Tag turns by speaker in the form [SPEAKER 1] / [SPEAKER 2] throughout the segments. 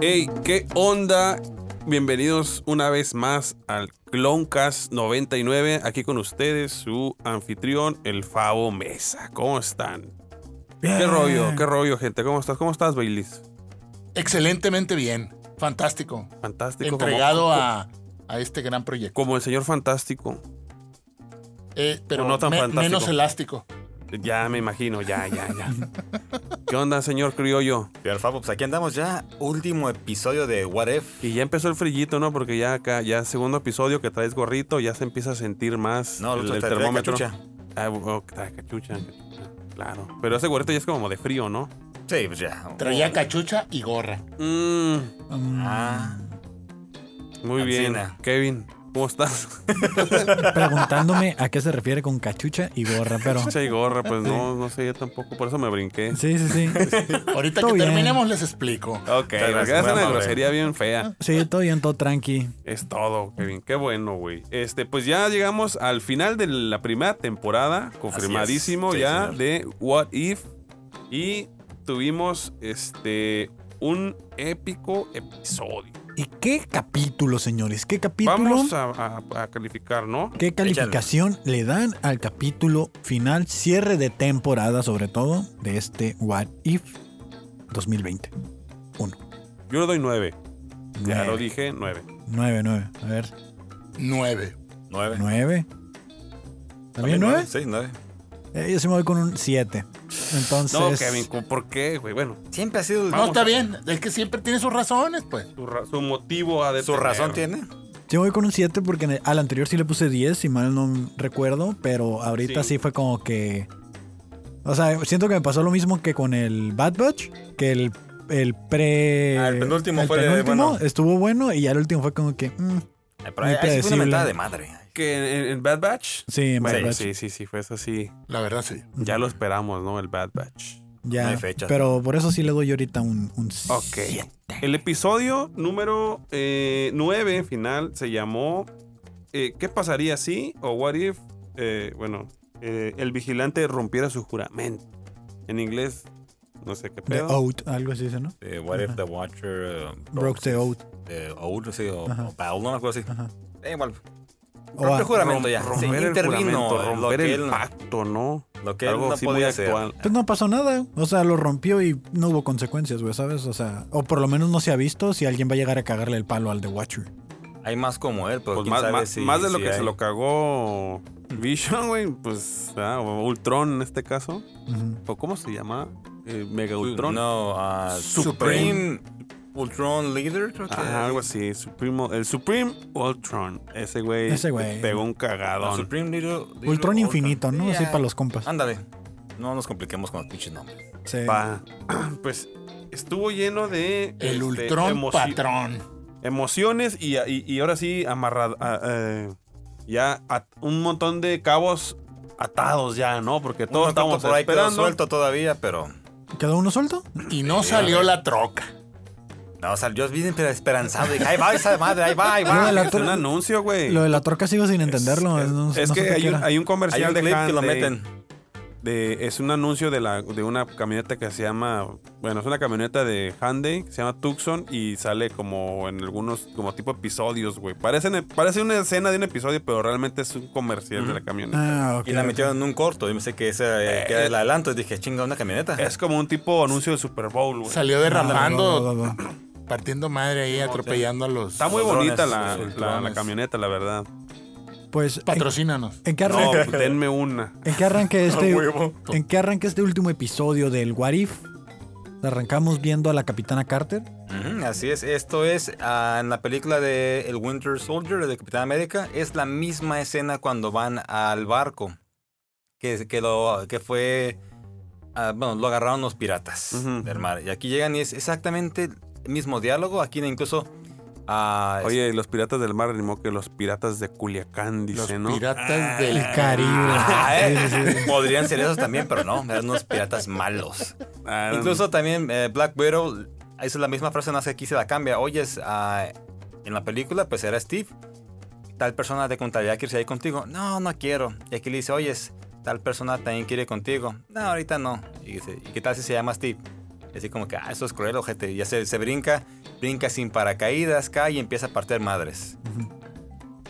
[SPEAKER 1] Hey, ¿qué onda? Bienvenidos una vez más al Cloncast 99. Aquí con ustedes su anfitrión, el Fabo Mesa. ¿Cómo están? ¿Qué rollo? ¿Qué rollo, gente? ¿Cómo estás? ¿Cómo estás, Bailis?
[SPEAKER 2] Excelentemente bien. Fantástico.
[SPEAKER 1] Fantástico. como-
[SPEAKER 2] Entregado a, a este gran proyecto.
[SPEAKER 1] Como el señor fantástico.
[SPEAKER 2] Eh, pero
[SPEAKER 1] No tan
[SPEAKER 2] me-
[SPEAKER 1] fantástico.
[SPEAKER 2] menos elástico.
[SPEAKER 1] Ya me imagino, ya, ya, ya. ¿Qué onda, señor criollo?
[SPEAKER 3] Pero Fabo, pues aquí andamos ya, último episodio de What If.
[SPEAKER 1] Y ya empezó el frillito, ¿no? Porque ya acá, ya segundo episodio que traes gorrito, ya se empieza a sentir más
[SPEAKER 3] No, el
[SPEAKER 1] el,
[SPEAKER 3] otro
[SPEAKER 1] el
[SPEAKER 3] te trae
[SPEAKER 1] termómetro.
[SPEAKER 3] cachucha.
[SPEAKER 1] Ah, bu- oh, trae cachucha, cachucha, Claro. Pero ese gorrito ya es como de frío, ¿no?
[SPEAKER 3] Sí, pues ya.
[SPEAKER 2] Traía cachucha y gorra.
[SPEAKER 1] Mm,
[SPEAKER 3] Ah,
[SPEAKER 1] muy bien.
[SPEAKER 3] Ancina.
[SPEAKER 1] Kevin, ¿cómo estás?
[SPEAKER 4] preguntándome a qué se refiere con cachucha y gorra, pero.
[SPEAKER 1] Cachucha y gorra, pues no, no sé, yo tampoco. Por eso me brinqué.
[SPEAKER 4] Sí, sí, sí.
[SPEAKER 2] Ahorita
[SPEAKER 4] Todo
[SPEAKER 2] que
[SPEAKER 4] bien.
[SPEAKER 2] terminemos les explico.
[SPEAKER 1] Ok, me quedas
[SPEAKER 3] gracias, muy
[SPEAKER 1] en una
[SPEAKER 3] amable.
[SPEAKER 1] grosería bien fea.
[SPEAKER 4] Sí, todo bien, todo tranqui.
[SPEAKER 1] Es todo, Kevin. Qué bueno, güey. Este, pues ya llegamos al final de la primera temporada, confirmadísimo
[SPEAKER 3] Sí,
[SPEAKER 1] ya
[SPEAKER 3] señor.
[SPEAKER 1] de What If y tuvimos este un épico episodio.
[SPEAKER 4] ¿Y qué capítulo, señores? ¿Qué capítulo?
[SPEAKER 1] Vamos a, a- a calificar, ¿no?
[SPEAKER 4] ¿Qué calificación le dan al capítulo final, cierre de temporada, sobre todo, de este What If 2020?
[SPEAKER 1] Yo le doy nueve. Ya
[SPEAKER 4] Nueve.
[SPEAKER 1] lo dije, nueve.
[SPEAKER 4] 9, 9. A ver,
[SPEAKER 2] Nueve.
[SPEAKER 3] nueve.
[SPEAKER 4] 9.
[SPEAKER 3] ¿También
[SPEAKER 4] ¿También 9?
[SPEAKER 3] Sí, nueve.
[SPEAKER 4] yo sí me voy con un 7. Entonces.
[SPEAKER 1] No, Kevin, ¿cu- ¿por qué, güey? Bueno,
[SPEAKER 3] Siempre ha sido.
[SPEAKER 1] Pues
[SPEAKER 2] No, está bien. Es que siempre tiene sus razones, pues.
[SPEAKER 1] su, ra- su motivo a
[SPEAKER 3] ¿Su razón tiene?
[SPEAKER 4] Yo voy con un 7 porque en el- al anterior sí le puse 10, si mal no recuerdo, pero ahorita
[SPEAKER 1] Sí.
[SPEAKER 4] sí. fue como que... O sea, siento que me pasó lo mismo que con el Bad Batch, que el, el pre...
[SPEAKER 3] Ah, el penúltimo fue de-
[SPEAKER 4] penúltimo
[SPEAKER 3] bueno.
[SPEAKER 4] estuvo bueno y ya el último fue como que... mm,
[SPEAKER 3] Eh, Pero ahí- ahí sí fue
[SPEAKER 4] predecible.
[SPEAKER 3] una mentada de madre.
[SPEAKER 1] Que en, en Bad Batch.
[SPEAKER 4] sí, en Bad
[SPEAKER 1] Bueno,
[SPEAKER 4] Batch.
[SPEAKER 1] sí, sí, sí, fue eso sí.
[SPEAKER 2] La verdad, sí.
[SPEAKER 1] Ya lo esperamos, ¿no? El Bad Batch.
[SPEAKER 4] Ya,
[SPEAKER 3] No hay fecha.
[SPEAKER 4] pero por eso sí le doy yo ahorita un un
[SPEAKER 1] Ok.
[SPEAKER 4] 7.
[SPEAKER 1] El episodio número 9 final se llamó eh, ¿Qué pasaría si o what if, eh, bueno, eh, el vigilante rompiera su juramento? En inglés, no sé qué
[SPEAKER 4] The
[SPEAKER 1] pedo.
[SPEAKER 4] Out, algo así dice, ¿no?
[SPEAKER 3] Eh, what If the Watcher. eh,
[SPEAKER 4] Broke the Out.
[SPEAKER 3] eh, Owl, sí, o,
[SPEAKER 4] Ajá.
[SPEAKER 3] o Paul, no me acuerdo así.
[SPEAKER 4] Ajá.
[SPEAKER 3] Da igual.
[SPEAKER 4] O
[SPEAKER 3] Rompe
[SPEAKER 4] a-
[SPEAKER 3] el juramento ya.
[SPEAKER 1] Romper
[SPEAKER 3] Sí,
[SPEAKER 1] el
[SPEAKER 3] intervino.
[SPEAKER 1] juramento,
[SPEAKER 3] eh,
[SPEAKER 1] romper
[SPEAKER 3] lo que
[SPEAKER 1] el
[SPEAKER 3] él,
[SPEAKER 1] pacto, ¿no?
[SPEAKER 3] lo que él
[SPEAKER 1] Algo
[SPEAKER 3] no
[SPEAKER 1] así muy
[SPEAKER 3] podía hacer.
[SPEAKER 1] actual.
[SPEAKER 4] Pues no pasó nada. O sea, lo rompió y no hubo consecuencias, güey, ¿sabes? O sea, o por lo menos no se ha visto si alguien va a llegar a cagarle el palo al The Watcher.
[SPEAKER 3] Hay más como él, pero
[SPEAKER 1] Pues
[SPEAKER 3] quién
[SPEAKER 1] más,
[SPEAKER 3] sabe
[SPEAKER 1] más-
[SPEAKER 3] si-
[SPEAKER 1] más de lo
[SPEAKER 3] si
[SPEAKER 1] que se
[SPEAKER 3] hay.
[SPEAKER 1] lo cagó Vision, güey, pues, ah, o Ultron en este caso.
[SPEAKER 4] Ujú.
[SPEAKER 1] ¿O cómo se llama? Eh, Mega Ultron.
[SPEAKER 3] No, ah,
[SPEAKER 1] Supreme.
[SPEAKER 3] Supreme. Ultron Leader, creo que.
[SPEAKER 1] Ajá, algo así. Supreme, el Supreme Ultron. Ese güey
[SPEAKER 4] Ese güey.
[SPEAKER 1] pegó un
[SPEAKER 3] No,
[SPEAKER 1] cagadón.
[SPEAKER 3] Supreme Leader.
[SPEAKER 4] Ultron infinito, ¿no? Así para los compas.
[SPEAKER 3] Ándale. No nos compliquemos con los pinches nombres.
[SPEAKER 4] Sí.
[SPEAKER 1] Pa. Pues estuvo lleno de
[SPEAKER 2] El
[SPEAKER 1] este,
[SPEAKER 2] Ultron
[SPEAKER 1] emoci-
[SPEAKER 2] patrón.
[SPEAKER 1] emociones y, y- y ahora sí amarrado ya a- un montón de cabos atados ya, ¿no? Porque todos
[SPEAKER 3] Uno que otro
[SPEAKER 1] estamos
[SPEAKER 3] por ahí quedó
[SPEAKER 1] esperando.
[SPEAKER 3] suelto todavía, pero.
[SPEAKER 4] ¿Quedó uno suelto?
[SPEAKER 2] Y no salió la troca.
[SPEAKER 3] No, o sea, yo bien esperanzado. Dije, ahí va esa madre, ahí va, ahí
[SPEAKER 4] Lo de
[SPEAKER 3] va.
[SPEAKER 4] la
[SPEAKER 1] Es un
[SPEAKER 4] tor-
[SPEAKER 1] anuncio, güey.
[SPEAKER 4] Lo de la torca sigo sin entenderlo.
[SPEAKER 1] Es,
[SPEAKER 4] no-
[SPEAKER 1] es
[SPEAKER 4] no
[SPEAKER 1] que
[SPEAKER 4] supe
[SPEAKER 1] hay
[SPEAKER 4] qué
[SPEAKER 1] un,
[SPEAKER 4] era.
[SPEAKER 1] hay un
[SPEAKER 3] Hay
[SPEAKER 1] comercial
[SPEAKER 3] un
[SPEAKER 1] de
[SPEAKER 3] clip que lo
[SPEAKER 1] Han- de-
[SPEAKER 3] meten.
[SPEAKER 1] de- es un anuncio de, la, de una camioneta que se llama, bueno, es una camioneta de Hyundai que se llama Tucson y sale como en algunos, como tipo episodios, güey. Parecen- parece una escena de un episodio, pero realmente es un comercial de la camioneta.
[SPEAKER 4] Ah, ok.
[SPEAKER 3] Y la metieron en un corto. Yo pensé que ese eh, que era el adelanto. Y dije, chinga, una camioneta.
[SPEAKER 1] Es como un tipo anuncio del Super Bowl, güey.
[SPEAKER 2] Salió
[SPEAKER 4] Ah,
[SPEAKER 2] derramando,
[SPEAKER 4] va, va, va, va.
[SPEAKER 2] partiendo madre ahí, atropellando a los.
[SPEAKER 1] Está muy
[SPEAKER 3] Los drones,
[SPEAKER 1] bonita la,
[SPEAKER 3] los
[SPEAKER 1] la- la
[SPEAKER 3] drones.
[SPEAKER 1] camioneta, la verdad.
[SPEAKER 4] Pues, ¿en,
[SPEAKER 2] Patrocínanos.
[SPEAKER 4] en qué
[SPEAKER 1] No,
[SPEAKER 4] arranque,
[SPEAKER 1] pues, denme una.
[SPEAKER 4] en qué arranque este,
[SPEAKER 3] A huevo.
[SPEAKER 4] en qué arranque este último episodio del What If? Arrancamos viendo a la Capitana Carter.
[SPEAKER 3] Ujú, así es. Esto es ah, en la película de El Winter Soldier de Capitán América. Es la misma escena cuando van al barco. Que, que, lo, que fue. ah, bueno, lo agarraron los piratas
[SPEAKER 1] Ujú.
[SPEAKER 3] del mar. Y aquí llegan y es exactamente el mismo diálogo. Aquí incluso. ah,
[SPEAKER 1] Oye, y los piratas del mar, animó que los piratas de Culiacán,
[SPEAKER 2] Los
[SPEAKER 1] dice, ¿no?
[SPEAKER 2] piratas del
[SPEAKER 4] Ah, El Caribe.
[SPEAKER 3] Ah, eh.
[SPEAKER 4] Sí, sí, sí.
[SPEAKER 3] Podrían ser esos también, pero no, eran unos piratas malos.
[SPEAKER 1] Ah,
[SPEAKER 3] Incluso también eh, Black Widow hizo la misma frase, no sé, aquí se la cambia. Oye, es, ah, en la película, pues era Steve. Tal persona te contaría que irse ahí contigo. No, no quiero. Y aquí le dice, oye, es, tal persona también quiere ir contigo. No, ahorita no. Y dice, ¿y qué tal si se llama Steve? Y así como que, ah, eso es cruel, ojete. Y ya se, se brinca brinca sin paracaídas, cae y empieza a partir madres.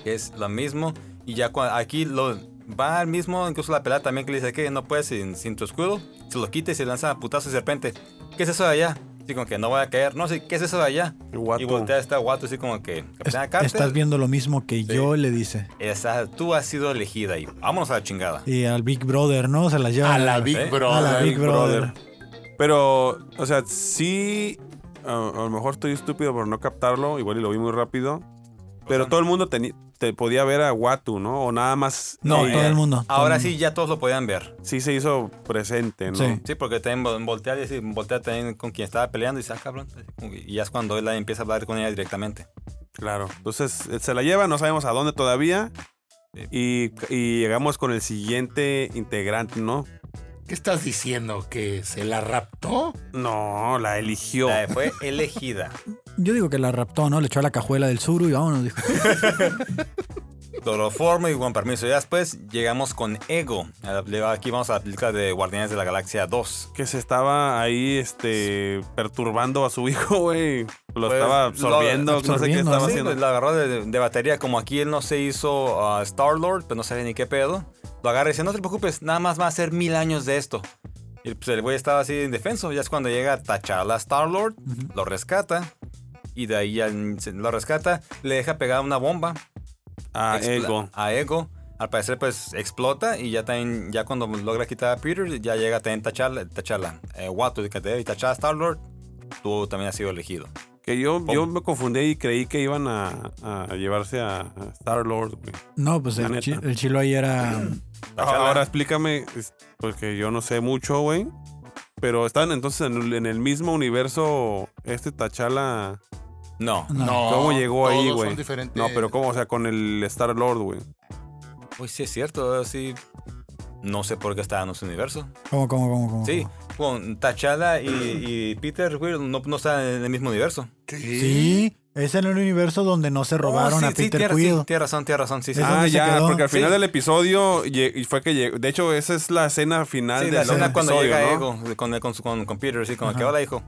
[SPEAKER 3] Es lo mismo. Y ya cua- aquí lo, va al mismo, incluso la pelada también que le dice que no puedes sin, sin tu escudo. Se lo quita y se lanza a putazos de repente. ¿Qué es eso de allá? Así como que no voy a caer. No sé, ¿qué es eso de allá?
[SPEAKER 1] Guato.
[SPEAKER 3] Y voltea a este guato así como que,
[SPEAKER 4] Es-
[SPEAKER 3] Capitán Carter,
[SPEAKER 4] estás viendo lo mismo que yo, le dice.
[SPEAKER 3] esa- tú has sido elegida y vámonos a la chingada.
[SPEAKER 4] Y al Big Brother, ¿no? Se las lleva
[SPEAKER 2] A la Big
[SPEAKER 3] ¿Eh?
[SPEAKER 4] a la
[SPEAKER 2] Brother.
[SPEAKER 4] Big Brother.
[SPEAKER 1] Pero, o sea, sí. A, a lo mejor estoy estúpido por no captarlo. Igual y lo vi muy rápido. Pero todo el mundo teni- te podía ver a Watu, ¿no? O nada más.
[SPEAKER 4] No,
[SPEAKER 1] eh,
[SPEAKER 4] todo el mundo. todo
[SPEAKER 3] Ahora
[SPEAKER 4] el mundo.
[SPEAKER 3] sí, ya todos lo podían ver.
[SPEAKER 1] Sí se hizo presente, ¿no?
[SPEAKER 4] Sí.
[SPEAKER 3] Sí, porque también vol- voltea, y dice- voltea también con quien estaba peleando y dice, ah, cabrón. Y ya es cuando él empieza a hablar con ella directamente.
[SPEAKER 1] Claro. Entonces eh, se la lleva, no sabemos a dónde todavía. Y, y llegamos con el siguiente integrante, ¿no?
[SPEAKER 2] ¿Qué estás diciendo? ¿Que se la raptó?
[SPEAKER 1] No, la eligió.
[SPEAKER 3] La- fue elegida.
[SPEAKER 4] Yo digo que la raptó, ¿no? Le echó a la cajuela del suru y vámonos, dijo.
[SPEAKER 3] Cloroformo y con permiso. Ya después llegamos con Ego. A la- Aquí vamos a la película de Guardianes de la Galaxia 2.
[SPEAKER 1] Que se estaba ahí, este, perturbando a su hijo, güey. Lo
[SPEAKER 3] Pues,
[SPEAKER 1] estaba
[SPEAKER 3] lo-
[SPEAKER 1] absorbiendo, no sé qué
[SPEAKER 4] absorbiendo,
[SPEAKER 1] estaba
[SPEAKER 4] ¿no?
[SPEAKER 3] Sí,
[SPEAKER 1] haciendo.
[SPEAKER 3] pues, la agarró de, de batería. Como aquí él no se hizo a Star-Lord, pues no sabía ni qué pedo. Lo agarra y dice, no te preocupes, nada más va a ser mil años de esto. Y pues el güey estaba así indefenso. Ya es cuando llega a tachar a Star-Lord, lo rescata. Y de ahí ya se- lo rescata, le deja pegar una bomba.
[SPEAKER 1] A
[SPEAKER 3] Expla-
[SPEAKER 1] Ego.
[SPEAKER 3] A Ego. Al parecer, pues explota y ya también, ya cuando logra quitar a Peter, ya llega también Tachala. Tachala. Eh, Watu, que te y Tachala Star-Lord, tú también has sido elegido.
[SPEAKER 1] Que yo,
[SPEAKER 3] ¿Cómo?
[SPEAKER 1] yo me confundí y creí que iban a, a llevarse a, Star Lord, güey.
[SPEAKER 4] No, pues
[SPEAKER 1] La
[SPEAKER 4] el,
[SPEAKER 1] neta.
[SPEAKER 4] chi- el chilo ahí era.
[SPEAKER 3] Tachala.
[SPEAKER 1] Ahora explícame, es- porque yo no sé mucho, güey. Pero están entonces en, el- en el mismo universo este Tachala.
[SPEAKER 3] No.
[SPEAKER 4] No.
[SPEAKER 1] ¿Cómo llegó ahí,
[SPEAKER 2] todos
[SPEAKER 1] güey?
[SPEAKER 2] son diferentes.
[SPEAKER 1] No, pero ¿cómo? O sea, con el Star Lord, güey.
[SPEAKER 3] Pues sí, es cierto, sí. No sé por qué estaba en ese universo.
[SPEAKER 4] ¿Cómo, cómo, cómo, cómo?
[SPEAKER 3] Sí, con Tachala y, y Peter güey, no, no están en el mismo universo.
[SPEAKER 4] Sí, es en el universo donde no se robaron
[SPEAKER 3] Oh, sí,
[SPEAKER 4] a
[SPEAKER 3] sí,
[SPEAKER 4] Peter
[SPEAKER 3] tienes- sí,
[SPEAKER 4] Quill.
[SPEAKER 3] tienes razón, tienes razón, sí, sí.
[SPEAKER 4] Es
[SPEAKER 1] Ah,
[SPEAKER 4] donde se
[SPEAKER 1] ya,
[SPEAKER 4] quedó.
[SPEAKER 1] porque al final
[SPEAKER 3] Sí.
[SPEAKER 1] del episodio lle- y fue que llegó. De hecho, esa es la escena final
[SPEAKER 3] Ah, Sí,
[SPEAKER 1] del
[SPEAKER 3] la escena
[SPEAKER 1] otro
[SPEAKER 3] cuando
[SPEAKER 1] episodio,
[SPEAKER 3] llega
[SPEAKER 1] ¿no?
[SPEAKER 3] Ego con, con, su- con, con Peter, sí, como
[SPEAKER 4] Ajá.
[SPEAKER 3] que hola, hijo.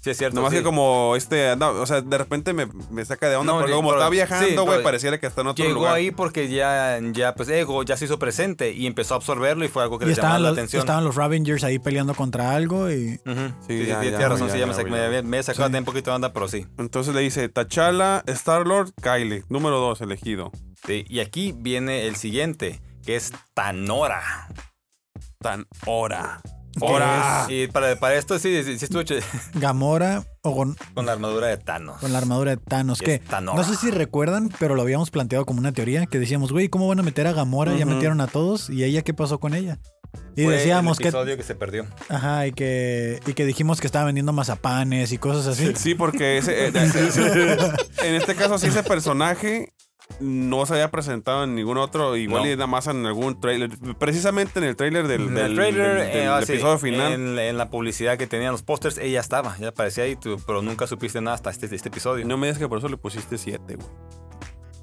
[SPEAKER 3] Sí, es cierto.
[SPEAKER 1] Nomás
[SPEAKER 3] sí.
[SPEAKER 1] que como este, no, o sea, de repente me, me saca de onda
[SPEAKER 3] No,
[SPEAKER 1] porque
[SPEAKER 3] llegó-
[SPEAKER 1] como está
[SPEAKER 3] sí,
[SPEAKER 1] viajando, güey,
[SPEAKER 3] no, eh,
[SPEAKER 1] pareciera que está en otro
[SPEAKER 3] Llegó
[SPEAKER 1] lugar.
[SPEAKER 3] ahí porque ya, ya, pues Ego ya se hizo presente y empezó a absorberlo y fue algo que
[SPEAKER 4] Y
[SPEAKER 3] le llamaba
[SPEAKER 4] estaban
[SPEAKER 3] la
[SPEAKER 4] los,
[SPEAKER 3] atención.
[SPEAKER 4] estaban los Ravengers ahí peleando contra algo y.
[SPEAKER 3] Ujú.
[SPEAKER 1] Sí,
[SPEAKER 3] Sí, sí,
[SPEAKER 1] ya,
[SPEAKER 3] sí,
[SPEAKER 1] ya,
[SPEAKER 3] tienes razón,
[SPEAKER 1] ya,
[SPEAKER 3] sí, ya me
[SPEAKER 1] ya,
[SPEAKER 3] sac-
[SPEAKER 1] güey,
[SPEAKER 3] me-
[SPEAKER 1] ya.
[SPEAKER 3] me sacó también un poquito de onda, pero sí.
[SPEAKER 1] Entonces le dice T'Challa, Star-Lord, Kylie, número 2 elegido.
[SPEAKER 3] Sí, Este, Y aquí viene el siguiente, que es Tanora.
[SPEAKER 1] Tan hora.
[SPEAKER 4] ¿Qué
[SPEAKER 1] Hora.
[SPEAKER 3] Y para, para esto sí, sí, sí estuve ch-
[SPEAKER 4] Gamora o con,
[SPEAKER 3] con la armadura de Thanos.
[SPEAKER 4] con la armadura de Thanos.
[SPEAKER 3] Y
[SPEAKER 4] Que
[SPEAKER 3] es Thanos.
[SPEAKER 4] no sé si recuerdan, pero lo habíamos planteado como una teoría que decíamos, güey, ¿cómo van a meter a Gamora? Ya
[SPEAKER 1] Ujú.
[SPEAKER 4] metieron a todos. ¿Y ella qué pasó con ella? Y
[SPEAKER 3] Fue
[SPEAKER 4] decíamos
[SPEAKER 3] el
[SPEAKER 4] que.
[SPEAKER 3] episodio que se perdió.
[SPEAKER 4] Ajá, y que, y que dijimos que estaba vendiendo mazapanes y cosas así.
[SPEAKER 1] Sí, porque ese, eh, en este caso sí ese personaje no se había presentado en ningún otro, igual
[SPEAKER 3] No.
[SPEAKER 1] y nada más en algún trailer, precisamente en el trailer del,
[SPEAKER 3] En
[SPEAKER 1] del-
[SPEAKER 3] el trailer,
[SPEAKER 1] del- del
[SPEAKER 3] eh, ah, sí,
[SPEAKER 1] episodio final.
[SPEAKER 3] En, en la publicidad que tenían los pósters, ella estaba, ya aparecía ahí, tú- pero nunca supiste nada hasta este, este episodio.
[SPEAKER 1] No me digas que por eso le pusiste 7, güey,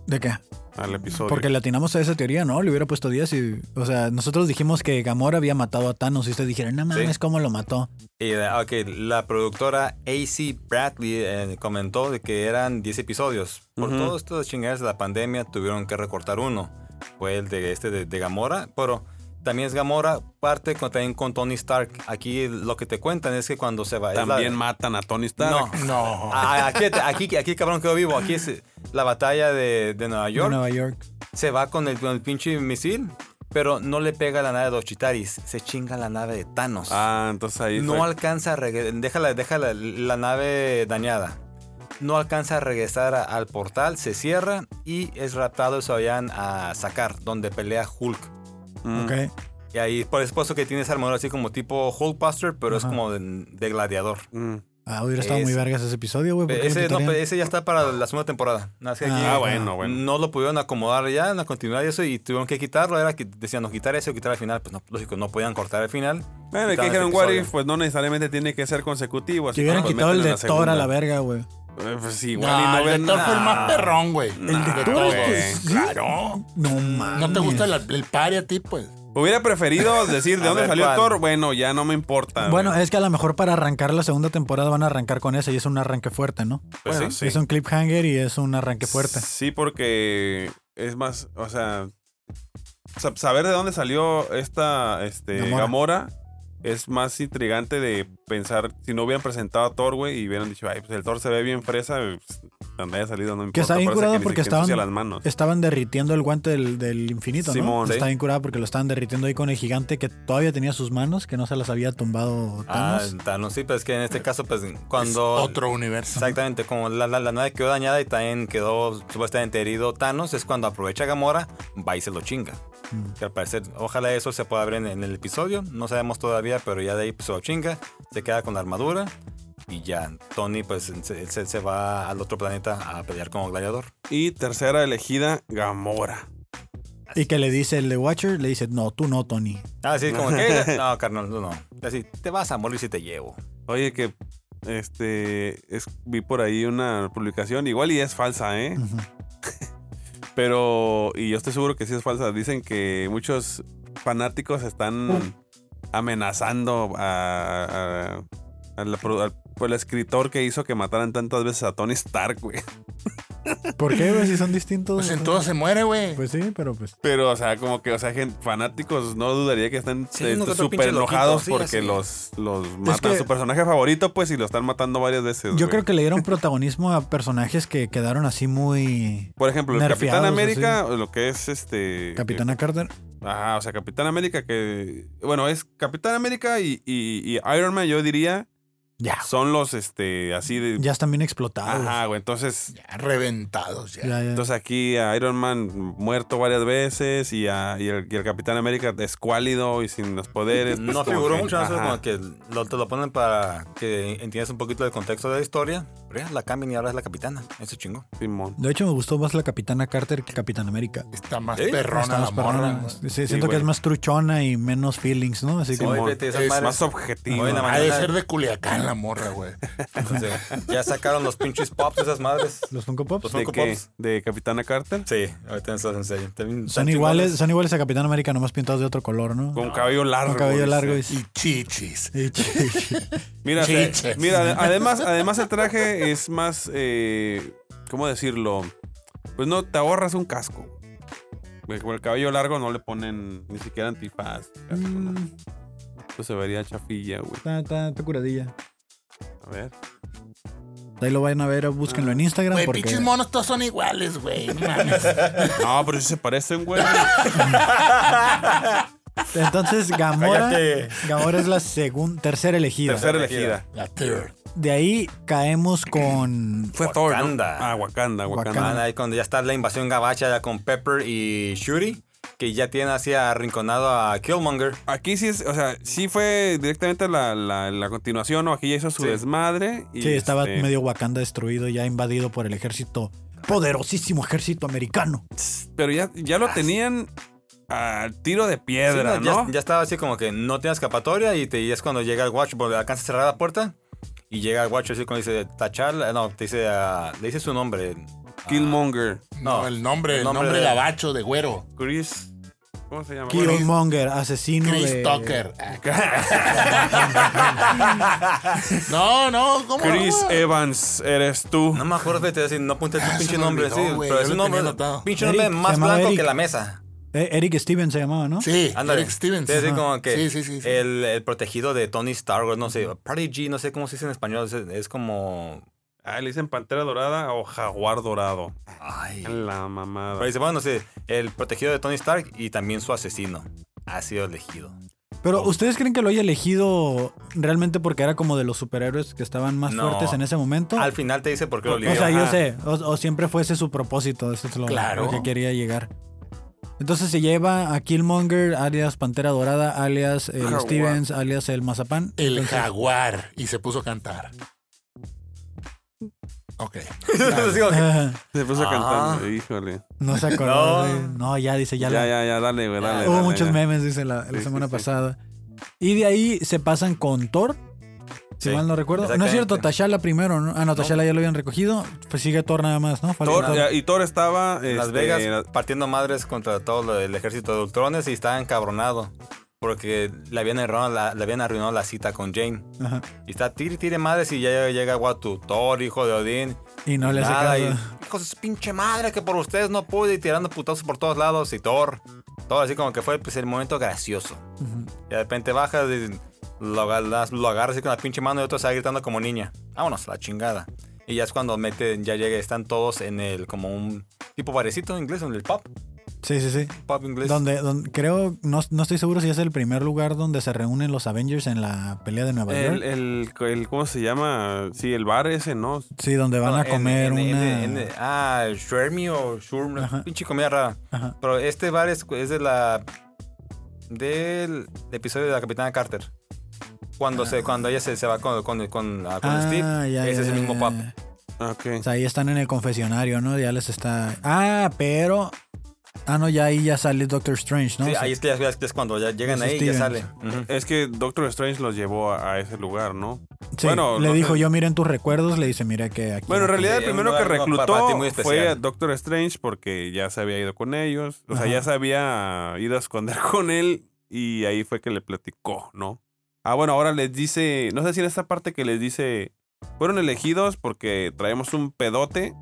[SPEAKER 4] ¿De qué?
[SPEAKER 1] al episodio.
[SPEAKER 4] Porque le atinamos a esa teoría, ¿no? Le hubiera puesto 10 y... O sea, nosotros dijimos que Gamora había matado a Thanos y ustedes dijeron, no mames, ¿cómo lo mató?
[SPEAKER 3] Y, eh, ok, la productora AC Bradley eh, comentó de que eran 10 episodios. Por
[SPEAKER 1] Ujú.
[SPEAKER 3] todos estos chingados de la pandemia tuvieron que recortar uno. Fue el de este de, de Gamora, pero también es Gamora, parte con, también con Tony Stark. Aquí lo que te cuentan es que cuando se va... es la-
[SPEAKER 1] También matan a Tony Stark.
[SPEAKER 3] No.
[SPEAKER 2] No.
[SPEAKER 3] Ah, Aquí, aquí, aquí, cabrón quedó vivo. Aquí es la batalla de, de Nueva
[SPEAKER 4] De
[SPEAKER 3] York.
[SPEAKER 4] Nueva York.
[SPEAKER 3] Se va con el, con el pinche misil, pero no le pega la nave de Ochitaris. Se chinga la nave de Thanos.
[SPEAKER 1] Ah, entonces ahí
[SPEAKER 3] No
[SPEAKER 1] fue.
[SPEAKER 3] alcanza a regresar. Déjala, déjala la nave dañada. No alcanza a regresar a- al portal, se cierra y es raptado y se vayan a sacar, donde pelea Hulk.
[SPEAKER 1] Mm.
[SPEAKER 4] Ok.
[SPEAKER 3] Y ahí, por supuesto que tiene esa armadura así como tipo Hulkbuster, pero es
[SPEAKER 4] Ajá.
[SPEAKER 3] como de, de gladiador.
[SPEAKER 1] Mm.
[SPEAKER 4] Ah, hubiera estado
[SPEAKER 3] Es-
[SPEAKER 4] muy vergas ese episodio, güey. ¿por qué lo
[SPEAKER 3] Ese, no,
[SPEAKER 4] quitarían?
[SPEAKER 3] ese ya está para la segunda temporada. Nada más que aquí
[SPEAKER 1] Ah,
[SPEAKER 4] Ah,
[SPEAKER 1] bueno, bueno.
[SPEAKER 3] No lo pudieron acomodar ya en la continuidad y eso, y tuvieron que quitarlo. Era que decían, no quitar eso, quitar al final. Pues no, lógico, no podían cortar al final.
[SPEAKER 1] Bueno, y que
[SPEAKER 3] Quitaron ese
[SPEAKER 1] dijeron What
[SPEAKER 3] episodio.
[SPEAKER 1] If, pues no necesariamente tiene que ser consecutivo. así
[SPEAKER 4] Que hubieran
[SPEAKER 1] que lo
[SPEAKER 4] quitado el
[SPEAKER 1] meten en
[SPEAKER 4] de Thor a la
[SPEAKER 1] segunda.
[SPEAKER 4] verga, güey.
[SPEAKER 1] Eh, Pues
[SPEAKER 2] No,
[SPEAKER 1] igual y no
[SPEAKER 2] el
[SPEAKER 1] ven
[SPEAKER 2] de Thor fue el
[SPEAKER 1] Nah.
[SPEAKER 2] más perrón, güey.
[SPEAKER 1] Nah,
[SPEAKER 2] De
[SPEAKER 1] Thor,
[SPEAKER 2] todos.
[SPEAKER 1] güey.
[SPEAKER 4] Claro. pues, No mames.
[SPEAKER 2] ¿No te gusta el, el party a ti, pues?
[SPEAKER 1] Hubiera preferido decir de
[SPEAKER 3] A
[SPEAKER 1] dónde
[SPEAKER 3] ver,
[SPEAKER 1] salió
[SPEAKER 3] ¿cuál?
[SPEAKER 1] Thor. Bueno, ya no me importa.
[SPEAKER 4] Bueno,
[SPEAKER 1] Ah,
[SPEAKER 4] eh,
[SPEAKER 1] güey.
[SPEAKER 4] es que a lo mejor para arrancar la segunda temporada van a arrancar con eso y es un arranque fuerte, ¿no?
[SPEAKER 1] Pues
[SPEAKER 3] bueno,
[SPEAKER 1] sí,
[SPEAKER 4] Es un cliffhanger y es un arranque fuerte.
[SPEAKER 1] Sí, porque es más, o sea, sa- saber de dónde salió esta este,
[SPEAKER 4] Gamora.
[SPEAKER 1] Gamora. es más intrigante de pensar si no hubieran presentado a Thor, güey, y hubieran dicho, ay, pues el Thor se ve bien fresa, pues, donde haya salido no me importa.
[SPEAKER 4] Que está bien
[SPEAKER 1] parece
[SPEAKER 4] curado
[SPEAKER 1] ni se-
[SPEAKER 4] porque
[SPEAKER 1] que ensucia
[SPEAKER 4] estaban-
[SPEAKER 1] las manos.
[SPEAKER 4] Estaban derritiendo el guante del, del infinito, ¿no?
[SPEAKER 1] Simón, ¿eh? sí.
[SPEAKER 4] Está bien curado porque lo estaban derritiendo ahí con el gigante que todavía tenía sus manos, que no se las había tumbado
[SPEAKER 3] Ah,
[SPEAKER 4] Thanos.
[SPEAKER 3] Thanos, sí, pero es que en este caso, pues cuando.
[SPEAKER 2] Es otro universo.
[SPEAKER 3] Exactamente, como la, la, la nave quedó dañada y también quedó supuestamente herido Thanos, es cuando aprovecha Gamora, va y se lo chinga.
[SPEAKER 4] Mm.
[SPEAKER 3] Que al parecer, ojalá eso se pueda ver en, en el episodio, no sabemos todavía, pero ya de ahí pues, se lo chinga, se queda con la armadura y ya Tony pues se, se- se va al otro planeta a pelear como gladiador.
[SPEAKER 1] Y tercera elegida, Gamora. Ah,
[SPEAKER 4] Y que le dice el de Watcher, le dice, no, tú no, Tony.
[SPEAKER 3] Ah, sí, como que, no, carnal, no, no. Así, te vas a morir si te llevo.
[SPEAKER 1] Oye, que este es- vi por ahí una publicación, igual y es falsa, ¿eh?
[SPEAKER 4] Ujú.
[SPEAKER 1] Pero, y yo estoy seguro que sí es falsa. Dicen que muchos fanáticos están amenazando a, a- al, pro- al- pues, al escritor que hizo que mataran tantas veces a Tony Stark, güey.
[SPEAKER 4] ¿Por qué, güey? Si son distintos.
[SPEAKER 2] Pues en todo se muere, güey.
[SPEAKER 4] Pues sí, pero pues.
[SPEAKER 1] Pero, o sea, como que, o sea, gente, fanáticos, no dudaría que están
[SPEAKER 3] Sí,
[SPEAKER 1] eh,
[SPEAKER 3] uno que otro
[SPEAKER 1] súper
[SPEAKER 3] pinche
[SPEAKER 1] enojados
[SPEAKER 3] loquito, sí,
[SPEAKER 1] porque
[SPEAKER 3] así.
[SPEAKER 1] los, los matan
[SPEAKER 4] que-
[SPEAKER 1] a su personaje favorito, pues, y lo están matando varias veces.
[SPEAKER 4] Yo
[SPEAKER 1] Pues, güey.
[SPEAKER 4] creo que le dieron protagonismo a personajes que quedaron así muy.
[SPEAKER 1] Por ejemplo, el Capitán
[SPEAKER 4] Nerfeados,
[SPEAKER 1] América, lo que es este.
[SPEAKER 4] Capitana Carter.
[SPEAKER 1] Ajá, o sea, Capitán América que. Bueno, es Capitán América y, y- y Iron Man, yo diría,
[SPEAKER 4] Ya.
[SPEAKER 1] son los este así de.
[SPEAKER 4] Ya están bien explotados.
[SPEAKER 1] Ajá, güey. Entonces.
[SPEAKER 2] Ya, reventados ya.
[SPEAKER 4] Ya, ya.
[SPEAKER 1] Entonces aquí a Iron Man muerto varias veces y, a- y el, y el Capitán América escuálido y sin los poderes. pues,
[SPEAKER 3] No
[SPEAKER 1] como
[SPEAKER 3] figuró
[SPEAKER 1] que-
[SPEAKER 3] mucho, no sé,
[SPEAKER 1] ajá.
[SPEAKER 3] como que lo, te lo ponen para que entiendas un poquito del contexto de la historia. Pero ya la cambian y ahora es la capitana. Eso chingó.
[SPEAKER 1] Simón.
[SPEAKER 4] De hecho, me gustó más la Capitana Carter que Capitán América.
[SPEAKER 2] Está más
[SPEAKER 3] ¿Eh?
[SPEAKER 2] perrona
[SPEAKER 4] Está
[SPEAKER 2] la
[SPEAKER 4] más
[SPEAKER 2] morra.
[SPEAKER 4] perrona.
[SPEAKER 2] güey.
[SPEAKER 4] Sí, siento que
[SPEAKER 1] güey.
[SPEAKER 4] es más truchona y menos feelings, ¿no? Así
[SPEAKER 1] Sí,
[SPEAKER 4] como.
[SPEAKER 1] güey.
[SPEAKER 3] Oye, fíjate, esas
[SPEAKER 2] es
[SPEAKER 3] madres-
[SPEAKER 1] Más objetivo.
[SPEAKER 3] Hoy en la
[SPEAKER 2] Ha de
[SPEAKER 3] mañana-
[SPEAKER 2] ser de Culiacán la morra, güey.
[SPEAKER 3] entonces, ya sacaron los pinches pops de esas madres.
[SPEAKER 4] Los Funko Pops.
[SPEAKER 3] Los
[SPEAKER 1] ¿De
[SPEAKER 3] Funko
[SPEAKER 1] qué?
[SPEAKER 3] Pops.
[SPEAKER 1] ¿De Capitana Carter?
[SPEAKER 3] Sí, ahorita estás en serio. También
[SPEAKER 4] Son
[SPEAKER 3] están
[SPEAKER 4] iguales,
[SPEAKER 3] chingones.
[SPEAKER 4] son iguales a Capitán América, nomás pintados de otro color, ¿no?
[SPEAKER 1] Con cabello largo.
[SPEAKER 4] Con cabello
[SPEAKER 1] dice.
[SPEAKER 4] largo. y-
[SPEAKER 2] Y chichis.
[SPEAKER 4] y-
[SPEAKER 1] Mira,
[SPEAKER 2] Sí,
[SPEAKER 1] te-
[SPEAKER 2] che.
[SPEAKER 1] mira, ade- además, además el traje es más, eh, ¿cómo decirlo? Pues no, te ahorras un casco. Güey, Con el cabello largo no le ponen ni siquiera antifaz. casco, ¿no?
[SPEAKER 4] Mm,
[SPEAKER 1] Esto se vería chafilla, güey.
[SPEAKER 4] Está, está, está curadilla.
[SPEAKER 1] A ver.
[SPEAKER 4] Ahí lo vayan a ver, búsquenlo en Instagram.
[SPEAKER 2] Güey,
[SPEAKER 4] porque...
[SPEAKER 2] pinches monos todos son iguales, güey. No mames.
[SPEAKER 1] No, pero sí se parecen, güey.
[SPEAKER 4] Entonces, Gamora,
[SPEAKER 3] Cállate.
[SPEAKER 4] Gamora es la segun, tercera elegida.
[SPEAKER 1] Tercera elegida.
[SPEAKER 2] La third.
[SPEAKER 4] De ahí caemos con.
[SPEAKER 1] Fue Thor. ¿no?
[SPEAKER 3] Wakanda.
[SPEAKER 1] Ah, Wakanda, Wakanda.
[SPEAKER 4] Wakanda.
[SPEAKER 3] Van ahí cuando ya está la invasión gabacha ya con Pepper y Shuri. Que ya tienen así arrinconado a Killmonger.
[SPEAKER 1] Aquí sí es, o sea, sí fue directamente la, la- la continuación, ¿no? Aquí ya hizo su
[SPEAKER 3] Sí.
[SPEAKER 1] desmadre. Y
[SPEAKER 4] Sí, estaba
[SPEAKER 1] este,
[SPEAKER 4] medio Wakanda destruido, ya invadido por el ejército. Poderosísimo ejército americano.
[SPEAKER 1] Pero ya, ya lo tenían al tiro de piedra,
[SPEAKER 3] Sí,
[SPEAKER 1] ¿no?
[SPEAKER 3] Ya, ya estaba así como que no tiene escapatoria y, te, y es cuando llega el Watcher, porque alcanza a cerrar la puerta y llega el Watcher así cuando dice tachar, no, te dice, ah, le dice su nombre. ah,
[SPEAKER 1] Killmonger.
[SPEAKER 2] No,
[SPEAKER 3] No,
[SPEAKER 2] el nombre, el nombre,
[SPEAKER 3] el nombre
[SPEAKER 2] de
[SPEAKER 3] de-
[SPEAKER 2] gabacho, de güero.
[SPEAKER 1] Chris. ¿Cómo se llama?
[SPEAKER 4] Killmonger, asesino
[SPEAKER 2] Chris
[SPEAKER 4] de.
[SPEAKER 2] Tucker. no, no, ¿cómo?
[SPEAKER 1] Chris
[SPEAKER 3] eh,
[SPEAKER 1] Evans, eres tú.
[SPEAKER 3] No me acuerdo, fíjate, así, no apunté
[SPEAKER 2] Ah,
[SPEAKER 3] tu
[SPEAKER 2] se
[SPEAKER 3] pinche
[SPEAKER 2] me
[SPEAKER 3] nombre,
[SPEAKER 2] olvidó,
[SPEAKER 3] sí,
[SPEAKER 2] güey,
[SPEAKER 3] pero
[SPEAKER 2] yo
[SPEAKER 3] es
[SPEAKER 2] lo tenía
[SPEAKER 3] un nombre,
[SPEAKER 2] anotado.
[SPEAKER 3] pinche
[SPEAKER 4] Eric,
[SPEAKER 3] nombre
[SPEAKER 4] se
[SPEAKER 3] más
[SPEAKER 4] llamaba
[SPEAKER 3] blanco
[SPEAKER 4] Eric.
[SPEAKER 3] que la mesa.
[SPEAKER 4] Eh, Eric Stevens se llamaba, ¿no?
[SPEAKER 2] Sí,
[SPEAKER 3] Ándale.
[SPEAKER 2] Eric Stevens.
[SPEAKER 3] Sí, así
[SPEAKER 2] Ajá.
[SPEAKER 3] como que
[SPEAKER 2] Sí, sí, sí. sí.
[SPEAKER 3] El, el protegido de Tony Stark, o no sé, Prodigy, no sé cómo se dice en español, es, es como...
[SPEAKER 1] Ah, le dicen pantera dorada o jaguar dorado.
[SPEAKER 3] Ay.
[SPEAKER 1] La mamada.
[SPEAKER 3] Pero dice, bueno, sí, el protegido de Tony Stark y también su asesino ha sido elegido.
[SPEAKER 4] Pero ¿ustedes creen que lo haya elegido realmente porque era como de los superhéroes que estaban más
[SPEAKER 3] No.
[SPEAKER 4] fuertes en ese momento?
[SPEAKER 3] Al final te dice por qué lo
[SPEAKER 4] O
[SPEAKER 3] eligió.
[SPEAKER 4] sea, yo
[SPEAKER 1] Ajá.
[SPEAKER 4] sé, o, o siempre fuese su propósito, eso es lo,
[SPEAKER 2] Claro.
[SPEAKER 4] lo que quería llegar. Entonces se lleva a Killmonger, alias Pantera Dorada, alias el
[SPEAKER 1] Jaguar.
[SPEAKER 4] Stevens, alias el Mazapán.
[SPEAKER 2] El
[SPEAKER 4] Entonces,
[SPEAKER 2] jaguar. Y se puso a cantar. Ok.
[SPEAKER 3] Entonces digo,
[SPEAKER 4] ah,
[SPEAKER 1] Se puso
[SPEAKER 3] Ah.
[SPEAKER 1] cantando, híjole.
[SPEAKER 4] no se acordó.
[SPEAKER 3] No.
[SPEAKER 4] güey. No. ya dice, ya,
[SPEAKER 1] Ya,
[SPEAKER 4] la-
[SPEAKER 1] ya, ya, dale, güey, dale.
[SPEAKER 4] Hubo
[SPEAKER 1] dale,
[SPEAKER 4] muchos
[SPEAKER 1] ya.
[SPEAKER 4] memes, dice la, la
[SPEAKER 1] Sí, sí,
[SPEAKER 4] semana
[SPEAKER 1] sí.
[SPEAKER 4] pasada. Y de ahí se pasan con Thor, Si
[SPEAKER 3] Sí,
[SPEAKER 4] mal no recuerdo. No es cierto,
[SPEAKER 3] exactamente.
[SPEAKER 4] Tashala primero, ¿no? Ah, no, Tashala ya lo habían recogido. Pues sigue Thor nada más, ¿no? Falta
[SPEAKER 1] Thor-
[SPEAKER 4] Thor.
[SPEAKER 1] y Thor estaba.
[SPEAKER 3] En Las
[SPEAKER 1] este,
[SPEAKER 3] Vegas
[SPEAKER 1] era-
[SPEAKER 3] partiendo madres contra todo lo- el ejército de Ultrones y estaba encabronado porque le habían arruinado la, le habían arruinado la cita con Jane.
[SPEAKER 4] Ajá.
[SPEAKER 3] Y está tire, y tire madres y ya llega Watu, Thor, hijo de Odín.
[SPEAKER 4] Y no le hace
[SPEAKER 3] nada, y,
[SPEAKER 4] caso.
[SPEAKER 3] hijo de su pinche madre que por ustedes no pude y tirando putazos por todos lados y Thor. Todo así como que fue pues, el momento gracioso.
[SPEAKER 4] Ujú.
[SPEAKER 3] Y de repente baja, y lo, aga- las- lo agarra así con la pinche mano y otro está gritando como niña. Vámonos, la chingada. Y ya es cuando meten, ya llega, están todos en el, como un tipo barecito inglés, en el pub.
[SPEAKER 4] Sí, sí, sí.
[SPEAKER 3] Pub inglés.
[SPEAKER 4] Donde, donde- creo, no, no estoy seguro si es el primer lugar donde se reúnen los Avengers en la pelea de Nueva
[SPEAKER 1] el,
[SPEAKER 4] York.
[SPEAKER 1] el- el- ¿Cómo se llama? Sí, el bar ese, ¿no?
[SPEAKER 4] Sí, donde van
[SPEAKER 3] No,
[SPEAKER 4] a
[SPEAKER 3] en-
[SPEAKER 4] comer
[SPEAKER 3] en- en-
[SPEAKER 4] una.
[SPEAKER 3] en- en- ah, Shermy o Shurm,
[SPEAKER 4] Ajá.
[SPEAKER 3] pinche comida rara.
[SPEAKER 4] Ajá.
[SPEAKER 3] Pero este bar es, es de la. del episodio de la Capitana Carter. Cuando, se, cuando ella se, se va con, con, con- con
[SPEAKER 4] Ah,
[SPEAKER 3] Steve, ese
[SPEAKER 4] ya, ya,
[SPEAKER 3] es el
[SPEAKER 4] ya,
[SPEAKER 3] mismo
[SPEAKER 4] ya,
[SPEAKER 3] pub.
[SPEAKER 4] ya. O
[SPEAKER 1] Ah, Ok.
[SPEAKER 4] sea, ahí están en el confesionario, ¿no? Ya les está. Ah, pero. Ah, no, ya ahí ya sale Doctor Strange, ¿no?
[SPEAKER 3] Sí,
[SPEAKER 4] O sea,
[SPEAKER 3] ahí es, que ya- ya es cuando ya llegan
[SPEAKER 4] Los
[SPEAKER 3] ahí y ya
[SPEAKER 4] Stevens.
[SPEAKER 3] sale. Ujú.
[SPEAKER 1] Es que Doctor Strange los llevó a, a ese lugar, ¿no?
[SPEAKER 4] sí,
[SPEAKER 1] bueno,
[SPEAKER 4] le
[SPEAKER 1] no-
[SPEAKER 4] dijo, yo miren tus recuerdos, le dice, mira que aquí.
[SPEAKER 1] Bueno, en realidad el
[SPEAKER 3] Sí,
[SPEAKER 1] primero
[SPEAKER 3] un
[SPEAKER 1] que
[SPEAKER 3] lugar para ti
[SPEAKER 1] reclutó
[SPEAKER 3] muy
[SPEAKER 1] fue
[SPEAKER 3] especial.
[SPEAKER 1] a Doctor Strange porque ya se había ido con ellos. O sea,
[SPEAKER 4] Ajá.
[SPEAKER 1] ya se había ido a esconder con él y ahí fue que le platicó, ¿no? Ah, bueno, ahora les dice, no sé si en esta parte que les dice, fueron elegidos porque traemos un pedote.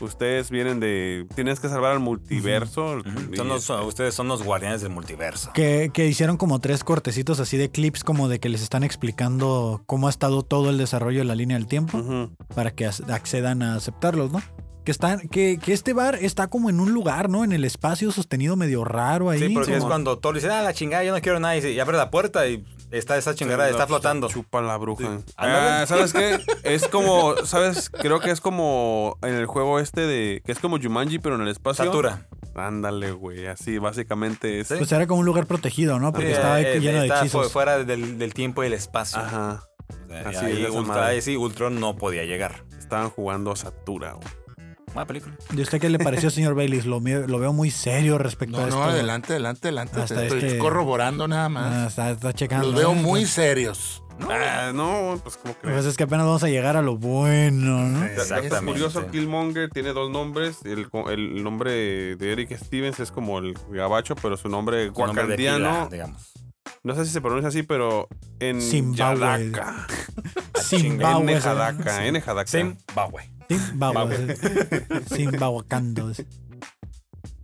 [SPEAKER 1] Ustedes vienen de, tienes que salvar al multiverso.
[SPEAKER 3] Ujú.
[SPEAKER 1] Y-
[SPEAKER 3] Son los- ustedes son los guardianes del multiverso.
[SPEAKER 4] Que, que hicieron como tres cortecitos así de clips, como de que les están explicando cómo ha estado todo el desarrollo de la línea del tiempo.
[SPEAKER 1] Ujú.
[SPEAKER 4] para que ac- accedan a aceptarlos, ¿no? Que, están, que, que este bar está como en un lugar, ¿no? En el espacio sostenido medio raro ahí.
[SPEAKER 3] Sí, porque es
[SPEAKER 4] como-
[SPEAKER 3] cuando Thor dice, ah, la chingada, yo no quiero nada. Y, se- y abre la puerta y está esa chingada, está flotando.
[SPEAKER 1] Chupa la bruja.
[SPEAKER 3] Sí.
[SPEAKER 1] Ah, ¿sabes qué? Es como, ¿sabes? Creo que es como en el juego este de, que es como Jumanji, pero en el espacio.
[SPEAKER 3] Satura.
[SPEAKER 1] Ándale, güey. Así básicamente es.
[SPEAKER 3] Sí.
[SPEAKER 4] Pues era como un lugar protegido, ¿no? Porque
[SPEAKER 3] Sí,
[SPEAKER 4] estaba
[SPEAKER 3] eh,
[SPEAKER 4] lleno de
[SPEAKER 3] está fu-
[SPEAKER 4] hechizos.
[SPEAKER 3] fuera del, del tiempo y el espacio.
[SPEAKER 1] Ajá.
[SPEAKER 3] Eh,
[SPEAKER 1] Así
[SPEAKER 3] ahí
[SPEAKER 1] es, esa
[SPEAKER 3] Ultra-
[SPEAKER 1] madre.
[SPEAKER 3] ahí sí, Ultron no podía llegar.
[SPEAKER 1] Estaban jugando Satura, güey.
[SPEAKER 3] Buena película.
[SPEAKER 4] ¿Y usted qué le pareció, señor Bailey? Lo, mi- lo veo muy serio respecto a
[SPEAKER 2] No,
[SPEAKER 4] esto.
[SPEAKER 2] no, adelante, adelante, adelante.
[SPEAKER 4] Hasta
[SPEAKER 2] Te estoy
[SPEAKER 4] este-
[SPEAKER 2] corroborando nada
[SPEAKER 4] Ah,
[SPEAKER 2] más.
[SPEAKER 4] está, está checando.
[SPEAKER 2] Los veo
[SPEAKER 4] ¿eh?
[SPEAKER 2] muy serios.
[SPEAKER 1] Ah, no, pues como
[SPEAKER 4] Pues
[SPEAKER 1] crees.
[SPEAKER 4] es que apenas vamos a llegar a lo bueno, ¿no?
[SPEAKER 1] Dato
[SPEAKER 3] Exactamente.
[SPEAKER 1] curioso, Killmonger tiene dos nombres. El, co- el nombre de Eric Stevens es como el gabacho, pero su nombre
[SPEAKER 3] Su nombre de
[SPEAKER 1] wakandiano.
[SPEAKER 3] pila, digamos.
[SPEAKER 1] No sé si se pronuncia así, pero en
[SPEAKER 4] Zimbabue.
[SPEAKER 1] Yadaka.
[SPEAKER 4] Zimbabue.
[SPEAKER 1] en Jadaka. En Jadaka.
[SPEAKER 3] Zimbabue.
[SPEAKER 4] Zimbabue. Zimbabuacando.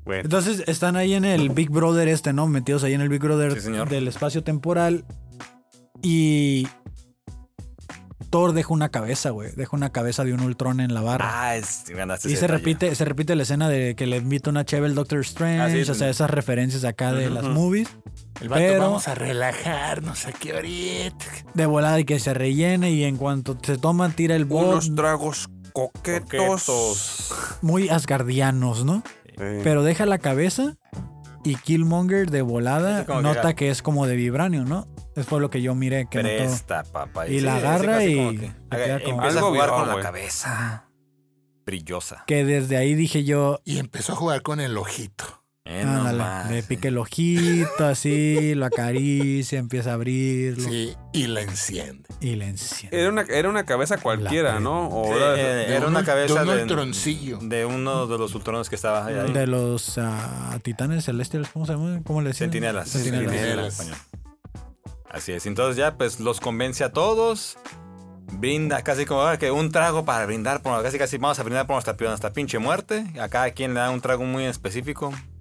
[SPEAKER 1] Bueno,
[SPEAKER 4] Entonces están ahí en el Big Brother este, ¿no? Metidos ahí en el Big Brother
[SPEAKER 3] Sí, señor.
[SPEAKER 4] del espacio temporal. Y Thor deja una cabeza, güey. Deja una cabeza de un Ultron en la barra.
[SPEAKER 3] Ah, es, ganaste
[SPEAKER 4] y
[SPEAKER 3] ese
[SPEAKER 4] se
[SPEAKER 3] detalle.
[SPEAKER 4] repite, se repite la escena de que le invita una cheve el Doctor Strange.
[SPEAKER 3] Ah, sí.
[SPEAKER 4] o sea, esas referencias acá de las
[SPEAKER 1] Ujú.
[SPEAKER 4] movies.
[SPEAKER 2] El vato,
[SPEAKER 4] Pero-
[SPEAKER 2] vamos a relajarnos aquí ahorita.
[SPEAKER 4] De volada y que se rellene. Y en cuanto se toma, tira el bot.
[SPEAKER 1] unos tragos coquetos.
[SPEAKER 3] Coquetos.
[SPEAKER 4] Muy asgardianos, ¿no?
[SPEAKER 1] Eh,
[SPEAKER 4] Pero deja la cabeza y Killmonger de volada
[SPEAKER 3] Así como que
[SPEAKER 4] nota
[SPEAKER 3] agarra.
[SPEAKER 4] que es como de vibranio, ¿no? Es por lo que yo miré que notó.
[SPEAKER 3] Presta, papá.
[SPEAKER 4] Y la
[SPEAKER 3] así
[SPEAKER 4] agarra
[SPEAKER 3] casi
[SPEAKER 4] y
[SPEAKER 3] como
[SPEAKER 4] le
[SPEAKER 3] que-
[SPEAKER 4] queda
[SPEAKER 3] haga-
[SPEAKER 4] como-
[SPEAKER 3] Empieza a
[SPEAKER 1] Algo
[SPEAKER 3] jugar
[SPEAKER 1] vio,
[SPEAKER 3] con la
[SPEAKER 1] güey. Ah.
[SPEAKER 3] cabeza. Brillosa.
[SPEAKER 4] Que desde ahí dije yo,
[SPEAKER 2] Y empezó a jugar con el ojito.
[SPEAKER 4] Ah,
[SPEAKER 3] Eh, no más.
[SPEAKER 4] ándale, le pique el ojito así, lo acaricia, empieza a abrirlo
[SPEAKER 2] Sí, y la enciende.
[SPEAKER 4] y le
[SPEAKER 3] Eh,
[SPEAKER 4] enciende.
[SPEAKER 1] Era una, era una cabeza cualquiera,
[SPEAKER 4] La-
[SPEAKER 1] ¿no? O
[SPEAKER 3] Sí,
[SPEAKER 1] era-
[SPEAKER 3] eh,
[SPEAKER 2] De
[SPEAKER 3] era una
[SPEAKER 2] un-
[SPEAKER 3] cabeza
[SPEAKER 2] de un
[SPEAKER 3] de,
[SPEAKER 2] troncillo.
[SPEAKER 3] de uno de los ultrones que estaba ahí.
[SPEAKER 4] De los ah, titanes celestiales, ¿cómo se llama? ¿Cómo le decían?
[SPEAKER 3] Centinelas.
[SPEAKER 4] Centinelas.
[SPEAKER 2] Centinelas.
[SPEAKER 3] Así es. Entonces ya pues los convence a todos. Brinda casi como ah, que un trago para brindar por casi casi vamos a brindar por nuestra, pi- nuestra pinche muerte. A cada quien le da un trago muy específico.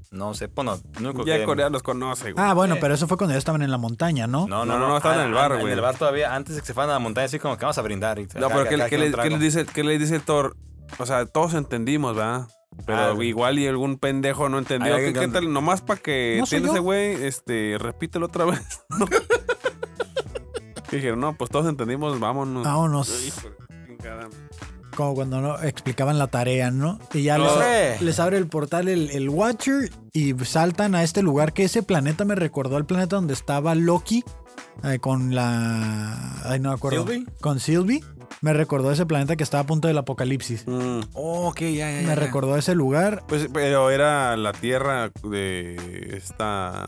[SPEAKER 3] No sé, bueno, no creo
[SPEAKER 1] ya
[SPEAKER 3] que-
[SPEAKER 1] Corea los conoce, güey.
[SPEAKER 4] Ah, bueno, pero eso fue cuando ya estaban en la montaña, ¿no?
[SPEAKER 3] Eh. No,
[SPEAKER 1] No,
[SPEAKER 3] no,
[SPEAKER 1] no, estaban
[SPEAKER 3] Ah,
[SPEAKER 1] en el bar,
[SPEAKER 3] ah,
[SPEAKER 1] güey.
[SPEAKER 3] En el bar todavía, antes de que se fueran a la montaña, así como que vamos a brindar. y
[SPEAKER 1] No, pero
[SPEAKER 3] acá- acá
[SPEAKER 1] ¿qué,
[SPEAKER 3] cada
[SPEAKER 1] qué
[SPEAKER 3] quien
[SPEAKER 1] le,
[SPEAKER 3] un
[SPEAKER 1] qué le
[SPEAKER 3] trago.
[SPEAKER 1] dice, qué le dice el Thor? O sea, todos entendimos, ¿verdad? Pero
[SPEAKER 3] Ah,
[SPEAKER 1] igual y algún pendejo no entendió.
[SPEAKER 3] Hay
[SPEAKER 1] ¿Qué,
[SPEAKER 3] alguien
[SPEAKER 1] qué
[SPEAKER 3] que-
[SPEAKER 1] tal? Nomás para que
[SPEAKER 4] No soy
[SPEAKER 1] entienda
[SPEAKER 4] yo.
[SPEAKER 1] ese güey, este, repítelo otra vez. Y Dijeron, no, pues todos entendimos, vámonos.
[SPEAKER 4] Ah, oh, Vámonos,
[SPEAKER 1] Hijo de chingada.
[SPEAKER 4] como cuando no explicaban la tarea, ¿no? Y ya
[SPEAKER 3] No.
[SPEAKER 4] les, les abre el portal el, el Watcher y saltan a este lugar que ese planeta me recordó al planeta donde estaba Loki eh, con la... Ay, no me acuerdo.
[SPEAKER 3] ¿Sylvie?
[SPEAKER 4] Con Sylvie. Me recordó ese planeta que estaba a punto del apocalipsis.
[SPEAKER 1] Mm,
[SPEAKER 3] Oh, ok, ya, ya, ya,
[SPEAKER 4] Me
[SPEAKER 3] ya.
[SPEAKER 4] recordó ese lugar.
[SPEAKER 1] Pues, pero era la tierra de esta.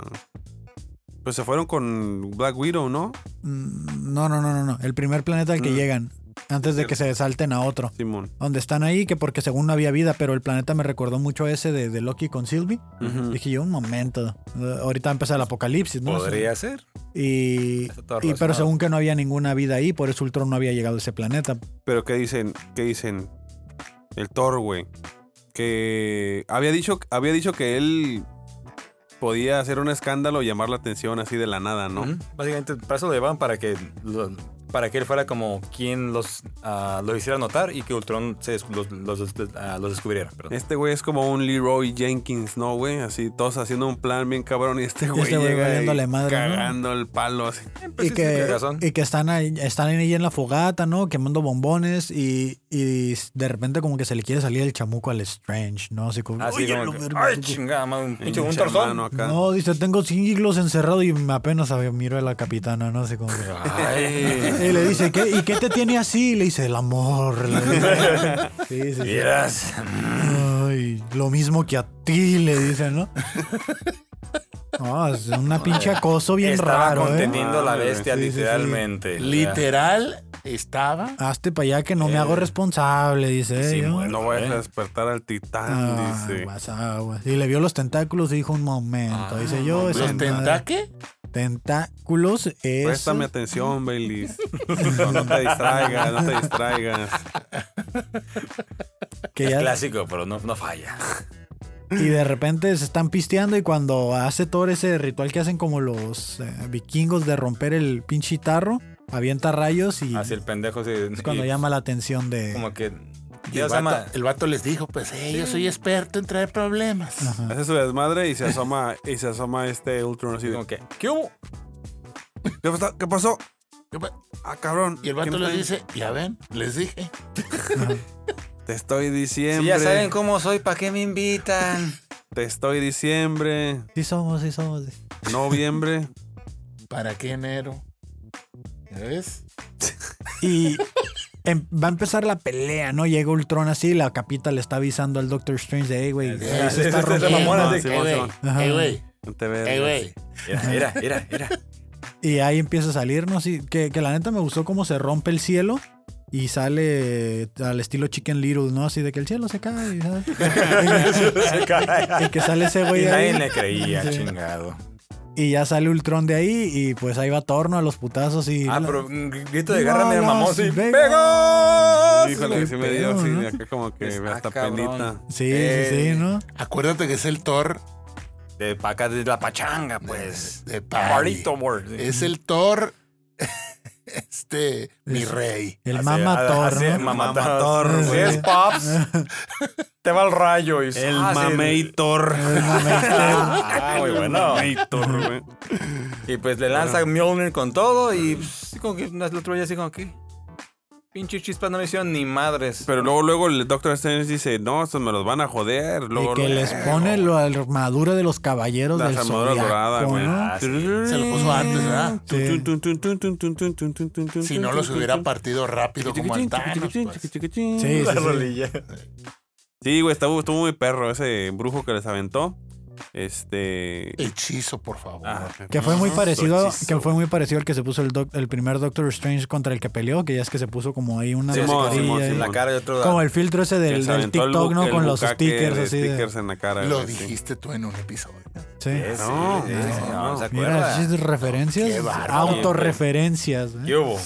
[SPEAKER 1] Pues se fueron con Black Widow, ¿no?
[SPEAKER 4] Mm, No, no, no, no, no. El primer planeta al que
[SPEAKER 1] Mm.
[SPEAKER 4] llegan. Antes de que se salten a otro.
[SPEAKER 1] Simón.
[SPEAKER 4] Donde están ahí, que porque según no había vida, pero el planeta me recordó mucho ese de, de Loki con Sylvie.
[SPEAKER 1] Ujú.
[SPEAKER 4] Dije yo, un momento. eh, Ahorita empieza el apocalipsis, ¿no?
[SPEAKER 3] Podría ser.
[SPEAKER 4] Y,
[SPEAKER 3] Está todo
[SPEAKER 4] y- pero
[SPEAKER 3] relacionado.
[SPEAKER 4] según que no había ninguna vida ahí, por eso Ultron no había llegado a ese planeta.
[SPEAKER 1] Pero ¿qué dicen? ¿Qué dicen? El Thor, güey. Que había dicho, había dicho que él podía hacer un escándalo y llamar la atención así de la nada, ¿no?
[SPEAKER 3] Ujú. Básicamente, para eso lo llevaban para que, lo- para que él fuera como quien los, ah, los hiciera notar y que Ultron se des- los, los des- ah, los descubriera. perdón.
[SPEAKER 1] Este güey es como un Leroy Jenkins, ¿no, güey? Así, todos haciendo un plan bien cabrón y este güey
[SPEAKER 4] este güey
[SPEAKER 1] llega
[SPEAKER 4] valiéndole
[SPEAKER 1] y
[SPEAKER 4] madre, ¿no?
[SPEAKER 1] cagando el palo así.
[SPEAKER 3] Pues
[SPEAKER 4] y,
[SPEAKER 3] sí,
[SPEAKER 4] que,
[SPEAKER 3] tiene razón.
[SPEAKER 4] y que están ahí, están ahí en la fogata, ¿no? Quemando bombones y, y de repente como que se le quiere salir el chamuco al Strange, ¿no? Así como,
[SPEAKER 3] Así
[SPEAKER 4] "Oye,
[SPEAKER 3] Ah, como
[SPEAKER 4] lo
[SPEAKER 3] que,
[SPEAKER 4] verga".
[SPEAKER 3] ay, chingada, madre, un pinche un
[SPEAKER 1] Pinche hermano
[SPEAKER 3] torzón.
[SPEAKER 1] acá.
[SPEAKER 4] No, dice, tengo siglos encerrado y apenas a- miro a la capitana, ¿no? Así como que-
[SPEAKER 3] Ay,
[SPEAKER 4] Y le dice, ¿qué, ¿y qué te tiene así? Y le dice, el amor. Le dice. Sí, sí, sí.
[SPEAKER 3] vieras.
[SPEAKER 4] Ay, lo mismo que a ti, le dice, ¿no? No, es una pinche acoso bien
[SPEAKER 3] eh, Estaba
[SPEAKER 4] raro, ¿eh?
[SPEAKER 3] conteniendo la
[SPEAKER 1] Madre,
[SPEAKER 3] bestia,
[SPEAKER 4] sí, sí, sí.
[SPEAKER 3] literalmente.
[SPEAKER 2] Literal estaba.
[SPEAKER 4] Hazte para allá que no me hago responsable, dice
[SPEAKER 3] Eh, Sí,
[SPEAKER 4] ella.
[SPEAKER 3] bueno.
[SPEAKER 1] No voy
[SPEAKER 3] Eh.
[SPEAKER 1] a despertar al titán,
[SPEAKER 4] Ah,
[SPEAKER 1] dice.
[SPEAKER 4] aguas, aguas. Y le vio los tentáculos y dijo un momento.
[SPEAKER 3] Ah,
[SPEAKER 4] dice yo, esa
[SPEAKER 2] ¿Los
[SPEAKER 4] madre-
[SPEAKER 2] tentaque?
[SPEAKER 4] tentáculos es.
[SPEAKER 1] Préstame atención, Baileys. No, no te distraigas, no te distraigas.
[SPEAKER 4] que ya-
[SPEAKER 3] Clásico, pero no, no falla.
[SPEAKER 4] y de repente se están pisteando. Y cuando hace todo ese ritual que hacen como los eh, vikingos de romper el pinche tarro, avienta rayos y
[SPEAKER 3] Así el pendejo se.
[SPEAKER 4] es cuando
[SPEAKER 3] y-
[SPEAKER 4] llama la atención de.
[SPEAKER 3] Como que.
[SPEAKER 2] Y
[SPEAKER 3] Dios
[SPEAKER 2] el,
[SPEAKER 3] ama.
[SPEAKER 2] vato, el vato les dijo, pues, "Eh, yo soy experto en traer problemas.
[SPEAKER 4] Ajá.
[SPEAKER 1] Hace su desmadre y se asoma, y se asoma este Ultron así de,
[SPEAKER 3] Como que. ¿Qué hubo?
[SPEAKER 1] ¿Qué pasó? ¿Qué pasó? Ah, cabrón.
[SPEAKER 2] Y
[SPEAKER 1] ¿qué
[SPEAKER 2] el vato
[SPEAKER 1] me
[SPEAKER 2] les
[SPEAKER 1] está-
[SPEAKER 2] dice, ya ven, les dije.
[SPEAKER 1] Te estoy diciembre.
[SPEAKER 3] Si ya saben cómo soy, ¿para qué me invitan?
[SPEAKER 1] Te estoy diciembre,
[SPEAKER 4] Sí somos, sí somos.
[SPEAKER 1] noviembre.
[SPEAKER 2] ¿Para qué enero? ¿Ya ves?
[SPEAKER 4] Y em- va a empezar la pelea, ¿no? Llega Ultron así, la capita le está avisando al Doctor Strange de, hey, güey,
[SPEAKER 3] Sí,
[SPEAKER 4] ahí
[SPEAKER 3] sí, sí, sí,
[SPEAKER 4] se está
[SPEAKER 3] sí,
[SPEAKER 2] Eh,
[SPEAKER 4] rompiendo.
[SPEAKER 3] mamona,
[SPEAKER 2] güey,
[SPEAKER 1] sí,
[SPEAKER 2] eh,
[SPEAKER 1] Simón,
[SPEAKER 2] güey,
[SPEAKER 1] Simón.
[SPEAKER 4] Ajá.
[SPEAKER 2] eh, güey,
[SPEAKER 1] No te veas.
[SPEAKER 2] eh, güey.
[SPEAKER 3] Mira, mira, mira.
[SPEAKER 4] Y ahí empieza a salir, ¿no? Sí, que, que la neta me gustó cómo se rompe el cielo y sale al estilo Chicken Little, ¿no? Así de que el cielo se cae, ¿sabes? Y que sale ese
[SPEAKER 3] Y
[SPEAKER 4] güey
[SPEAKER 3] nadie
[SPEAKER 4] ahí
[SPEAKER 3] le creía,
[SPEAKER 4] Sí.
[SPEAKER 3] chingado.
[SPEAKER 4] y ya sale Ultron de ahí y pues ahí va Torno a los putazos y...
[SPEAKER 3] Ah, pero un grito de
[SPEAKER 4] No,
[SPEAKER 3] garra me
[SPEAKER 4] no,
[SPEAKER 3] mamó.
[SPEAKER 4] sí,
[SPEAKER 3] Sí,
[SPEAKER 4] venga.
[SPEAKER 3] ¡Pegos!
[SPEAKER 1] Híjole,
[SPEAKER 4] qué
[SPEAKER 1] sí me
[SPEAKER 4] pedo,
[SPEAKER 1] dio así,
[SPEAKER 4] ¿no?
[SPEAKER 1] de acá como que
[SPEAKER 3] Es-
[SPEAKER 1] hasta
[SPEAKER 3] ah, cabrón.
[SPEAKER 1] penita.
[SPEAKER 4] Sí, sí,
[SPEAKER 3] Eh.
[SPEAKER 4] sí, ¿no?
[SPEAKER 2] Acuérdate que es el Thor
[SPEAKER 3] De pa' acá de la pachanga, pues.
[SPEAKER 2] de Party.
[SPEAKER 3] Parito World. sí.
[SPEAKER 2] Es el Thor, este, mi rey.
[SPEAKER 4] El
[SPEAKER 3] Así,
[SPEAKER 4] mama
[SPEAKER 3] a-
[SPEAKER 4] Thor,
[SPEAKER 3] así,
[SPEAKER 4] ¿no?
[SPEAKER 3] Mamator. Si
[SPEAKER 4] güey.
[SPEAKER 3] es Pops, te va el rayo. Y
[SPEAKER 1] El
[SPEAKER 3] Ah, sí.
[SPEAKER 1] mameitor.
[SPEAKER 4] El mamator.
[SPEAKER 3] Ah, muy bueno.
[SPEAKER 1] Mameitor, güey.
[SPEAKER 3] Y pues le lanza Mjolnir con todo y pues, sí, como que el otro día así como que... Pinche chispas no me hicieron ni madres.
[SPEAKER 1] Pero luego, luego el Doctor Strange dice, no, estos me los van a joder. Luego,
[SPEAKER 4] y que les
[SPEAKER 1] luego,
[SPEAKER 4] pone la armadura de los caballeros
[SPEAKER 1] las
[SPEAKER 4] del
[SPEAKER 1] armaduras doradas,
[SPEAKER 4] zodiaco,
[SPEAKER 1] güey.
[SPEAKER 4] ¿no?
[SPEAKER 2] Ah, Se lo puso antes, ¿verdad?
[SPEAKER 4] Sí.
[SPEAKER 2] Si no los hubiera partido rápido como al Thanos, pues.
[SPEAKER 4] Sí, sí,
[SPEAKER 3] La
[SPEAKER 4] sí.
[SPEAKER 3] rodilla.
[SPEAKER 1] Sí, güey, estuvo, estuvo muy perro ese brujo que les aventó. Este.
[SPEAKER 2] Hechizo, por favor.
[SPEAKER 1] ah,
[SPEAKER 4] Que fue muy
[SPEAKER 1] no,
[SPEAKER 4] parecido,
[SPEAKER 1] hechizo.
[SPEAKER 4] que fue muy parecido al que se puso el, doc- el primer Doctor Strange contra el que peleó, que ya es que se puso como ahí una
[SPEAKER 3] Sí, así
[SPEAKER 1] Simón,
[SPEAKER 3] como-
[SPEAKER 1] Simón,
[SPEAKER 4] mascarilla y-
[SPEAKER 3] en la
[SPEAKER 1] Simón.
[SPEAKER 3] cara y otro...
[SPEAKER 4] como el filtro ese
[SPEAKER 1] Que
[SPEAKER 4] del,
[SPEAKER 1] se
[SPEAKER 4] del
[SPEAKER 1] aventó el
[SPEAKER 4] TikTok,
[SPEAKER 1] bu-
[SPEAKER 4] ¿no?
[SPEAKER 1] el
[SPEAKER 4] Con los
[SPEAKER 1] bucaque
[SPEAKER 4] stickers
[SPEAKER 1] de
[SPEAKER 4] así de-
[SPEAKER 1] stickers en la cara.
[SPEAKER 2] Lo
[SPEAKER 1] güey, sí.
[SPEAKER 2] dijiste tú en un episodio.
[SPEAKER 4] sí.
[SPEAKER 3] Sí, sí,
[SPEAKER 1] No,
[SPEAKER 3] sí,
[SPEAKER 1] no,
[SPEAKER 3] sí,
[SPEAKER 1] no.
[SPEAKER 3] no, ¿se
[SPEAKER 4] Mira,
[SPEAKER 3] acuerda?
[SPEAKER 4] esas referencias,
[SPEAKER 2] Qué bárbaro.
[SPEAKER 4] autorreferencias. ¿eh?
[SPEAKER 3] ¿Qué hubo?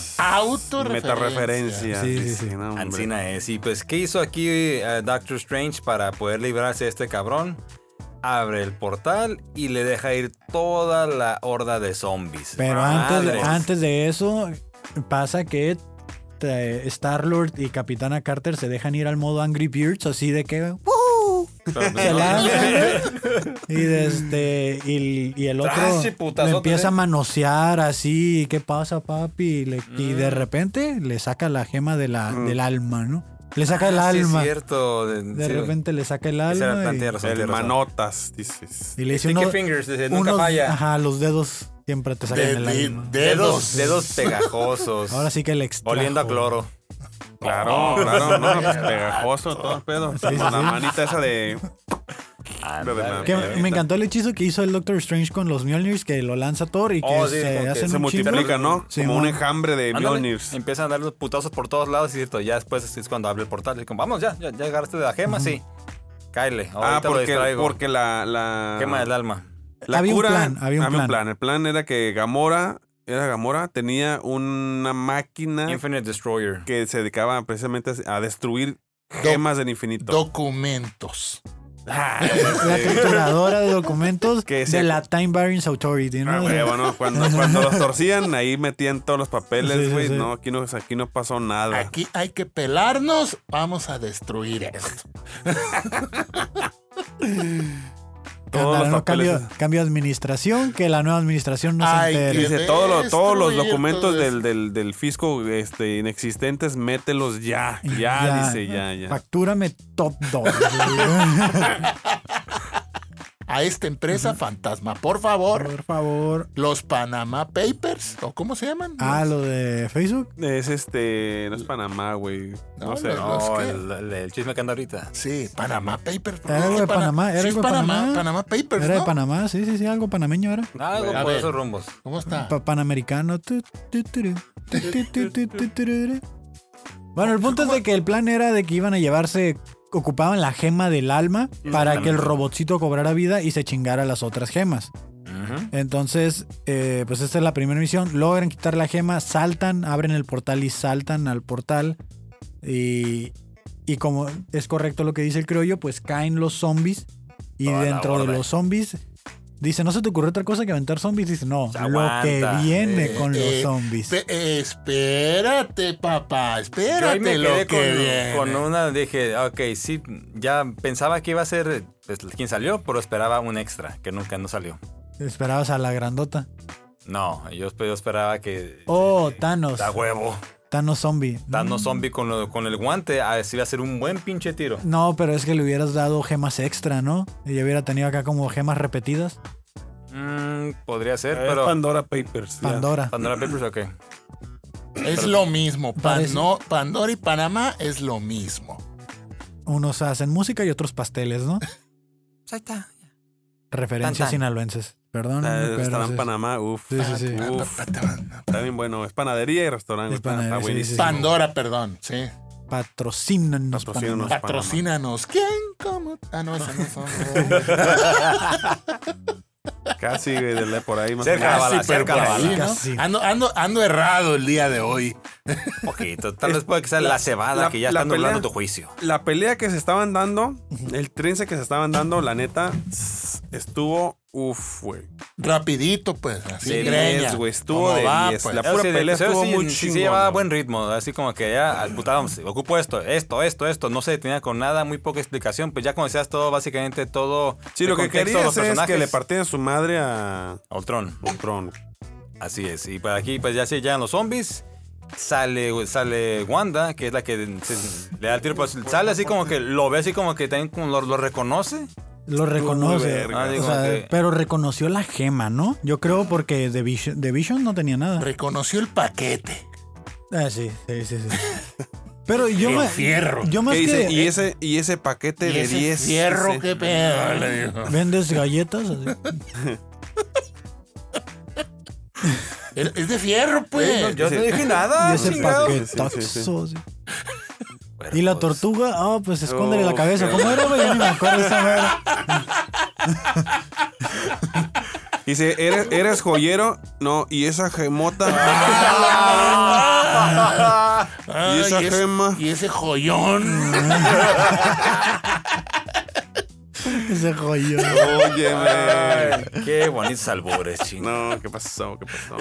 [SPEAKER 2] Autorreferencia.
[SPEAKER 1] Metareferencia.
[SPEAKER 4] Sí, sí,
[SPEAKER 1] sí,
[SPEAKER 4] sí.
[SPEAKER 1] sí, no, hombre.
[SPEAKER 3] Ancina es. Y pues, ¿qué hizo aquí eh, Doctor Strange para poder librarse de este cabrón? Abre el portal y le deja ir toda la horda de zombies.
[SPEAKER 4] Pero
[SPEAKER 3] Madres.
[SPEAKER 4] antes, antes de eso, pasa que eh, Star-Lord y Capitana Carter se dejan ir al modo Angry Birds, así de que... ¡Woo! Se lanzan, güey. y, desde, y, y el otro
[SPEAKER 3] Tras, y
[SPEAKER 4] le
[SPEAKER 3] putazote,
[SPEAKER 4] empieza a
[SPEAKER 3] ¿eh?
[SPEAKER 4] manosear así, ¿qué pasa papi? Y, le- y
[SPEAKER 3] Mm.
[SPEAKER 4] de repente le saca la gema de la, del alma, ¿no? Le saca el
[SPEAKER 3] Ah, sí,
[SPEAKER 4] alma.
[SPEAKER 3] es cierto. De,
[SPEAKER 4] de
[SPEAKER 3] sí,
[SPEAKER 4] repente le saca el
[SPEAKER 3] ese era-
[SPEAKER 4] alma
[SPEAKER 3] tiene
[SPEAKER 4] y,
[SPEAKER 3] razón,
[SPEAKER 1] El
[SPEAKER 3] tiene razón.
[SPEAKER 1] manotas, dices.
[SPEAKER 4] y le dice
[SPEAKER 3] Sticky
[SPEAKER 4] uno-
[SPEAKER 3] fingers, dice, nunca
[SPEAKER 4] unos,
[SPEAKER 3] falla.
[SPEAKER 4] ajá, los dedos siempre te sacan
[SPEAKER 2] De-
[SPEAKER 4] el
[SPEAKER 2] de-
[SPEAKER 4] alma.
[SPEAKER 2] dedos.
[SPEAKER 3] Dedos, dedos pegajosos.
[SPEAKER 4] Ahora sí que le extrajo.
[SPEAKER 3] Oliendo a cloro.
[SPEAKER 1] Claro, claro, no, pues pegajoso, todo el pedo.
[SPEAKER 4] Sí, sí,
[SPEAKER 1] Con la
[SPEAKER 4] sí.
[SPEAKER 1] manita esa de. Ándale.
[SPEAKER 4] Que
[SPEAKER 1] La
[SPEAKER 4] me-
[SPEAKER 1] neta.
[SPEAKER 4] me encantó el hechizo que hizo el Doctor Strange con los Mjolnirs, que lo lanza Thor y que
[SPEAKER 3] Oh, sí,
[SPEAKER 4] se
[SPEAKER 3] como que
[SPEAKER 4] hacen
[SPEAKER 1] Se
[SPEAKER 4] un chingo.
[SPEAKER 1] multiplica, ¿no?
[SPEAKER 4] Sí,
[SPEAKER 1] como un
[SPEAKER 4] mon.
[SPEAKER 1] enjambre de
[SPEAKER 3] Ándale.
[SPEAKER 1] Mjolnirs.
[SPEAKER 3] Empiezan a dar los putazos por todos lados, y cierto. Ya después es cuando abre el portal. Y como, vamos, ya, ya, ya agarraste de la gema, sí. Cáele.
[SPEAKER 1] Ah,
[SPEAKER 3] ahorita lo
[SPEAKER 1] porque,
[SPEAKER 3] distraigo.
[SPEAKER 1] porque Ah. la, la.
[SPEAKER 3] Gema del alma.
[SPEAKER 1] La
[SPEAKER 4] Había un
[SPEAKER 1] cura,
[SPEAKER 4] plan, había un plan.
[SPEAKER 1] El plan era que Gamora, era Gamora, tenía una
[SPEAKER 4] Ah.
[SPEAKER 1] máquina
[SPEAKER 3] Infinite Destroyer.
[SPEAKER 1] que se dedicaba precisamente a destruir gemas del infinito.
[SPEAKER 2] Documentos.
[SPEAKER 1] Ah,
[SPEAKER 4] La
[SPEAKER 1] sí.
[SPEAKER 4] capturadora de documentos
[SPEAKER 1] Que
[SPEAKER 4] de
[SPEAKER 1] se-
[SPEAKER 4] la Time Variance Authority,
[SPEAKER 1] Ah,
[SPEAKER 4] ¿no?
[SPEAKER 1] güey, bueno, cuando, cuando los torcían, ahí metían todos los
[SPEAKER 4] Sí,
[SPEAKER 1] papeles,
[SPEAKER 4] sí,
[SPEAKER 1] güey.
[SPEAKER 4] sí.
[SPEAKER 1] No, aquí no, aquí no pasó nada.
[SPEAKER 2] Aquí hay que pelarnos, vamos a destruir esto.
[SPEAKER 1] todos los
[SPEAKER 4] Andaron,
[SPEAKER 1] papeles.
[SPEAKER 4] cambio, cambio de administración, que la nueva administración no
[SPEAKER 2] Ay,
[SPEAKER 4] se entere.
[SPEAKER 2] qué-
[SPEAKER 3] Este
[SPEAKER 1] Dice, todo lo- todos los
[SPEAKER 2] Destruir
[SPEAKER 1] documentos
[SPEAKER 2] todo
[SPEAKER 1] del, del, del fisco este, inexistentes, mételos ya, ya,
[SPEAKER 4] Ya.
[SPEAKER 1] dice, ya, ya.
[SPEAKER 4] Factúrame top 2.
[SPEAKER 2] A esta empresa fantasma, por favor.
[SPEAKER 4] Por favor.
[SPEAKER 2] Los Panama Papers, o cómo se llaman.
[SPEAKER 4] Ah, lo de Facebook.
[SPEAKER 1] Es este, no es Panamá, güey. No,
[SPEAKER 2] No,
[SPEAKER 1] sé.
[SPEAKER 2] no, no.
[SPEAKER 1] No,
[SPEAKER 2] ¿Los
[SPEAKER 3] No,
[SPEAKER 2] qué?
[SPEAKER 3] el, el- el chisme que anda ahorita.
[SPEAKER 2] Sí, Panama Papers.
[SPEAKER 4] Era algo
[SPEAKER 2] Sí,
[SPEAKER 4] de
[SPEAKER 2] Pana-
[SPEAKER 4] Panamá, era
[SPEAKER 2] sí,
[SPEAKER 4] algo de
[SPEAKER 2] Panamá,
[SPEAKER 4] Panamá.
[SPEAKER 2] Panama
[SPEAKER 1] Pues
[SPEAKER 2] Papers,
[SPEAKER 4] Era de
[SPEAKER 2] ¿no?
[SPEAKER 4] Panamá, sí, sí, sí, algo panameño era.
[SPEAKER 3] Algo
[SPEAKER 2] A
[SPEAKER 3] por
[SPEAKER 2] ver.
[SPEAKER 3] esos rumbos.
[SPEAKER 2] ¿Cómo está?
[SPEAKER 1] Ah.
[SPEAKER 4] Pa- panamericano. Tu, tu, turu. Tu, tu, tu, tu, tururu. Bueno, el punto es de que el plan era de que iban a llevarse, ocupaban la gema del alma para que el robotcito cobrara vida y se chingara las otras gemas.
[SPEAKER 3] Ujú.
[SPEAKER 4] Entonces, eh, pues esta es la primera misión. Logran quitar la gema, saltan, abren el portal y saltan al portal. Y, y como es correcto lo que dice el criollo, pues caen los zombies. Y
[SPEAKER 3] Toda la
[SPEAKER 4] dentro de
[SPEAKER 3] horda.
[SPEAKER 4] los zombies, dice, ¿no se te ocurrió otra cosa que aventar zombies? Dice, no,
[SPEAKER 3] Se
[SPEAKER 4] lo que
[SPEAKER 3] aguanta.
[SPEAKER 4] viene
[SPEAKER 2] Eh,
[SPEAKER 4] con los
[SPEAKER 2] eh,
[SPEAKER 4] zombies.
[SPEAKER 2] Espe- eh, espérate, papá,
[SPEAKER 3] Yo ahí
[SPEAKER 2] espérate
[SPEAKER 3] me
[SPEAKER 2] lo
[SPEAKER 3] quedé
[SPEAKER 2] que
[SPEAKER 3] con,
[SPEAKER 2] viene.
[SPEAKER 3] con una, dije, ok, sí, ya pensaba que iba a ser pues, quien salió, pero esperaba un extra, que nunca no salió.
[SPEAKER 4] Esperabas a la grandota.
[SPEAKER 3] No, yo, esp- yo esperaba que...
[SPEAKER 4] Oh, Thanos.
[SPEAKER 3] Da huevo.
[SPEAKER 4] Thanos zombie.
[SPEAKER 2] Mm.
[SPEAKER 4] Mm.
[SPEAKER 3] Dando zombie con, lo- con el guante, a ver si iba a ser un buen pinche tiro.
[SPEAKER 4] No, pero es que le hubieras dado gemas extra, ¿no? Y hubiera tenido acá como gemas repetidas.
[SPEAKER 3] Mm, podría ser,
[SPEAKER 1] es
[SPEAKER 3] pero...
[SPEAKER 1] Pandora Papers. ya.
[SPEAKER 4] Pandora.
[SPEAKER 3] Pandora Papers, ok.
[SPEAKER 2] Es lo mismo. Pan-
[SPEAKER 4] Parece-
[SPEAKER 2] no, Pandora y Panamá es lo mismo.
[SPEAKER 4] Unos hacen música y otros pasteles, ¿no?
[SPEAKER 3] Pues Ahí está.
[SPEAKER 4] Referencias
[SPEAKER 3] Tan, tan.
[SPEAKER 4] sinaloenses. Perdón.
[SPEAKER 1] Ah,
[SPEAKER 4] pero
[SPEAKER 1] Restaurante
[SPEAKER 4] sí.
[SPEAKER 1] Panamá, uff.
[SPEAKER 4] Sí, sí, sí.
[SPEAKER 1] Uf, Ah, está bien bueno. Es panadería y restaurante.
[SPEAKER 4] Es
[SPEAKER 1] Está,
[SPEAKER 4] panadería,
[SPEAKER 1] está
[SPEAKER 4] sí,
[SPEAKER 1] buenísimo.
[SPEAKER 4] sí,
[SPEAKER 2] Pandora, perdón, sí.
[SPEAKER 4] Patrocínanos,
[SPEAKER 1] Patrocínanos.
[SPEAKER 4] Panamá.
[SPEAKER 2] Patrocínanos. ¿Quién? ¿Cómo? Ah, no, eso no son.
[SPEAKER 1] Casi, güey, de la- por ahí más
[SPEAKER 3] Cerca
[SPEAKER 1] o menos.
[SPEAKER 3] la
[SPEAKER 2] Casi,
[SPEAKER 3] bala,
[SPEAKER 2] Ah, pero
[SPEAKER 3] cerca
[SPEAKER 2] por
[SPEAKER 3] la
[SPEAKER 2] ahí,
[SPEAKER 3] bala.
[SPEAKER 2] ¿no?
[SPEAKER 4] Casi.
[SPEAKER 2] Ando, ando, ando errado el día de hoy.
[SPEAKER 3] Poquito. Tal vez puede que sea la cebada
[SPEAKER 1] la-
[SPEAKER 3] que ya
[SPEAKER 1] la
[SPEAKER 3] está nublando
[SPEAKER 1] pelea-
[SPEAKER 3] tu juicio.
[SPEAKER 1] La pelea que se estaban dando, el trince que se estaban dando, la neta, s- estuvo, uff, güey.
[SPEAKER 2] Rapidito, pues. Así
[SPEAKER 3] Sí,
[SPEAKER 2] greña.
[SPEAKER 1] güey, estuvo
[SPEAKER 2] ¿Cómo
[SPEAKER 1] de
[SPEAKER 2] va,
[SPEAKER 1] diez.
[SPEAKER 2] pues?
[SPEAKER 1] La-
[SPEAKER 3] Eso
[SPEAKER 1] pura
[SPEAKER 3] sí, de-
[SPEAKER 1] pelea
[SPEAKER 3] eso
[SPEAKER 1] estuvo
[SPEAKER 3] sí,
[SPEAKER 1] muy
[SPEAKER 3] sí
[SPEAKER 1] chingón,
[SPEAKER 3] llevaba
[SPEAKER 1] güey.
[SPEAKER 3] buen ritmo, así como que ya al putado, sí, ocupo esto, esto, esto, esto, no se detenía con nada, muy poca explicación, pues ya conocías todo, básicamente todo.
[SPEAKER 1] Sí,
[SPEAKER 3] el
[SPEAKER 1] lo que
[SPEAKER 3] contexto de
[SPEAKER 1] quería
[SPEAKER 3] los
[SPEAKER 1] hacer es que
[SPEAKER 3] personajes.
[SPEAKER 1] le partieran su madre a
[SPEAKER 3] A Ultron,
[SPEAKER 1] Ultron.
[SPEAKER 3] así es. Y por aquí, pues ya se llegan los zombies, sale, sale Wanda, que es la que se- le da el tiro, pues sale así como que lo ve así como que también como lo, lo reconoce.
[SPEAKER 4] Lo
[SPEAKER 1] muy
[SPEAKER 4] reconoce.
[SPEAKER 1] verga.
[SPEAKER 4] o
[SPEAKER 3] Ah, digo,
[SPEAKER 4] sea,
[SPEAKER 3] que-
[SPEAKER 4] Pero reconoció la gema, ¿no? Yo creo porque The Vision, The Vision no tenía nada.
[SPEAKER 2] Reconoció el paquete.
[SPEAKER 4] Ah, sí, sí, sí. sí. Pero yo
[SPEAKER 2] El
[SPEAKER 4] ma-
[SPEAKER 2] fierro.
[SPEAKER 4] Yo más
[SPEAKER 1] ¿Qué dice?
[SPEAKER 4] que
[SPEAKER 1] y, ese, y ese paquete
[SPEAKER 2] Y
[SPEAKER 1] de
[SPEAKER 2] ese
[SPEAKER 1] 10.
[SPEAKER 2] Fierro,
[SPEAKER 1] ese-
[SPEAKER 2] qué pedo. le dijo.
[SPEAKER 4] vendes galletas. así.
[SPEAKER 2] El- Es de fierro, pues.
[SPEAKER 3] Yo no dije nada,
[SPEAKER 1] "Ah,
[SPEAKER 4] y ese
[SPEAKER 3] chingado.
[SPEAKER 4] paquetazo.
[SPEAKER 1] Sí, sí,
[SPEAKER 4] así. Y la
[SPEAKER 3] Cuerpos.
[SPEAKER 4] tortuga, ah, pues escóndele la
[SPEAKER 1] Oh,
[SPEAKER 4] cabeza.
[SPEAKER 1] qué-
[SPEAKER 4] ¿Cómo era, güey? Ya ni me acuerdo esa madre.
[SPEAKER 1] Dice, ¿eres, eres joyero? No, y esa gemota.
[SPEAKER 2] Ah,
[SPEAKER 1] ¿Y esa
[SPEAKER 2] ese-
[SPEAKER 1] gema? Mm.
[SPEAKER 2] Y ese joyón.
[SPEAKER 4] Ese joyo.
[SPEAKER 1] Óyeme.
[SPEAKER 3] Ay, Qué bonitos albures, chingado.
[SPEAKER 1] No, ¿qué pasó? ¿Qué pasó?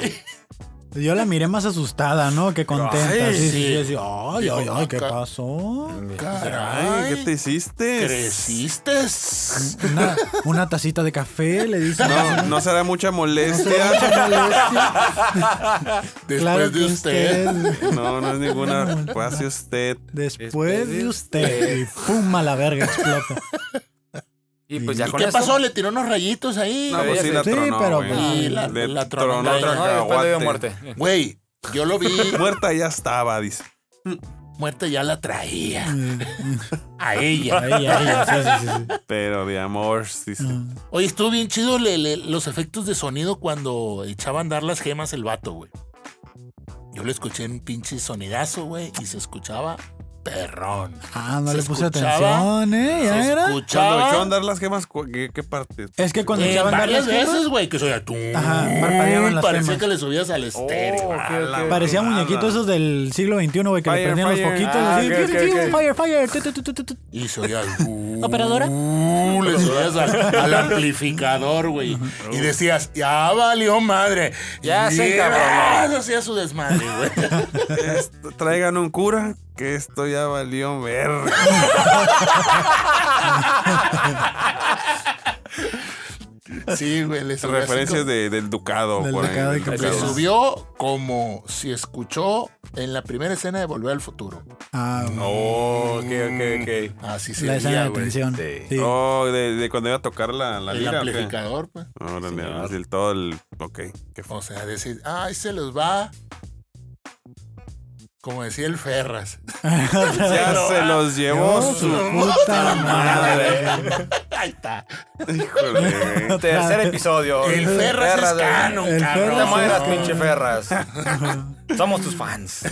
[SPEAKER 4] Yo la miré más asustada, ¿no? Que contenta.
[SPEAKER 2] Ay,
[SPEAKER 4] sí, sí,
[SPEAKER 2] sí.
[SPEAKER 4] sí, así, Ay,
[SPEAKER 2] Dijo,
[SPEAKER 4] ay, ay, ¿qué
[SPEAKER 2] "Acá".
[SPEAKER 4] pasó?
[SPEAKER 1] Ay, ¿qué te
[SPEAKER 2] Caray.
[SPEAKER 1] hiciste?
[SPEAKER 2] ¿Creciste?
[SPEAKER 4] Una, una tacita de café, le dice.
[SPEAKER 1] No, no será mucha molestia.
[SPEAKER 4] Mucha molestia.
[SPEAKER 2] Después
[SPEAKER 4] Claro
[SPEAKER 2] de
[SPEAKER 4] que
[SPEAKER 2] usted.
[SPEAKER 1] No, no es ninguna. Pase usted.
[SPEAKER 4] Después de usted. Y pum, a la verga, explota.
[SPEAKER 3] Y pues ya
[SPEAKER 2] ¿Y
[SPEAKER 3] con
[SPEAKER 2] qué
[SPEAKER 3] esto-
[SPEAKER 2] pasó? Le tiró unos rayitos ahí.
[SPEAKER 1] No, pues sí, la
[SPEAKER 4] Sí,
[SPEAKER 1] tronó,
[SPEAKER 4] pero
[SPEAKER 1] güey.
[SPEAKER 4] pues-
[SPEAKER 2] Sí, la-
[SPEAKER 1] Le
[SPEAKER 2] la tronó.
[SPEAKER 1] tronó
[SPEAKER 3] La
[SPEAKER 1] otro
[SPEAKER 3] tronó y después le dio
[SPEAKER 1] cacahuate.
[SPEAKER 3] muerte.
[SPEAKER 2] Güey, yo lo vi.
[SPEAKER 1] Muerta ya estaba, dice.
[SPEAKER 2] muerta ya la traía. a ella.
[SPEAKER 4] Ahí, ahí, sí, sí, sí, sí.
[SPEAKER 1] Pero de amor, sí, sí.
[SPEAKER 4] Mm.
[SPEAKER 2] Oye, estuvo bien chido le- le- los efectos de sonido cuando echaba a andar las gemas el vato, güey. Yo le escuché un pinche sonidazo, güey, y se escuchaba perrón.
[SPEAKER 4] Ah, no
[SPEAKER 2] Se
[SPEAKER 4] le puse
[SPEAKER 2] escuchaba,
[SPEAKER 4] atención, ¿eh? ¿Ya
[SPEAKER 2] se
[SPEAKER 4] era?
[SPEAKER 1] Cuando echó a
[SPEAKER 2] escuchaba
[SPEAKER 1] andar las gemas, cu- ¿qué, qué parte?
[SPEAKER 4] Es que cuando
[SPEAKER 2] eh,
[SPEAKER 4] echaban
[SPEAKER 2] varias
[SPEAKER 4] varias
[SPEAKER 2] veces,
[SPEAKER 4] gemas,
[SPEAKER 2] güey, que soy tú.
[SPEAKER 4] Ajá, parpadeaban las
[SPEAKER 2] Parecía
[SPEAKER 4] gemas.
[SPEAKER 2] que le subías al estéreo.
[SPEAKER 1] Oh,
[SPEAKER 2] Ah,
[SPEAKER 1] ok, ok.
[SPEAKER 4] parecía
[SPEAKER 1] Nada.
[SPEAKER 4] muñequito esos del siglo XXI, güey, que
[SPEAKER 1] Fire,
[SPEAKER 4] le prendían los
[SPEAKER 1] fire.
[SPEAKER 4] poquitos.
[SPEAKER 1] Ah,
[SPEAKER 4] así,
[SPEAKER 1] ok, ok, ok.
[SPEAKER 4] Fire, fire. tu, tu, tu, tu, tu, tu.
[SPEAKER 2] Y soy al...
[SPEAKER 4] ¿Operadora?
[SPEAKER 2] Uh, le subías al, al amplificador, güey. Y decías, ya valió madre.
[SPEAKER 3] Ya se
[SPEAKER 2] Y-
[SPEAKER 3] encabronó.
[SPEAKER 2] ah, Hacía su desmadre, güey.
[SPEAKER 1] Esto- traigan un cura, que esto ya valió ver.
[SPEAKER 2] Sí, güey, le subió. así
[SPEAKER 1] Referencias
[SPEAKER 2] como-
[SPEAKER 1] de- del ducado.
[SPEAKER 4] Del
[SPEAKER 1] por ahí,
[SPEAKER 4] ducado de
[SPEAKER 1] del
[SPEAKER 2] Le
[SPEAKER 1] ducado.
[SPEAKER 4] Campeones.
[SPEAKER 2] subió como si escuchó en la primera escena de Volver al Futuro. Mm,
[SPEAKER 4] Ah, güey,
[SPEAKER 1] Oh, ok, ok,
[SPEAKER 2] Así
[SPEAKER 4] la escena
[SPEAKER 2] sería,
[SPEAKER 4] de
[SPEAKER 2] güey. este,
[SPEAKER 4] atención.
[SPEAKER 3] Sí.
[SPEAKER 1] ok.
[SPEAKER 4] Sí.
[SPEAKER 1] Oh, de, de cuando iba a tocar la, la
[SPEAKER 2] El
[SPEAKER 1] lira. ¿o qué?
[SPEAKER 2] amplificador, pues.
[SPEAKER 1] Órale,
[SPEAKER 2] Señor.
[SPEAKER 1] así el todo el. Ok. qué f-
[SPEAKER 2] O sea, decir, ay, se los va. Como decía el Ferras.
[SPEAKER 1] Ya
[SPEAKER 2] lo-
[SPEAKER 1] se los llevó
[SPEAKER 4] Dios,
[SPEAKER 1] su
[SPEAKER 4] puta
[SPEAKER 1] madre.
[SPEAKER 2] Ahí está.
[SPEAKER 1] Híjole. güey.
[SPEAKER 3] Tercer episodio.
[SPEAKER 2] El Ferras es
[SPEAKER 3] de-
[SPEAKER 2] canon,
[SPEAKER 4] El
[SPEAKER 2] cabrón.
[SPEAKER 3] No te
[SPEAKER 4] Ferras
[SPEAKER 3] mueras,
[SPEAKER 4] es-
[SPEAKER 3] pinche Ferras. Somos tus fans.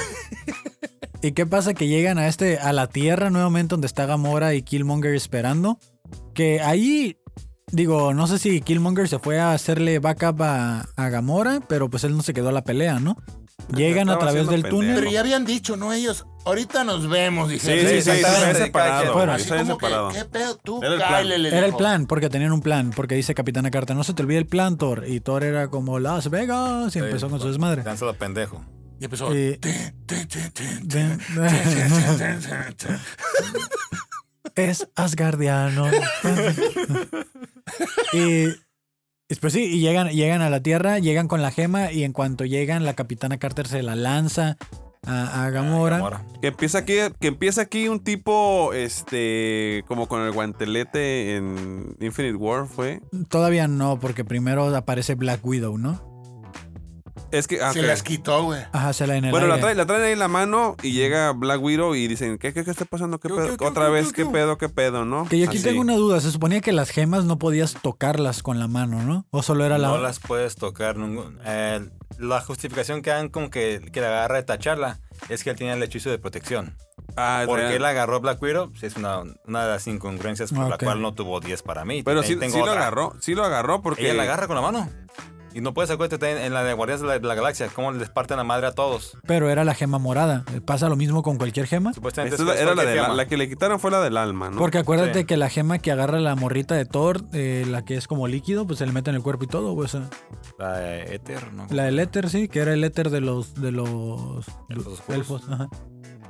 [SPEAKER 4] ¿Y qué pasa que llegan a este a la tierra nuevamente donde está Gamora y Killmonger esperando? Que ahí digo, no sé si Killmonger se fue a hacerle backup a, a Gamora, pero pues él no se quedó a la pelea, ¿no? Llegan a
[SPEAKER 1] Estaba
[SPEAKER 4] través
[SPEAKER 1] haciendo
[SPEAKER 4] del
[SPEAKER 2] Pero
[SPEAKER 4] túnel.
[SPEAKER 1] pendejo.
[SPEAKER 2] ya habían dicho, ¿no? Ellos, ahorita nos vemos,
[SPEAKER 1] Sí,
[SPEAKER 2] dijeron.
[SPEAKER 1] sí, sí, sí,
[SPEAKER 3] exactamente,
[SPEAKER 1] está separado.
[SPEAKER 4] fueron.
[SPEAKER 1] güey,
[SPEAKER 2] Así
[SPEAKER 1] está
[SPEAKER 2] como que,
[SPEAKER 1] separado.
[SPEAKER 2] ¿qué pedo tú?
[SPEAKER 1] Era el plan.
[SPEAKER 2] Cáele, le
[SPEAKER 4] Era el
[SPEAKER 2] dijo.
[SPEAKER 4] plan, porque tenían un plan, porque dice Capitana Carta, no se te olvide el plan, Thor. Y Thor era como Las Vegas y empezó con su
[SPEAKER 1] pues,
[SPEAKER 4] desmadre.
[SPEAKER 3] Lánzalo, pendejo.
[SPEAKER 2] Y empezó.
[SPEAKER 4] Y-
[SPEAKER 2] tin, tin, tin, tin,
[SPEAKER 4] Ven-
[SPEAKER 2] tin, tin, tin, tin.
[SPEAKER 4] es asgardiano. y después sí, y llegan, llegan a la Tierra, llegan con la gema y en cuanto llegan, la capitana Carter se la lanza a, a Gamora.
[SPEAKER 3] Ahora.
[SPEAKER 1] Que empieza aquí, que empieza aquí un tipo, este, como con el guantelete en Infinite War, fue.
[SPEAKER 4] Todavía no, porque primero aparece Black Widow, ¿no?
[SPEAKER 1] Es que, ah,
[SPEAKER 2] Se
[SPEAKER 1] ok.
[SPEAKER 2] las quitó, güey.
[SPEAKER 4] Ajá, se la en el
[SPEAKER 1] Bueno, la
[SPEAKER 4] aire.
[SPEAKER 1] traen, la traen ahí en la mano y llega Black Widow y dicen, ¿qué, qué, qué está pasando? ¿Qué
[SPEAKER 3] ¿Qué,
[SPEAKER 1] pedo?
[SPEAKER 3] qué, qué,
[SPEAKER 1] Otra
[SPEAKER 3] qué,
[SPEAKER 1] vez,
[SPEAKER 3] qué,
[SPEAKER 1] ¿qué
[SPEAKER 3] qué?
[SPEAKER 1] pedo? ¿Qué pedo? ¿No?
[SPEAKER 4] Que yo aquí
[SPEAKER 1] Así.
[SPEAKER 4] tengo una duda. Se suponía que las gemas no podías tocarlas con la mano, ¿no? O solo era la.
[SPEAKER 3] No las puedes tocar. ningún- eh, la justificación que dan con que, que la agarra de tacharla es que él tenía el hechizo de protección.
[SPEAKER 1] Ah,
[SPEAKER 3] ¿Por
[SPEAKER 1] traen-
[SPEAKER 3] qué la agarró Black Widow? Sí, Es una, una de las incongruencias por la
[SPEAKER 4] Ok.
[SPEAKER 3] cual no tuvo 10 para mí.
[SPEAKER 1] Pero
[SPEAKER 3] Ahí
[SPEAKER 1] sí,
[SPEAKER 3] tengo
[SPEAKER 1] sí lo
[SPEAKER 3] otra.
[SPEAKER 1] agarró, sí lo agarró porque...
[SPEAKER 3] Ella la agarra con la mano. Y no puedes acuérdate en, en la de Guardianes de la, de la Galaxia, cómo les parten la madre a todos.
[SPEAKER 4] Pero era la gema morada. ¿Pasa lo mismo con cualquier gema?
[SPEAKER 3] Supuestamente
[SPEAKER 1] Esta
[SPEAKER 3] es- es
[SPEAKER 1] era la,
[SPEAKER 3] cualquier
[SPEAKER 1] de la,
[SPEAKER 3] gema.
[SPEAKER 1] la que le quitaron fue la del alma, ¿no?
[SPEAKER 4] Porque acuérdate
[SPEAKER 3] Sí.
[SPEAKER 4] que la gema que agarra la morrita de Thor, eh, la que es como líquido, pues se le mete en el cuerpo y todo, güey. o sea.
[SPEAKER 3] La de Ether, ¿no?
[SPEAKER 4] La del éter, sí, que era el éter de los de los
[SPEAKER 3] Elfos
[SPEAKER 4] elfos. ajá.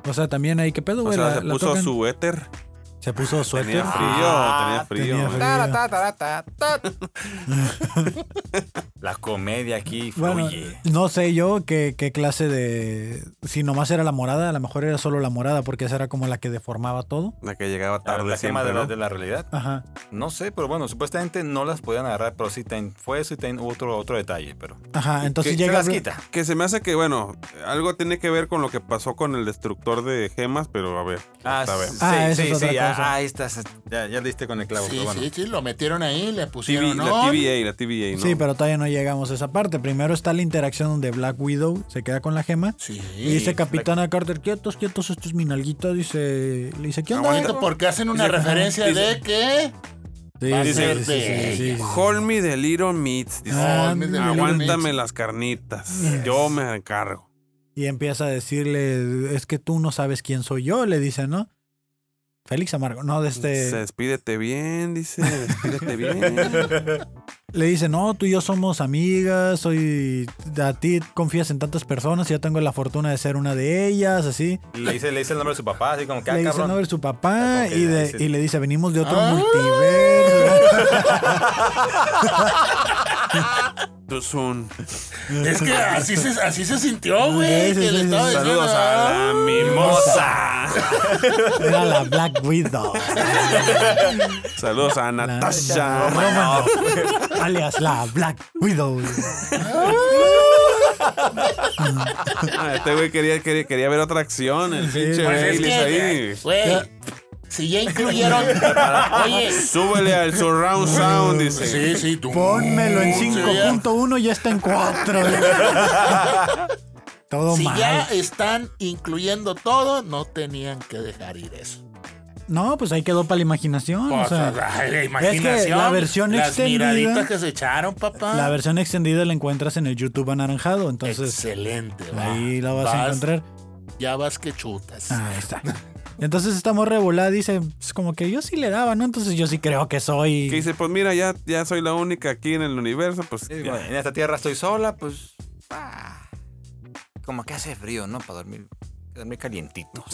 [SPEAKER 4] O sea, también ahí, ¿qué pedo,
[SPEAKER 1] o
[SPEAKER 4] güey?
[SPEAKER 1] sea,
[SPEAKER 4] La-
[SPEAKER 1] se
[SPEAKER 4] la
[SPEAKER 1] puso
[SPEAKER 4] tocan.
[SPEAKER 1] su éter.
[SPEAKER 4] Se puso suéter.
[SPEAKER 1] Tenía frío,
[SPEAKER 3] Ah,
[SPEAKER 1] tenía
[SPEAKER 4] tenía
[SPEAKER 1] frío. güey.
[SPEAKER 4] frío.
[SPEAKER 3] Ta, ta, ta, ta, ta, ta. La comedia aquí
[SPEAKER 4] Bueno,
[SPEAKER 3] fluye.
[SPEAKER 4] no sé yo qué, qué clase de... Si nomás era la morada, a lo mejor era solo la morada, porque esa era como la que deformaba todo.
[SPEAKER 1] La que llegaba
[SPEAKER 3] La,
[SPEAKER 1] tarde
[SPEAKER 3] la gema
[SPEAKER 1] siempre,
[SPEAKER 3] de la,
[SPEAKER 1] ¿no?
[SPEAKER 3] de la realidad.
[SPEAKER 4] Ajá.
[SPEAKER 3] No sé, pero bueno, supuestamente no las podían agarrar, pero sí ten- fue eso y ten- otro, otro detalle, pero...
[SPEAKER 4] Ajá, entonces
[SPEAKER 3] Que
[SPEAKER 4] llega...
[SPEAKER 3] se las
[SPEAKER 4] Bla-
[SPEAKER 3] quita.
[SPEAKER 1] Que se me hace que, bueno, algo tiene que ver con lo que pasó con el destructor de gemas, pero a ver.
[SPEAKER 3] Ah,
[SPEAKER 1] hasta ver.
[SPEAKER 3] sí,
[SPEAKER 4] Ah, esa
[SPEAKER 3] sí,
[SPEAKER 4] es
[SPEAKER 3] sí,
[SPEAKER 4] otra
[SPEAKER 3] ah,
[SPEAKER 4] cosa.
[SPEAKER 3] ahí estás, ya, ya le diste con el clavo,
[SPEAKER 2] Sí,
[SPEAKER 3] pero bueno.
[SPEAKER 2] sí, sí, lo metieron ahí, le
[SPEAKER 1] TV
[SPEAKER 2] pusieron.
[SPEAKER 1] la
[SPEAKER 2] on.
[SPEAKER 1] TVA, la TVA, ¿no?
[SPEAKER 4] Sí, pero todavía no llegamos a esa parte. Primero está la interacción donde Black Widow se queda con la gema.
[SPEAKER 2] Sí.
[SPEAKER 4] Y dice Capitana Carter, quietos, quietos, esto es mi nalguita, dice... Le dice, ¿qué onda?
[SPEAKER 2] Ah, Bonito, porque hacen una
[SPEAKER 4] Dice-
[SPEAKER 2] referencia
[SPEAKER 1] dice-
[SPEAKER 2] de que.
[SPEAKER 4] Sí,
[SPEAKER 2] Va a
[SPEAKER 4] sí,
[SPEAKER 2] ser
[SPEAKER 4] sí, sí,
[SPEAKER 2] de
[SPEAKER 4] sí, sí,
[SPEAKER 2] ella.
[SPEAKER 4] sí.
[SPEAKER 1] Hold me the little meats. Dice,
[SPEAKER 4] Ah,
[SPEAKER 2] "Ponme de
[SPEAKER 4] the little
[SPEAKER 1] aguántame
[SPEAKER 2] meats".
[SPEAKER 1] las carnitas.
[SPEAKER 4] Yes.
[SPEAKER 1] Yo me encargo.
[SPEAKER 4] Y empieza a decirle, es que tú no sabes quién soy yo, le dice, ¿no? Félix Amargo, no, de
[SPEAKER 1] Se
[SPEAKER 4] este...
[SPEAKER 1] despídete bien, dice. Despídete bien.
[SPEAKER 4] Le dice, no, tú y yo somos amigas, soy... A ti confías en tantas personas y yo tengo la fortuna de ser una de ellas, así.
[SPEAKER 3] Y le dice, le dice el nombre de su papá, así como que, ah,
[SPEAKER 4] le dice el
[SPEAKER 3] cabrón.
[SPEAKER 4] nombre de su papá
[SPEAKER 3] Ah, como que
[SPEAKER 4] y, de-
[SPEAKER 3] dice-
[SPEAKER 4] y le dice, venimos de otro
[SPEAKER 2] Ah.
[SPEAKER 4] multiverso.
[SPEAKER 1] Too soon.
[SPEAKER 2] Es que así se, así se sintió,
[SPEAKER 4] Sí,
[SPEAKER 2] güey.
[SPEAKER 4] sí,
[SPEAKER 2] que
[SPEAKER 4] sí,
[SPEAKER 2] le
[SPEAKER 4] sí.
[SPEAKER 2] estaba diciendo, "Ah,
[SPEAKER 1] Saludos a la mimosa.
[SPEAKER 4] Era la Black Widow.
[SPEAKER 1] Saludos a
[SPEAKER 4] La-
[SPEAKER 1] Natasha.
[SPEAKER 4] la Romanoff, alias la Black Widow.
[SPEAKER 1] Ah, este güey quería, quería, quería ver otra acción. El pinche
[SPEAKER 2] Pues es
[SPEAKER 1] Bailey
[SPEAKER 2] que,
[SPEAKER 1] ahí.
[SPEAKER 2] güey, si ya incluyeron. Oye,
[SPEAKER 1] Súbele al surround sound, dice.
[SPEAKER 2] sí, sí, tú.
[SPEAKER 4] Pónmelo en
[SPEAKER 2] Sí, ya.
[SPEAKER 4] 5.1 y ya está en 4. Todo
[SPEAKER 2] Si
[SPEAKER 4] mal.
[SPEAKER 2] ya están incluyendo todo, no tenían que dejar ir eso.
[SPEAKER 4] No, pues ahí quedó para la imaginación. Pues, o sea,
[SPEAKER 2] Pues, ay, la
[SPEAKER 4] es que la versión
[SPEAKER 2] las
[SPEAKER 4] extendida-
[SPEAKER 2] miraditas que se echaron, papá.
[SPEAKER 4] la versión extendida la encuentras en el YouTube anaranjado, entonces
[SPEAKER 2] Excelente, va.
[SPEAKER 4] ahí la vas, a encontrar. Ah.
[SPEAKER 2] Ya vas que chutas.
[SPEAKER 4] Ahí está. Entonces esta morra de volada dice, pues como que yo sí le daba, ¿no? Entonces yo sí creo que
[SPEAKER 1] Que
[SPEAKER 4] soy...
[SPEAKER 1] dice, pues mira, ya, ya soy la única aquí en el universo, pues
[SPEAKER 3] Sí,
[SPEAKER 1] ya.
[SPEAKER 3] bueno, en esta tierra estoy sola, pues. ah, como que hace frío, ¿no? Para dormir, dormir calientito.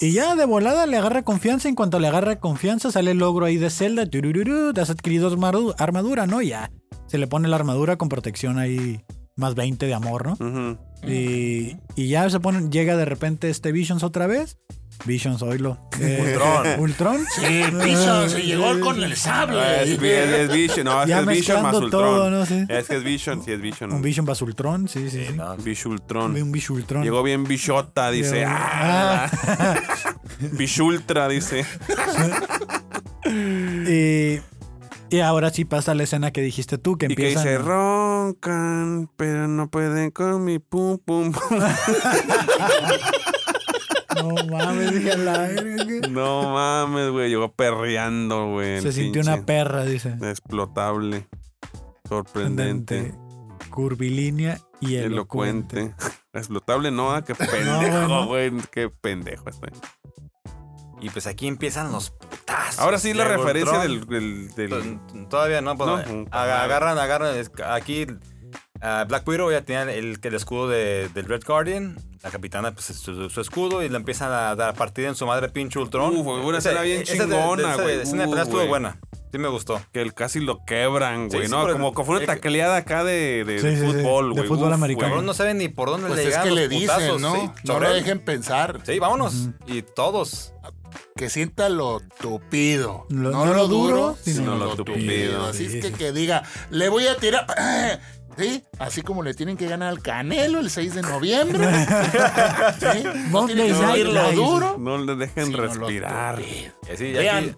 [SPEAKER 4] Y ya de volada le agarra confianza, en cuanto le agarra confianza sale el logro ahí de Zelda, turururu, te has adquirido armadu- armadura, ¿no? Ya. Se le pone la armadura con protección ahí más 20 de amor, ¿no?
[SPEAKER 1] Ujú.
[SPEAKER 4] Y, y ya se ponen, llega de repente este Visions otra vez. Visions, oílo. Ultron. Ultron.
[SPEAKER 2] Sí, Bishop se llegó con el
[SPEAKER 1] Ah,
[SPEAKER 2] sable.
[SPEAKER 1] Es, vi- es- es Vision, no, es
[SPEAKER 4] Ya
[SPEAKER 1] que es Vision más
[SPEAKER 4] mezclando
[SPEAKER 1] Ultron. Eh,
[SPEAKER 4] todo, ¿no? Sí.
[SPEAKER 1] Es que es Vision, sí, es Vision.
[SPEAKER 4] Un Vision vas Ultron, sí, sí. sí.
[SPEAKER 3] ¿no?
[SPEAKER 1] Bishultron.
[SPEAKER 4] Un Bishultron.
[SPEAKER 1] Llegó bien Bishota, dice.
[SPEAKER 4] Llegó-
[SPEAKER 1] "Ah, Bishultra, dice.
[SPEAKER 4] Y, y ahora sí pasa la escena que dijiste tú, que
[SPEAKER 1] Y que
[SPEAKER 4] empieza.
[SPEAKER 1] dice, roncan, pero no pueden con mi pum pum pum.
[SPEAKER 4] No mames, dije a la verga, que-
[SPEAKER 1] No mames, güey. Llegó perreando, güey. el
[SPEAKER 4] Se sintió
[SPEAKER 1] pinche.
[SPEAKER 4] una perra, dice.
[SPEAKER 1] Explotable. Sorprendente.
[SPEAKER 4] Curvilínea y elocuente.
[SPEAKER 1] Elocuente. Explotable, no, ah, qué pendejo,
[SPEAKER 4] bueno.
[SPEAKER 1] güey. Qué pendejo este.
[SPEAKER 3] Y pues aquí empiezan los putazos.
[SPEAKER 1] Ahora sí la
[SPEAKER 3] Llega
[SPEAKER 1] referencia del,
[SPEAKER 3] Ultron.
[SPEAKER 1] del, del-
[SPEAKER 3] To- Todavía no, pues,
[SPEAKER 1] No.
[SPEAKER 3] aga- agarran, agarran. es- Aquí ah, Black Widow ya tenía el, el escudo de- del Red Guardian. La capitana, pues su, su escudo y le empiezan a dar partida en su madre pinche Ultron.
[SPEAKER 1] Uh, fue una
[SPEAKER 3] Esa-
[SPEAKER 1] escena bien
[SPEAKER 3] esa de- de-
[SPEAKER 1] chingona,
[SPEAKER 3] esa-
[SPEAKER 1] güey.
[SPEAKER 3] Esa escena de
[SPEAKER 1] Uh,
[SPEAKER 3] pelea estuvo
[SPEAKER 1] güey.
[SPEAKER 3] buena. Sí me gustó.
[SPEAKER 1] que el casi lo quebran,
[SPEAKER 3] Sí,
[SPEAKER 1] güey.
[SPEAKER 3] sí,
[SPEAKER 1] no,
[SPEAKER 3] pero-
[SPEAKER 1] como que fue una
[SPEAKER 3] eh, que-
[SPEAKER 1] tacleada acá de, de
[SPEAKER 4] Sí, sí, sí,
[SPEAKER 1] fútbol,
[SPEAKER 4] de
[SPEAKER 1] güey.
[SPEAKER 4] fútbol
[SPEAKER 1] Uf,
[SPEAKER 4] americano.
[SPEAKER 1] güey.
[SPEAKER 3] Cabrón, no saben ni por dónde
[SPEAKER 2] Pues
[SPEAKER 3] le
[SPEAKER 2] es
[SPEAKER 3] llegan
[SPEAKER 2] que
[SPEAKER 3] los
[SPEAKER 2] le dicen,
[SPEAKER 3] putazos,
[SPEAKER 2] ¿no?
[SPEAKER 3] sí,
[SPEAKER 2] no
[SPEAKER 3] sobre
[SPEAKER 2] lo
[SPEAKER 3] él.
[SPEAKER 2] dejen pensar.
[SPEAKER 3] Sí, vámonos. Y todos.
[SPEAKER 2] Que sienta lo tupido.
[SPEAKER 4] Lo-
[SPEAKER 2] no, lo duro, sino,
[SPEAKER 1] sino
[SPEAKER 2] lo
[SPEAKER 1] lo
[SPEAKER 2] tupido.
[SPEAKER 1] tupido.
[SPEAKER 2] Así es
[SPEAKER 4] Sí,
[SPEAKER 2] que
[SPEAKER 4] sí.
[SPEAKER 2] que diga, le voy a tirar. ¿Sí? Así como le tienen que ganar al Canelo el 6 de noviembre. ¿Sí? No
[SPEAKER 4] Monday
[SPEAKER 2] tienen que
[SPEAKER 4] Night
[SPEAKER 2] ir lo
[SPEAKER 4] Live.
[SPEAKER 2] duro.
[SPEAKER 1] No le dejen
[SPEAKER 2] sino lo
[SPEAKER 1] respirar.
[SPEAKER 2] tupido.
[SPEAKER 3] Y así, eh, y aquí-
[SPEAKER 2] Vean,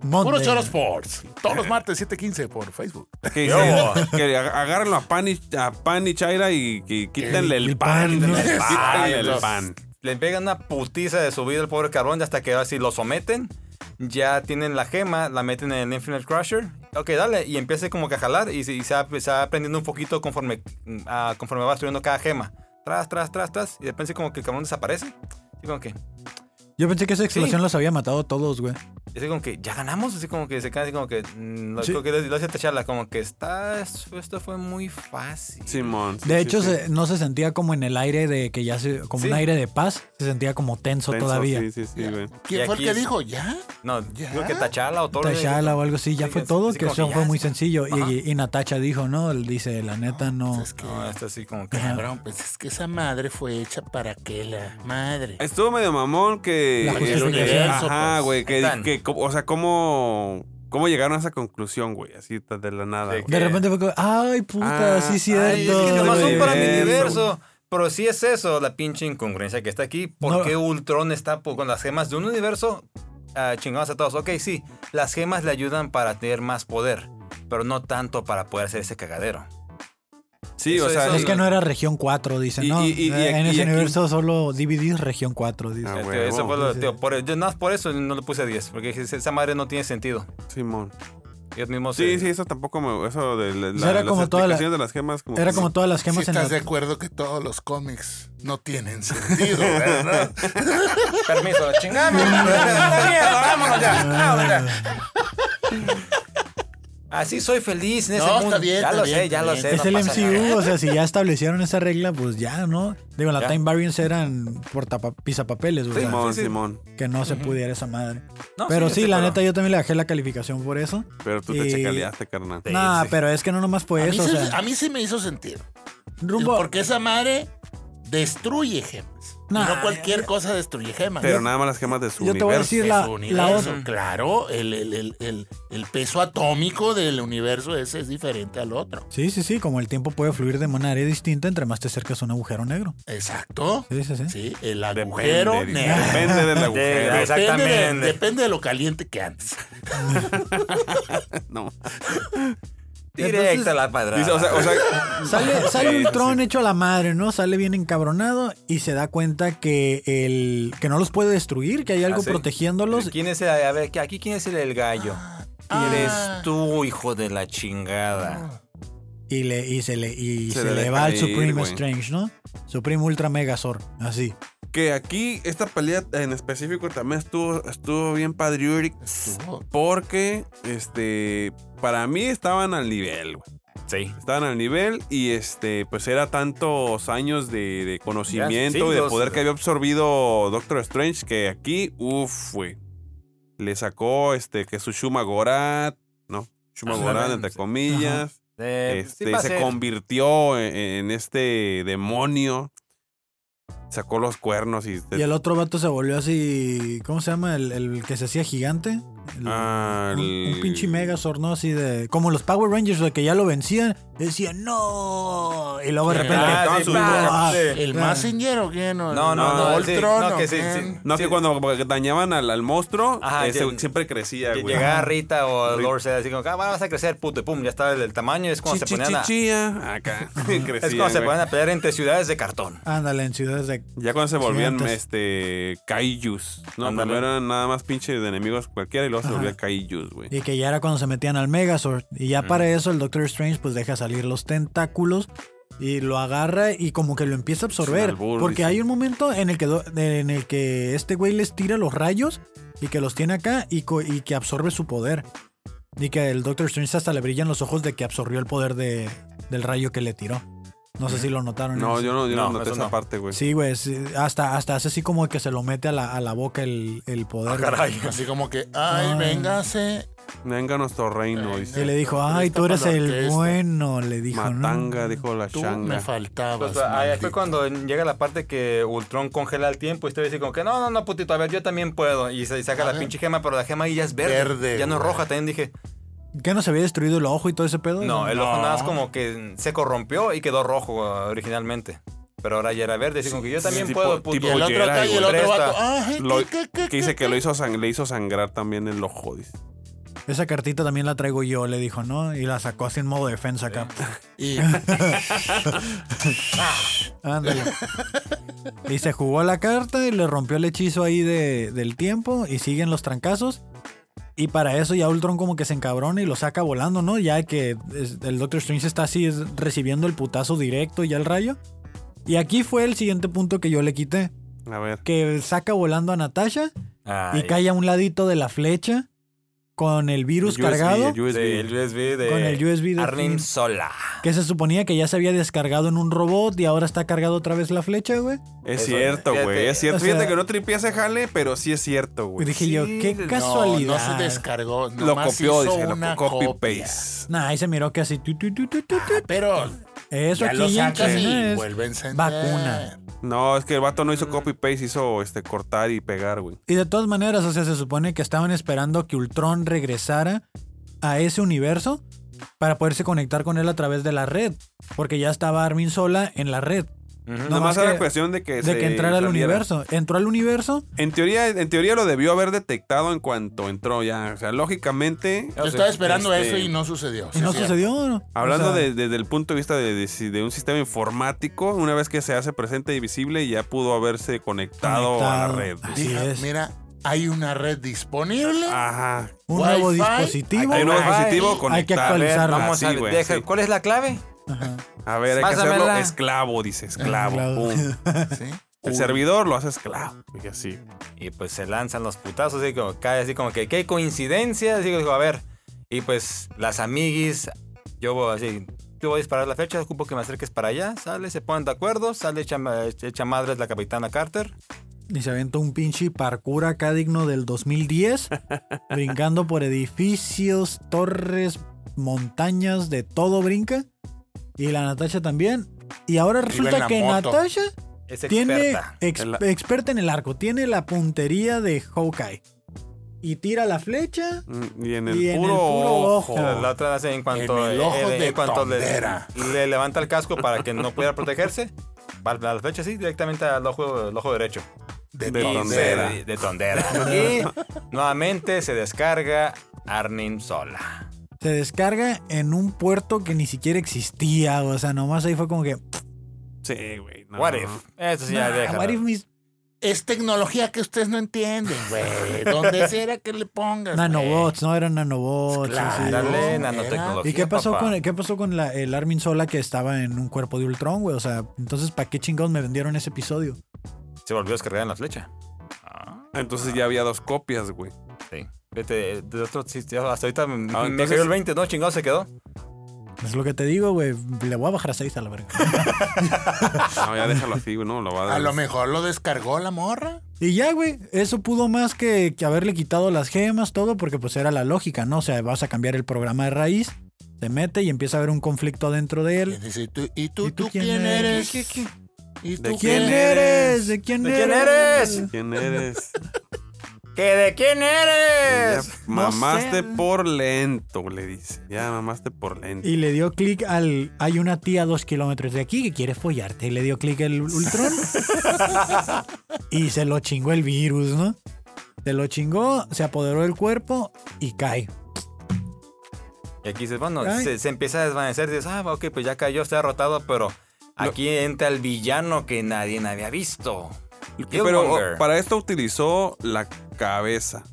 [SPEAKER 2] Puro
[SPEAKER 4] Monday.
[SPEAKER 2] Choro Sports. Todos los martes 7.15 por Facebook.
[SPEAKER 1] Que dice, que ag- agárrenlo a pan y, a pan y chaira y, y quítenle el,
[SPEAKER 4] el
[SPEAKER 1] pan.
[SPEAKER 4] pan, ¿no?
[SPEAKER 1] Quítenle el
[SPEAKER 3] Sí,
[SPEAKER 1] pan.
[SPEAKER 3] y
[SPEAKER 1] el
[SPEAKER 3] los-
[SPEAKER 1] pan.
[SPEAKER 3] Le pegan una putiza de su vida al pobre cabrón, ya hasta que así lo someten. Ya tienen la gema, la meten en el Infinite Crusher. Ok, dale, y empieza como que a jalar y se, y se va, se va aprendiendo un poquito conforme, mm, ah, conforme va subiendo cada gema. Tras, tras, tras, tras. Y de repente como que el cabrón desaparece. Así como que,
[SPEAKER 4] Yo pensé que esa explosión
[SPEAKER 3] Sí.
[SPEAKER 4] los había matado a todos, güey.
[SPEAKER 3] así como que, ya ganamos. Así como que se queda así como que. mm, lo,
[SPEAKER 4] Sí.
[SPEAKER 3] creo que lo hace T'Challa, como que está. Esto fue muy fácil.
[SPEAKER 1] Simón. sí,
[SPEAKER 4] De
[SPEAKER 1] sí,
[SPEAKER 4] hecho,
[SPEAKER 1] sí.
[SPEAKER 4] se- no se sentía como en el aire de que ya se. como
[SPEAKER 3] Sí.
[SPEAKER 4] un aire de paz. Se sentía como tenso,
[SPEAKER 1] Tenso,
[SPEAKER 4] todavía.
[SPEAKER 1] Sí, sí, sí, güey.
[SPEAKER 2] ¿Quién fue
[SPEAKER 3] Y
[SPEAKER 2] el
[SPEAKER 3] aquí
[SPEAKER 2] que
[SPEAKER 3] es-
[SPEAKER 2] dijo? ¿Ya?
[SPEAKER 3] No,
[SPEAKER 2] Ya.
[SPEAKER 3] creo que T'Challa o todo
[SPEAKER 4] Tachala o algo así, ya
[SPEAKER 3] Sí,
[SPEAKER 4] fue
[SPEAKER 3] es-
[SPEAKER 4] todo,
[SPEAKER 3] así
[SPEAKER 4] que
[SPEAKER 3] como
[SPEAKER 4] eso
[SPEAKER 3] que
[SPEAKER 4] fue
[SPEAKER 3] ya
[SPEAKER 4] muy
[SPEAKER 3] está.
[SPEAKER 4] sencillo. Y-
[SPEAKER 3] Ajá.
[SPEAKER 4] Y, y Natacha dijo, ¿no? Él dice, la neta, no.
[SPEAKER 2] Pues Es que,
[SPEAKER 3] No, esto así como que.
[SPEAKER 2] cabrón, pues es que esa madre fue hecha para que la madre.
[SPEAKER 1] Estuvo medio mamón que.
[SPEAKER 4] La
[SPEAKER 1] que-
[SPEAKER 4] justificación.
[SPEAKER 1] que- Ajá,
[SPEAKER 2] Pues,
[SPEAKER 1] güey. Que,
[SPEAKER 3] están.
[SPEAKER 1] que, co- o sea, ¿cómo, ¿cómo llegaron a esa conclusión, güey? Así ta- de la nada.
[SPEAKER 3] De
[SPEAKER 1] güey.
[SPEAKER 4] De repente fue como, ay, puta,
[SPEAKER 1] Ah,
[SPEAKER 4] sí,
[SPEAKER 3] Ay,
[SPEAKER 4] cierto.
[SPEAKER 3] es que nomás
[SPEAKER 1] güey.
[SPEAKER 3] son para mi
[SPEAKER 1] Eso.
[SPEAKER 3] universo. Pero sí es eso, la pinche incongruencia que está aquí. ¿Por
[SPEAKER 4] No.
[SPEAKER 3] qué Ultron está po- con las gemas de un universo? ah, chingados a todos. Ok, sí, las gemas le ayudan para tener más poder, pero no tanto para poder hacer ese cagadero.
[SPEAKER 1] Sí,
[SPEAKER 3] Eso-
[SPEAKER 1] o sea.
[SPEAKER 3] eso-
[SPEAKER 4] Es que no era región 4, dice,
[SPEAKER 1] Y-
[SPEAKER 4] no.
[SPEAKER 1] y- y- y
[SPEAKER 4] en
[SPEAKER 1] aquí- y
[SPEAKER 4] ese
[SPEAKER 1] aquí-
[SPEAKER 4] universo solo DVD es región 4, dice.
[SPEAKER 1] Ah,
[SPEAKER 3] Este,
[SPEAKER 1] huevo.
[SPEAKER 3] eso fue lo,
[SPEAKER 4] Sí, sí.
[SPEAKER 3] tío, por, yo nada más por eso no le puse 10, porque dije, esa madre no tiene sentido.
[SPEAKER 1] Simón.
[SPEAKER 3] Ellos mismos
[SPEAKER 1] Sí,
[SPEAKER 3] se-
[SPEAKER 1] sí, eso tampoco me. Eso de la-
[SPEAKER 4] sea,
[SPEAKER 1] la-
[SPEAKER 4] era
[SPEAKER 1] las
[SPEAKER 4] como toda la-
[SPEAKER 1] explicaciones de las gemas. Como
[SPEAKER 4] Era
[SPEAKER 1] que-
[SPEAKER 4] como todas las gemas
[SPEAKER 2] Si
[SPEAKER 4] en
[SPEAKER 2] estás de
[SPEAKER 4] la...
[SPEAKER 2] acuerdo que todos los cómics no tienen sentido, ¿verdad?
[SPEAKER 3] Permiso, la chingada. madre, la mierda, vámonos ya, vámonos ya. Así soy feliz en ese
[SPEAKER 2] No, está
[SPEAKER 3] mundo.
[SPEAKER 2] bien,
[SPEAKER 3] ya
[SPEAKER 2] está
[SPEAKER 3] lo
[SPEAKER 2] bien,
[SPEAKER 3] sé, ya
[SPEAKER 2] está
[SPEAKER 3] lo
[SPEAKER 2] bien.
[SPEAKER 3] sé.
[SPEAKER 4] Es
[SPEAKER 3] no
[SPEAKER 4] el
[SPEAKER 3] pasa nada.
[SPEAKER 4] MCU, o sea, si ya establecieron esa regla, pues ya, ¿no? Digo, en la
[SPEAKER 3] Ya.
[SPEAKER 4] Time Variance eran portapa- pisapapeles, o sea,
[SPEAKER 1] Simón,
[SPEAKER 3] Sí, sí.
[SPEAKER 1] Simón.
[SPEAKER 4] que no se pudiera esa madre.
[SPEAKER 3] No,
[SPEAKER 4] Pero
[SPEAKER 3] yo
[SPEAKER 4] sí,
[SPEAKER 3] sé,
[SPEAKER 4] la
[SPEAKER 3] pero-
[SPEAKER 4] neta, yo también le bajé la calificación por eso.
[SPEAKER 1] Pero tú te
[SPEAKER 4] Y-
[SPEAKER 1] checaleaste, carnal.
[SPEAKER 3] Sí,
[SPEAKER 4] nah,
[SPEAKER 3] sí.
[SPEAKER 4] pero es que no nomás fue
[SPEAKER 2] a, mí
[SPEAKER 4] eso, o
[SPEAKER 2] se-
[SPEAKER 4] sea,
[SPEAKER 2] a mí sí me hizo sentido.
[SPEAKER 4] rumbo...
[SPEAKER 2] Porque esa madre destruye gemas.
[SPEAKER 4] Nah,
[SPEAKER 2] no cualquier cosa destruye gemas.
[SPEAKER 1] Pero nada más las gemas de su
[SPEAKER 4] Yo te voy a
[SPEAKER 1] universo.
[SPEAKER 4] decir
[SPEAKER 2] De
[SPEAKER 4] la,
[SPEAKER 2] su
[SPEAKER 4] la
[SPEAKER 2] universo,
[SPEAKER 4] otra.
[SPEAKER 2] claro, el, el- el- el- el peso atómico del universo ese es diferente al otro.
[SPEAKER 4] Sí, sí, sí. Como el tiempo puede fluir de manera distinta entre más te acercas a un agujero negro.
[SPEAKER 2] Exacto.
[SPEAKER 4] Sí, sí, sí.
[SPEAKER 2] Sí, el
[SPEAKER 1] Depende,
[SPEAKER 2] agujero
[SPEAKER 1] dice,
[SPEAKER 2] negro.
[SPEAKER 1] depende del agujero.
[SPEAKER 3] De-
[SPEAKER 2] Depende de,
[SPEAKER 3] Exactamente.
[SPEAKER 2] depende de lo caliente que andes.
[SPEAKER 1] No.
[SPEAKER 3] Directa a la padrada.
[SPEAKER 1] Dice, o sea, o sea,
[SPEAKER 4] Sale, sale
[SPEAKER 1] Sí,
[SPEAKER 4] un
[SPEAKER 1] sí.
[SPEAKER 4] tron hecho a la madre, ¿no? Sale bien encabronado y se da cuenta que el que no los puede destruir, que hay algo
[SPEAKER 3] Ah, sí.
[SPEAKER 4] protegiéndolos.
[SPEAKER 3] ¿Quién es el, a ver, aquí quién es el, el gallo?
[SPEAKER 2] Ah.
[SPEAKER 3] Eres tú, hijo de la chingada.
[SPEAKER 4] Y le, y se le, y
[SPEAKER 1] Se
[SPEAKER 4] se
[SPEAKER 1] le
[SPEAKER 4] le
[SPEAKER 1] deja
[SPEAKER 4] va al
[SPEAKER 1] ir,
[SPEAKER 4] Supreme
[SPEAKER 1] güey.
[SPEAKER 4] Strange, ¿no? Supreme Ultra Megazord. Así.
[SPEAKER 1] que aquí esta pelea en específico también estuvo, estuvo bien padriúric
[SPEAKER 2] Estuvo.
[SPEAKER 1] porque este para mí estaban al nivel, güey.
[SPEAKER 3] Sí.
[SPEAKER 1] Estaban al nivel y este pues era tantos años de, de conocimiento y de
[SPEAKER 3] siglos.
[SPEAKER 1] poder que había absorbido Doctor Strange que aquí, uff, güey. Le sacó este que su Shuma Gorat, ¿no? Shuma
[SPEAKER 3] Ajá.
[SPEAKER 1] Gorat, entre
[SPEAKER 3] Ah, Sí.
[SPEAKER 1] comillas.
[SPEAKER 3] Eh, sí
[SPEAKER 1] Este,
[SPEAKER 3] va a
[SPEAKER 1] se
[SPEAKER 3] ser.
[SPEAKER 1] convirtió en, en este demonio. Sacó los cuernos y.
[SPEAKER 4] Y el otro vato se volvió así. ¿Cómo se llama? El, el que se hacía gigante. El-
[SPEAKER 1] Ah,
[SPEAKER 4] un,
[SPEAKER 1] el-
[SPEAKER 4] un pinche Megazord, ¿no? Así de. Como los Power Rangers, de que ya lo vencían. Decían, ¡No! Y luego de
[SPEAKER 2] Ah,
[SPEAKER 4] repente.
[SPEAKER 1] aventaban
[SPEAKER 3] sí,
[SPEAKER 1] sus
[SPEAKER 3] va,
[SPEAKER 4] bolas.
[SPEAKER 3] sí.
[SPEAKER 2] ¿El
[SPEAKER 4] Ah.
[SPEAKER 2] Messenger o qué? No,
[SPEAKER 3] No, no,
[SPEAKER 1] no,
[SPEAKER 2] o el
[SPEAKER 3] sí,
[SPEAKER 2] trono,
[SPEAKER 3] no, que sí,
[SPEAKER 2] ¿quién?
[SPEAKER 3] sí.
[SPEAKER 1] No, que cuando dañaban al, al monstruo,
[SPEAKER 3] Ajá,
[SPEAKER 1] ese
[SPEAKER 3] lleg-
[SPEAKER 1] siempre crecía, güey.
[SPEAKER 3] Llegaba Rita o
[SPEAKER 1] Rita.
[SPEAKER 3] Lord Zedd, así como, ah, bueno, vas a crecer, puto, y pum, ya estaba el, el tamaño, es cuando se ponían a,
[SPEAKER 1] Chichichichía. Acá.
[SPEAKER 3] es
[SPEAKER 1] crecía,
[SPEAKER 3] cuando se
[SPEAKER 1] güey.
[SPEAKER 3] ponían a pelear entre ciudades de cartón.
[SPEAKER 4] Ándale, en ciudades de.
[SPEAKER 1] Ya cuando se volvían
[SPEAKER 4] Gigantes.
[SPEAKER 1] este kaijus. No,
[SPEAKER 3] Ándale.
[SPEAKER 1] primero eran nada más pinches de enemigos cualquiera y luego se volvían kaijus, güey.
[SPEAKER 4] Y que ya era cuando se metían al Megazord. Y ya para eso el Doctor Strange pues deja salir los tentáculos y lo agarra y como que lo empieza a absorber.
[SPEAKER 1] albur,
[SPEAKER 4] porque
[SPEAKER 1] dice.
[SPEAKER 4] hay un momento en el que, do- en el que este güey les tira los rayos y que los tiene acá y, co- y que absorbe su poder. Y que el Doctor Strange hasta le brillan los ojos de que absorbió el poder de, del rayo que le tiró. No sé si lo notaron.
[SPEAKER 1] No, yo no, yo no,
[SPEAKER 3] No,
[SPEAKER 1] noté
[SPEAKER 3] eso
[SPEAKER 1] esa
[SPEAKER 3] no.
[SPEAKER 1] parte, güey.
[SPEAKER 4] Sí, güey, sí, hasta, hasta hace así como que se lo mete a la, a la boca el, el poder.
[SPEAKER 2] Así como que, ay,
[SPEAKER 4] Ay.
[SPEAKER 2] véngase.
[SPEAKER 1] Venga a nuestro reino,
[SPEAKER 2] Ay,
[SPEAKER 4] Y
[SPEAKER 1] dice.
[SPEAKER 4] le dijo,
[SPEAKER 2] Está
[SPEAKER 4] ay, tú eres
[SPEAKER 2] para la
[SPEAKER 4] el
[SPEAKER 2] orquesta.
[SPEAKER 4] bueno, le dijo. ¿no?
[SPEAKER 1] Matanga, dijo la
[SPEAKER 2] Tú me
[SPEAKER 1] changa.
[SPEAKER 2] faltabas.
[SPEAKER 3] Pues, ahí
[SPEAKER 2] maldito.
[SPEAKER 3] fue cuando llega la parte que Ultron congela el tiempo y usted dice como que no, no, no, putito, a ver, yo también puedo. Y se y saca
[SPEAKER 2] A
[SPEAKER 3] la
[SPEAKER 2] ver.
[SPEAKER 3] pinche gema, pero la gema ahí ya es verde.
[SPEAKER 2] Verde,
[SPEAKER 3] ya no es
[SPEAKER 2] güey.
[SPEAKER 3] roja, también dije.
[SPEAKER 4] ¿Qué no se había destruido el ojo y todo ese pedo?
[SPEAKER 3] No, el ojo
[SPEAKER 2] No.
[SPEAKER 3] nada más como que se corrompió y quedó rojo uh, originalmente. Pero ahora ya era verde, así como que yo también
[SPEAKER 1] tipo-
[SPEAKER 3] puedo, puto.
[SPEAKER 1] tipo
[SPEAKER 2] Y el otro
[SPEAKER 1] Ollera,
[SPEAKER 2] acá y el otro
[SPEAKER 3] Presta.
[SPEAKER 2] vato. Ay,
[SPEAKER 1] Lo-
[SPEAKER 2] ¿qué, qué, qué,
[SPEAKER 1] Que dice
[SPEAKER 2] qué,
[SPEAKER 1] que
[SPEAKER 2] qué?
[SPEAKER 1] lo hizo sang- le hizo sangrar también el ojo, dice.
[SPEAKER 4] Esa cartita también la traigo yo, le dijo, ¿no? Y la sacó así en modo defensa acá.
[SPEAKER 2] Y
[SPEAKER 4] Ándale. y se jugó la carta y le rompió el hechizo ahí de- del tiempo y siguen los trancazos. Y para eso ya Ultron como que se encabrona y lo saca volando, ¿no? Ya que es- el Doctor Strange está así es- recibiendo el putazo directo ya el rayo. Y aquí fue el siguiente punto que yo le quité.
[SPEAKER 1] A ver.
[SPEAKER 4] Que saca volando a Natasha
[SPEAKER 3] Ah,
[SPEAKER 4] y cae a un ladito de la flecha con el virus
[SPEAKER 1] USB,
[SPEAKER 4] cargado,
[SPEAKER 1] el USB.
[SPEAKER 3] de- el USB de
[SPEAKER 4] con el USB de
[SPEAKER 3] Arnim
[SPEAKER 4] Flynn,
[SPEAKER 3] Sola.
[SPEAKER 4] que se suponía que ya se había descargado en un robot y ahora está cargado otra vez la flecha, güey.
[SPEAKER 1] Es
[SPEAKER 3] Eso,
[SPEAKER 1] cierto,
[SPEAKER 3] fíjate.
[SPEAKER 1] güey. Es cierto.
[SPEAKER 4] O sea-
[SPEAKER 1] fíjate que no tripié ese jale, pero Pues sí es cierto,
[SPEAKER 4] Y
[SPEAKER 1] güey.
[SPEAKER 4] dije
[SPEAKER 3] sí,
[SPEAKER 4] yo, qué
[SPEAKER 3] no,
[SPEAKER 2] no,
[SPEAKER 3] no
[SPEAKER 2] no
[SPEAKER 4] casualidad.
[SPEAKER 2] se descargó.
[SPEAKER 1] Lo
[SPEAKER 2] nomás
[SPEAKER 1] copió,
[SPEAKER 2] hizo
[SPEAKER 1] dice, lo
[SPEAKER 2] una
[SPEAKER 1] copy
[SPEAKER 2] copia.
[SPEAKER 1] paste.
[SPEAKER 4] Nah, ahí se miró que así. tu, tu, tu, tu, tu, tu.
[SPEAKER 2] Pero
[SPEAKER 4] Eso
[SPEAKER 2] ya lo
[SPEAKER 4] aquí ya en
[SPEAKER 2] sacas
[SPEAKER 4] China
[SPEAKER 2] y
[SPEAKER 4] es-
[SPEAKER 2] vuelve a encender.
[SPEAKER 4] vacuna.
[SPEAKER 1] No, es que el vato no hizo copy paste, hizo este cortar y pegar, güey.
[SPEAKER 4] Y de todas maneras, o sea, se supone que estaban esperando que Ultron regresara a ese universo para poderse conectar con él a través de la red. Porque ya estaba Armin sola en la red.
[SPEAKER 3] Ujú.
[SPEAKER 4] No,
[SPEAKER 1] Nada más
[SPEAKER 4] más
[SPEAKER 1] era
[SPEAKER 4] que-
[SPEAKER 1] cuestión de que
[SPEAKER 4] De
[SPEAKER 1] se
[SPEAKER 4] que entrara al
[SPEAKER 1] saliera.
[SPEAKER 4] universo. Entró al universo
[SPEAKER 1] En teoría, en teoría lo debió haber detectado en cuanto entró ya. O sea, lógicamente.
[SPEAKER 2] Yo estaba esperando
[SPEAKER 1] este,
[SPEAKER 2] eso y no sucedió.
[SPEAKER 4] y
[SPEAKER 2] sí,
[SPEAKER 4] no
[SPEAKER 2] sí.
[SPEAKER 4] sucedió.
[SPEAKER 1] Hablando
[SPEAKER 4] O sea,
[SPEAKER 1] de- desde el punto de vista de, de- de un sistema informático, una vez que se hace presente y visible, ya pudo haberse conectado, a la
[SPEAKER 4] Conectado.
[SPEAKER 1] red.
[SPEAKER 4] Así
[SPEAKER 2] Dije,
[SPEAKER 4] es.
[SPEAKER 2] Mira, hay una red disponible.
[SPEAKER 1] Ajá.
[SPEAKER 4] un
[SPEAKER 2] Wi-Fi,
[SPEAKER 4] nuevo
[SPEAKER 1] Hay
[SPEAKER 4] dispositivo.
[SPEAKER 1] un nuevo
[SPEAKER 3] Ay,
[SPEAKER 1] dispositivo
[SPEAKER 2] hay que
[SPEAKER 1] conectado.
[SPEAKER 3] A ver,
[SPEAKER 4] actualizarlo.
[SPEAKER 3] vamos
[SPEAKER 1] Sí,
[SPEAKER 3] a
[SPEAKER 1] güey,
[SPEAKER 3] deja-
[SPEAKER 1] sí.
[SPEAKER 3] ¿Cuál es la clave?
[SPEAKER 4] Ajá.
[SPEAKER 1] A ver, hay que hacerlo
[SPEAKER 3] Pásamela.
[SPEAKER 1] esclavo, dice esclavo.
[SPEAKER 4] Esclavo.
[SPEAKER 1] pum.
[SPEAKER 2] ¿sí?
[SPEAKER 1] El servidor lo hace esclavo. Y así.
[SPEAKER 3] Y pues se lanzan los putazos, así como cae, así como que qué coincidencia. Así que digo, a ver. Y pues las amiguis, yo voy así, te voy a disparar la fecha, ocupo que me acerques para allá. Sale, se ponen de acuerdo, sale hecha, ma- hecha madres la capitana Carter.
[SPEAKER 4] Y se aventó un pinche parkour acá digno del 2010, brincando por edificios, torres, montañas, de todo brinca. Y la Natasha también. Y ahora
[SPEAKER 2] Iba
[SPEAKER 4] resulta
[SPEAKER 2] en la
[SPEAKER 4] que
[SPEAKER 2] moto.
[SPEAKER 4] Natasha
[SPEAKER 3] Es
[SPEAKER 4] Tiene
[SPEAKER 3] experta.
[SPEAKER 4] ex-
[SPEAKER 1] En la-
[SPEAKER 4] experta en el arco. Tiene la puntería de Hawkeye. Y tira la flecha.
[SPEAKER 1] Mm, Y en el,
[SPEAKER 4] Y en el
[SPEAKER 1] puro,
[SPEAKER 4] puro
[SPEAKER 1] ojo.
[SPEAKER 4] ojo.
[SPEAKER 3] La otra hace en cuanto,
[SPEAKER 2] En el ojo
[SPEAKER 3] eh, en
[SPEAKER 2] de
[SPEAKER 3] cuanto le,
[SPEAKER 2] tondera.
[SPEAKER 3] le levanta el casco para que no pudiera protegerse. Va a la flecha así directamente al ojo, el ojo derecho.
[SPEAKER 2] De,
[SPEAKER 1] De
[SPEAKER 3] Y
[SPEAKER 1] tondera.
[SPEAKER 3] se- de tondera. Y nuevamente se descarga Arnim sola.
[SPEAKER 4] Se descarga en un puerto que ni siquiera existía. O sea, nomás ahí fue como que.
[SPEAKER 1] Sí, güey. no.
[SPEAKER 3] What if? Eso sí ya Pues,
[SPEAKER 4] "Nah,
[SPEAKER 3] deja.
[SPEAKER 4] what if mis
[SPEAKER 2] Es tecnología que ustedes no entienden, güey. Donde será que le pongas? güey?
[SPEAKER 4] nanobots, no eran nanobots. sí,
[SPEAKER 2] Claro.
[SPEAKER 4] sí.
[SPEAKER 3] Dale
[SPEAKER 2] Era-
[SPEAKER 3] nanotecnología.
[SPEAKER 4] ¿Y qué pasó,
[SPEAKER 3] Pues, papá.
[SPEAKER 4] con, qué pasó con la- el Armin Sola que estaba en un cuerpo de Ultron, güey? O sea, entonces, ¿para qué chingados me vendieron ese episodio?
[SPEAKER 3] Se volvió a descargar en la flecha. Ah,
[SPEAKER 1] Entonces ya había dos copias, güey.
[SPEAKER 3] sí. Vete, eh, de otro sitio, hasta ahorita me,
[SPEAKER 1] Ah,
[SPEAKER 3] me
[SPEAKER 1] entonces-
[SPEAKER 3] cayó el 20, ¿no? Chingado se quedó.
[SPEAKER 4] Es lo que te digo, güey. Le voy a bajar a 6 a la verga.
[SPEAKER 1] No, ya déjalo así, güey. No, lo va a
[SPEAKER 2] A lo mejor lo descargó la morra.
[SPEAKER 4] Y ya, güey, eso pudo más que, que haberle quitado las gemas, todo, porque pues era la lógica, ¿no? O sea, vas a cambiar el programa de raíz, se mete y empieza a haber un conflicto adentro de
[SPEAKER 2] Y
[SPEAKER 4] él.
[SPEAKER 2] dice, ¿y tú, y tú, tú quién, eres?
[SPEAKER 4] ¿Qué- qué-
[SPEAKER 2] ¿Y
[SPEAKER 1] ¿De
[SPEAKER 2] tú
[SPEAKER 1] ¿Quién
[SPEAKER 4] ¿Quién eres?
[SPEAKER 1] eres?
[SPEAKER 4] ¿De quién
[SPEAKER 3] ¿De
[SPEAKER 4] eres?
[SPEAKER 3] quién eres?
[SPEAKER 1] ¿Quién eres?
[SPEAKER 3] ¿Que de quién
[SPEAKER 1] Ya
[SPEAKER 3] eres?
[SPEAKER 1] mamaste
[SPEAKER 4] sé.
[SPEAKER 1] por lento, le dice. Ya mamaste por lento.
[SPEAKER 4] Y le dio clic al. Hay una tía a dos kilómetros de aquí que quiere follarte. Y le dio clic al Ultron. y se lo chingó el virus, ¿no? Se lo chingó, se apoderó del cuerpo y cae.
[SPEAKER 3] Y aquí dices, bueno,
[SPEAKER 4] Ay.
[SPEAKER 3] se, se empieza a desvanecer. Dices, ah, ok, pues ya cayó, está derrotado, pero aquí entra el villano que nadie había visto.
[SPEAKER 1] Pero
[SPEAKER 3] Killmonger.
[SPEAKER 1] oh, para esto utilizó la cabeza.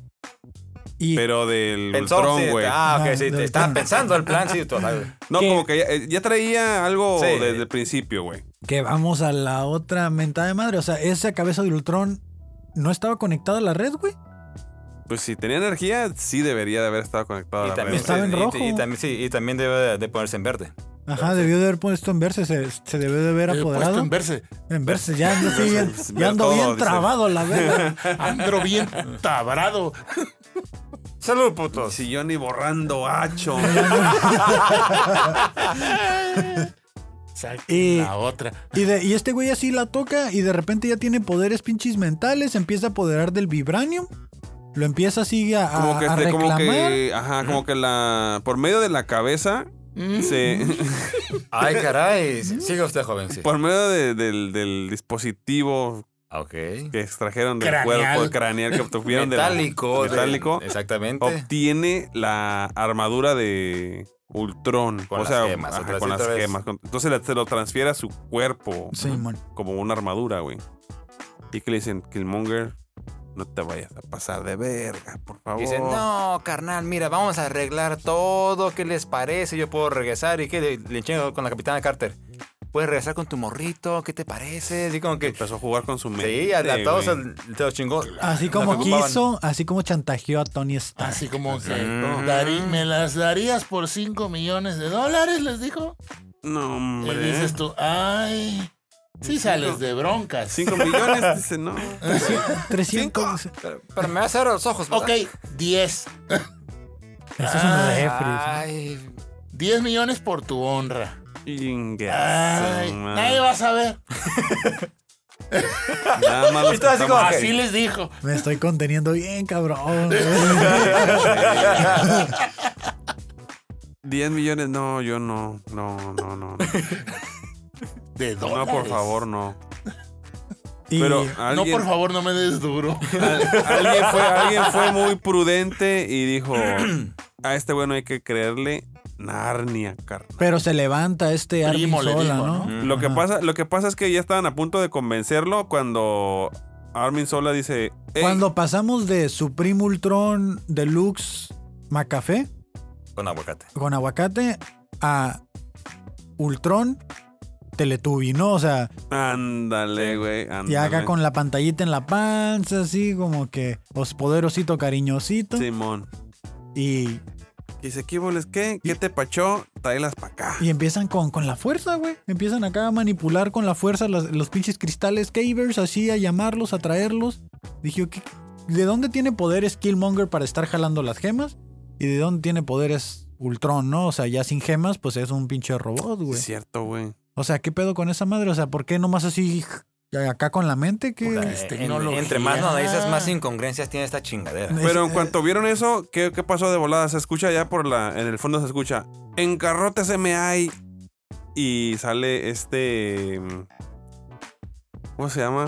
[SPEAKER 4] Y
[SPEAKER 1] Pero del
[SPEAKER 3] Pensó, sí,
[SPEAKER 1] Ultron, güey.
[SPEAKER 3] Ah, ok,
[SPEAKER 4] No,
[SPEAKER 3] sí,
[SPEAKER 4] del
[SPEAKER 3] te estaba
[SPEAKER 4] Ultron.
[SPEAKER 3] pensando el plan, sí, tú, ah, güey.
[SPEAKER 1] No,
[SPEAKER 4] ¿Qué?
[SPEAKER 1] como que ya, eh, ya traía algo
[SPEAKER 3] Sí.
[SPEAKER 1] desde el principio, güey.
[SPEAKER 4] que vamos a la otra mentada de madre. O sea, esa cabeza de Ultron no estaba conectada a la red, güey.
[SPEAKER 1] Pues si tenía energía, sí debería de haber estado conectado a
[SPEAKER 3] Y
[SPEAKER 1] la
[SPEAKER 3] también,
[SPEAKER 1] red.
[SPEAKER 4] Estaba en
[SPEAKER 3] y- y-
[SPEAKER 4] rojo.
[SPEAKER 3] y también, sí, y también debe de, de ponerse en verde.
[SPEAKER 4] Ajá, debió de haber puesto en verse, se, se debió de haber
[SPEAKER 2] He puesto
[SPEAKER 4] apoderado.
[SPEAKER 2] en verse.
[SPEAKER 4] En verse, ya ando, sí, ya,
[SPEAKER 1] Verse,
[SPEAKER 4] ya ando
[SPEAKER 1] ver todo,
[SPEAKER 4] bien
[SPEAKER 1] dice.
[SPEAKER 4] trabado, la verga.
[SPEAKER 2] Andro bien tabrado.
[SPEAKER 3] Salud, putos.
[SPEAKER 1] Si yo ni borrando hacho.
[SPEAKER 2] Saca
[SPEAKER 4] Y-
[SPEAKER 2] la otra.
[SPEAKER 4] Y, de- y este güey así la toca y de repente ya tiene poderes pinches mentales, empieza a apoderar del vibranium, lo empieza así a, a-
[SPEAKER 1] como que,
[SPEAKER 4] a
[SPEAKER 1] este- como
[SPEAKER 4] reclamar.
[SPEAKER 1] que, ajá, como que la, por medio de la cabeza,
[SPEAKER 2] Mm.
[SPEAKER 1] se,
[SPEAKER 3] Ay, caray. Sigue usted, joven, sí. Ah,
[SPEAKER 1] por medio de- del, del dispositivo
[SPEAKER 3] Ok.
[SPEAKER 1] que extrajeron del
[SPEAKER 2] Craneal.
[SPEAKER 1] cuerpo craneal que obtuvieron del
[SPEAKER 3] Metálico. de-
[SPEAKER 1] metálico,
[SPEAKER 3] exactamente.
[SPEAKER 1] obtiene la armadura de Ultron,
[SPEAKER 3] Con
[SPEAKER 1] o
[SPEAKER 3] las
[SPEAKER 1] sea,
[SPEAKER 3] gemas,
[SPEAKER 1] ajá,
[SPEAKER 3] otra
[SPEAKER 1] con
[SPEAKER 3] vez,
[SPEAKER 1] las
[SPEAKER 3] otra vez.
[SPEAKER 1] gemas. Con- Entonces la- se lo transfiere a su cuerpo
[SPEAKER 4] Simón.
[SPEAKER 1] como una armadura, güey. Y que le dicen, Killmonger, no te vayas a pasar de verga, por favor.
[SPEAKER 3] Dicen, no, carnal, mira, vamos a arreglar todo. ¿Qué les parece? Yo puedo regresar. ¿Y qué? Le, le eché con la capitana Carter. Puedes regresar con tu morrito. ¿Qué te parece? Así como que.
[SPEAKER 1] Empezó a jugar con su mente.
[SPEAKER 3] Sí, a, a todos
[SPEAKER 1] güey.
[SPEAKER 3] se, se los chingó. Ah,
[SPEAKER 4] Así
[SPEAKER 3] Los
[SPEAKER 4] como
[SPEAKER 3] que ocupaban.
[SPEAKER 4] quiso, así como chantajeó a Tony Stark.
[SPEAKER 2] Así como que
[SPEAKER 3] Exacto.
[SPEAKER 2] "Darí- me las darías por 5 millones de dólares, les dijo.
[SPEAKER 1] No,
[SPEAKER 2] Y
[SPEAKER 1] hombre.
[SPEAKER 2] dices tú, ay, sí sales de broncas.
[SPEAKER 1] 5 millones, dice, no.
[SPEAKER 4] 300.
[SPEAKER 3] Pero, pero me va a cerrar los ojos,
[SPEAKER 2] Ok, 10.
[SPEAKER 4] Eso es uno de
[SPEAKER 1] Ah.
[SPEAKER 4] Efris.
[SPEAKER 3] Ay,
[SPEAKER 2] 10 millones por tu honra.
[SPEAKER 1] Chingas,
[SPEAKER 2] Ay,
[SPEAKER 1] man.
[SPEAKER 2] nadie va a saber.
[SPEAKER 1] Nada más los que
[SPEAKER 3] Entonces, así
[SPEAKER 1] estamos-
[SPEAKER 3] como- Ok.
[SPEAKER 2] Así les dijo.
[SPEAKER 4] Me estoy conteniendo bien, cabrón. güey.
[SPEAKER 1] 10 millones, no, yo no. No, no, no.
[SPEAKER 2] De
[SPEAKER 1] No,
[SPEAKER 2] dólares.
[SPEAKER 1] por favor, no.
[SPEAKER 4] Y-
[SPEAKER 1] Pero
[SPEAKER 2] No,
[SPEAKER 1] alguien,
[SPEAKER 2] por favor, no me des duro.
[SPEAKER 1] alguien, fue, alguien fue muy prudente y dijo: A este güey no hay que creerle Narnia, carnal.
[SPEAKER 4] Pero se levanta este Armin
[SPEAKER 2] Primo le
[SPEAKER 4] Sola,
[SPEAKER 2] dijo,
[SPEAKER 4] ¿no?
[SPEAKER 2] ¿no?
[SPEAKER 1] Lo que,
[SPEAKER 4] Ajá.
[SPEAKER 1] pasa, lo que pasa es que ya estaban a punto de convencerlo cuando Armin Sola dice: "Ey,
[SPEAKER 4] Cuando pasamos de Supreme Ultron Deluxe Macafé
[SPEAKER 3] Con aguacate.
[SPEAKER 4] con aguacate a Ultron Teletubi, ¿no? O sea,
[SPEAKER 1] Ándale, güey.
[SPEAKER 4] y acá
[SPEAKER 1] ándale".
[SPEAKER 4] con la pantallita en la panza, así como que os poderosito cariñosito.
[SPEAKER 1] Simón.
[SPEAKER 4] Y,
[SPEAKER 1] Y Dice, ¿qué boles qué? ¿Qué te pachó? Tráelas para acá.
[SPEAKER 4] y empiezan con, con la fuerza, güey. Empiezan acá a manipular con la fuerza las- los pinches cristales Cavers, así a llamarlos, a traerlos. Dije, ¿qué- ¿de dónde tiene poderes Killmonger para estar jalando las gemas? ¿Y de dónde tiene poderes Ultron, no? O sea, ya sin gemas, pues es un pinche robot, güey.
[SPEAKER 1] Es cierto, güey.
[SPEAKER 4] O sea, ¿qué pedo con esa madre? O sea, ¿por qué nomás así Acá con la mente que...
[SPEAKER 3] Puta,
[SPEAKER 2] Es
[SPEAKER 3] en-
[SPEAKER 2] tecnología.
[SPEAKER 3] entre más lo analizas, más incongruencias tiene esta chingadera.
[SPEAKER 1] Pero en cuanto vieron eso, ¿qué, qué pasó de volada? Se escucha ya por la. En el fondo se escucha. En carrote se me hay. Y sale este. mm, ¿Cómo se llama?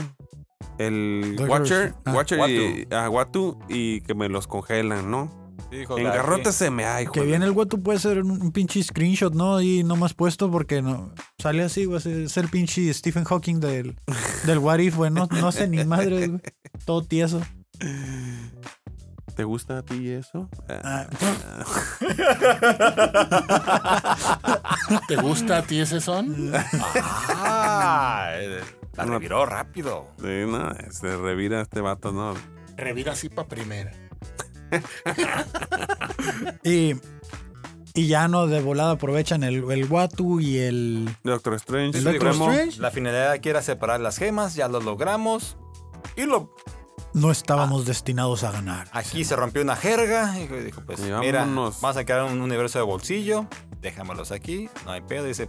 [SPEAKER 1] El
[SPEAKER 4] Doug
[SPEAKER 1] Watcher.
[SPEAKER 4] Rose. Ah,
[SPEAKER 1] Watcher y. ah, Watu. Y que me los congelan, ¿no? En carrote se me hay,
[SPEAKER 4] Que
[SPEAKER 1] joder.
[SPEAKER 4] bien el guato puede ser un, un pinche screenshot, ¿no? Y nomás puesto porque no sale así, güey. Es el pinche Stephen Hawking del, del What If, güey. No, no sé ni madre, güey. Todo tieso.
[SPEAKER 1] ¿Te gusta a ti eso?
[SPEAKER 4] Ah,
[SPEAKER 2] ¿Te gusta a ti ese son?
[SPEAKER 3] Ah, eh, la
[SPEAKER 1] No.
[SPEAKER 3] reviró rápido.
[SPEAKER 1] Sí, no, se revira este vato, ¿no?
[SPEAKER 2] Revira así para primera.
[SPEAKER 4] y, y ya no, de volada aprovechan el, el Watu y el.
[SPEAKER 1] Doctor Strange.
[SPEAKER 4] ¿El
[SPEAKER 3] Doctor
[SPEAKER 1] Supremo.
[SPEAKER 4] Strange?
[SPEAKER 3] La finalidad aquí era separar las gemas, ya lo logramos. Y lo,
[SPEAKER 4] No estábamos destinados a ganar.
[SPEAKER 3] aquí se rompió una jerga. Y dijo, pues
[SPEAKER 1] Y
[SPEAKER 3] mira,
[SPEAKER 1] vámonos.
[SPEAKER 3] vamos a crear un universo de bolsillo. Déjamelos aquí, no hay pedo. Dice,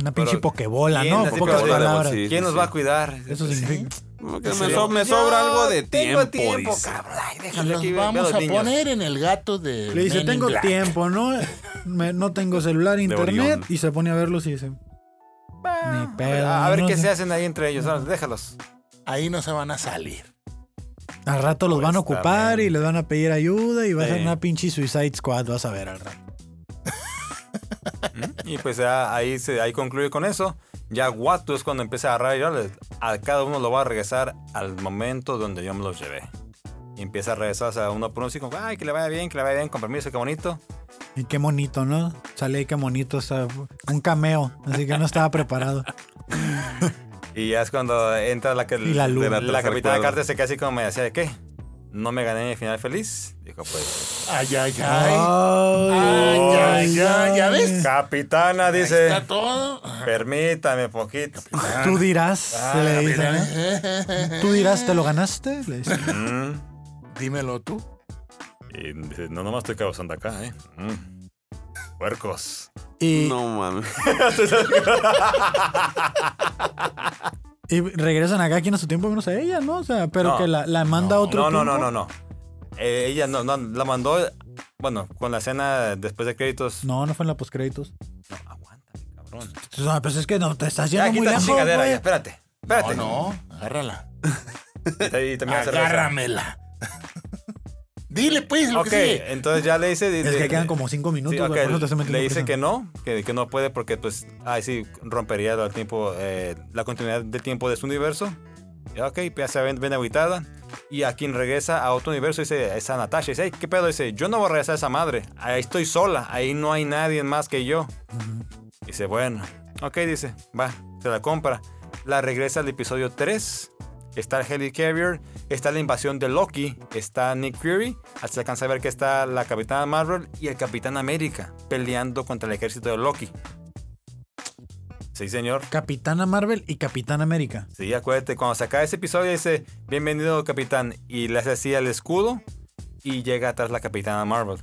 [SPEAKER 4] Una pinche
[SPEAKER 3] Pero-
[SPEAKER 4] pokebola,
[SPEAKER 3] Bien,
[SPEAKER 4] ¿no?
[SPEAKER 3] así
[SPEAKER 4] Pocas
[SPEAKER 3] pokebola,
[SPEAKER 4] palabras.
[SPEAKER 1] sí.
[SPEAKER 3] ¿quién nos va a cuidar?
[SPEAKER 4] Eso
[SPEAKER 3] Pues,
[SPEAKER 4] significa.
[SPEAKER 1] Como que
[SPEAKER 3] sí.
[SPEAKER 1] me, so- me
[SPEAKER 3] Yo
[SPEAKER 1] sobra algo de
[SPEAKER 3] tengo
[SPEAKER 1] tiempo.
[SPEAKER 3] tiempo,
[SPEAKER 1] dice.
[SPEAKER 3] cabrón. Ay,
[SPEAKER 2] Y
[SPEAKER 3] déjale aquí,
[SPEAKER 2] los
[SPEAKER 3] ve a
[SPEAKER 2] vamos
[SPEAKER 3] los
[SPEAKER 2] a
[SPEAKER 3] niños.
[SPEAKER 2] poner en el gato de.
[SPEAKER 4] Le dice,
[SPEAKER 2] Men in
[SPEAKER 4] tengo
[SPEAKER 2] Black".
[SPEAKER 4] tiempo, ¿no? Me- no tengo celular, internet.
[SPEAKER 1] Orión.
[SPEAKER 4] Y se pone a verlos y dice,
[SPEAKER 3] Ah,
[SPEAKER 4] Ni pedo,
[SPEAKER 3] A ver
[SPEAKER 4] no
[SPEAKER 3] qué
[SPEAKER 4] sé.
[SPEAKER 3] se hacen ahí entre ellos. ah, Déjalos.
[SPEAKER 2] Ahí no se van a salir.
[SPEAKER 4] al rato los van a
[SPEAKER 3] Pues,
[SPEAKER 4] ocupar
[SPEAKER 3] también.
[SPEAKER 4] y les van a pedir ayuda y va a ser
[SPEAKER 3] Sí.
[SPEAKER 4] una pinche Suicide Squad, vas a ver al rato.
[SPEAKER 3] Y pues ya ahí, se, ahí concluye con eso. Ya Watu es cuando empieza a agarrar y darles. a cada uno lo va a regresar al momento donde yo me los llevé. Y empieza a regresar a uno por uno así como, ay, que le vaya bien, que le vaya bien, con permiso, qué bonito.
[SPEAKER 4] Y qué bonito, ¿no? Sale ahí qué bonito, o sea, un cameo, así que no estaba preparado.
[SPEAKER 3] Y ya es cuando entra la, que-
[SPEAKER 4] Y la luz.
[SPEAKER 3] de la,
[SPEAKER 1] Del tercer
[SPEAKER 3] capitana
[SPEAKER 1] cuadro.
[SPEAKER 3] Carter se queda así como me decía, ¿qué? ¿No me gané el final feliz? Dijo, pues...
[SPEAKER 2] Ay, ay, ay.
[SPEAKER 4] Ah, Ay,
[SPEAKER 2] ay, ay, ay, ¿ya ves?
[SPEAKER 3] Capitana, dice,
[SPEAKER 2] Está todo.
[SPEAKER 3] permítame poquito.
[SPEAKER 4] Tú dirás,
[SPEAKER 2] Ah,
[SPEAKER 4] se le dice,
[SPEAKER 2] mira,
[SPEAKER 4] ¿no?
[SPEAKER 2] eh.
[SPEAKER 4] Tú dirás, ¿te lo ganaste? Le dice.
[SPEAKER 3] Mm.
[SPEAKER 2] Dímelo tú.
[SPEAKER 3] Y dice, no nomás estoy causando acá, ¿eh? Mm. Puercos.
[SPEAKER 4] Y,
[SPEAKER 1] No mames.
[SPEAKER 4] y regresan acá, ¿quién a su tiempo? Menos a ella, ¿no? O sea, pero
[SPEAKER 3] No.
[SPEAKER 4] que la, la manda a otro
[SPEAKER 3] No, no, no,
[SPEAKER 4] tiempo.
[SPEAKER 3] no, no. Eh, ella no, no, la mandó, bueno, con la escena después de créditos.
[SPEAKER 4] No, no fue en la postcréditos.
[SPEAKER 3] No, aguanta, cabrón.
[SPEAKER 4] No, pues es que no, te estás
[SPEAKER 3] Ya,
[SPEAKER 4] yendo
[SPEAKER 3] quita
[SPEAKER 4] muy
[SPEAKER 3] la
[SPEAKER 4] lejos,
[SPEAKER 3] chingadera,
[SPEAKER 4] güey.
[SPEAKER 3] ya, espérate.
[SPEAKER 2] No,
[SPEAKER 3] Espérate.
[SPEAKER 2] no, agárrala.
[SPEAKER 3] Y, y también la cerveza.
[SPEAKER 2] Agárramela. Dile, pues, lo
[SPEAKER 3] Ok,
[SPEAKER 2] que sigue.
[SPEAKER 3] entonces ya le dice...
[SPEAKER 4] Es que quedan como cinco minutos,
[SPEAKER 3] Sí,
[SPEAKER 4] güey,
[SPEAKER 3] ok,
[SPEAKER 4] por eso te estoy metiendo
[SPEAKER 3] le dice
[SPEAKER 4] prisa.
[SPEAKER 3] que no, que, que no puede porque pues, ay sí, rompería el tiempo, eh, la continuidad del tiempo de su universo. Y, ok, pues, ya se ven, ven aguitada. Y a quien regresa a otro universo dice, es a Natasha. Dice, "Ey, ¿qué pedo? Dice, yo no voy a regresar a esa madre. Ahí estoy sola. Ahí no hay nadie más que yo. Dice, bueno. Ok, dice, va, se la compra. La regresa al episodio 3. Está el Helicarrier, está la invasión de Loki, está Nick Fury, así alcanza a ver que está la Capitana Marvel y el Capitán América peleando contra el ejército de Loki. Sí, señor.
[SPEAKER 4] Capitana Marvel y Capitán América.
[SPEAKER 3] Sí, acuérdate, cuando se acaba ese episodio dice, bienvenido Capitán, y le hace así al escudo y llega atrás la Capitana Marvel.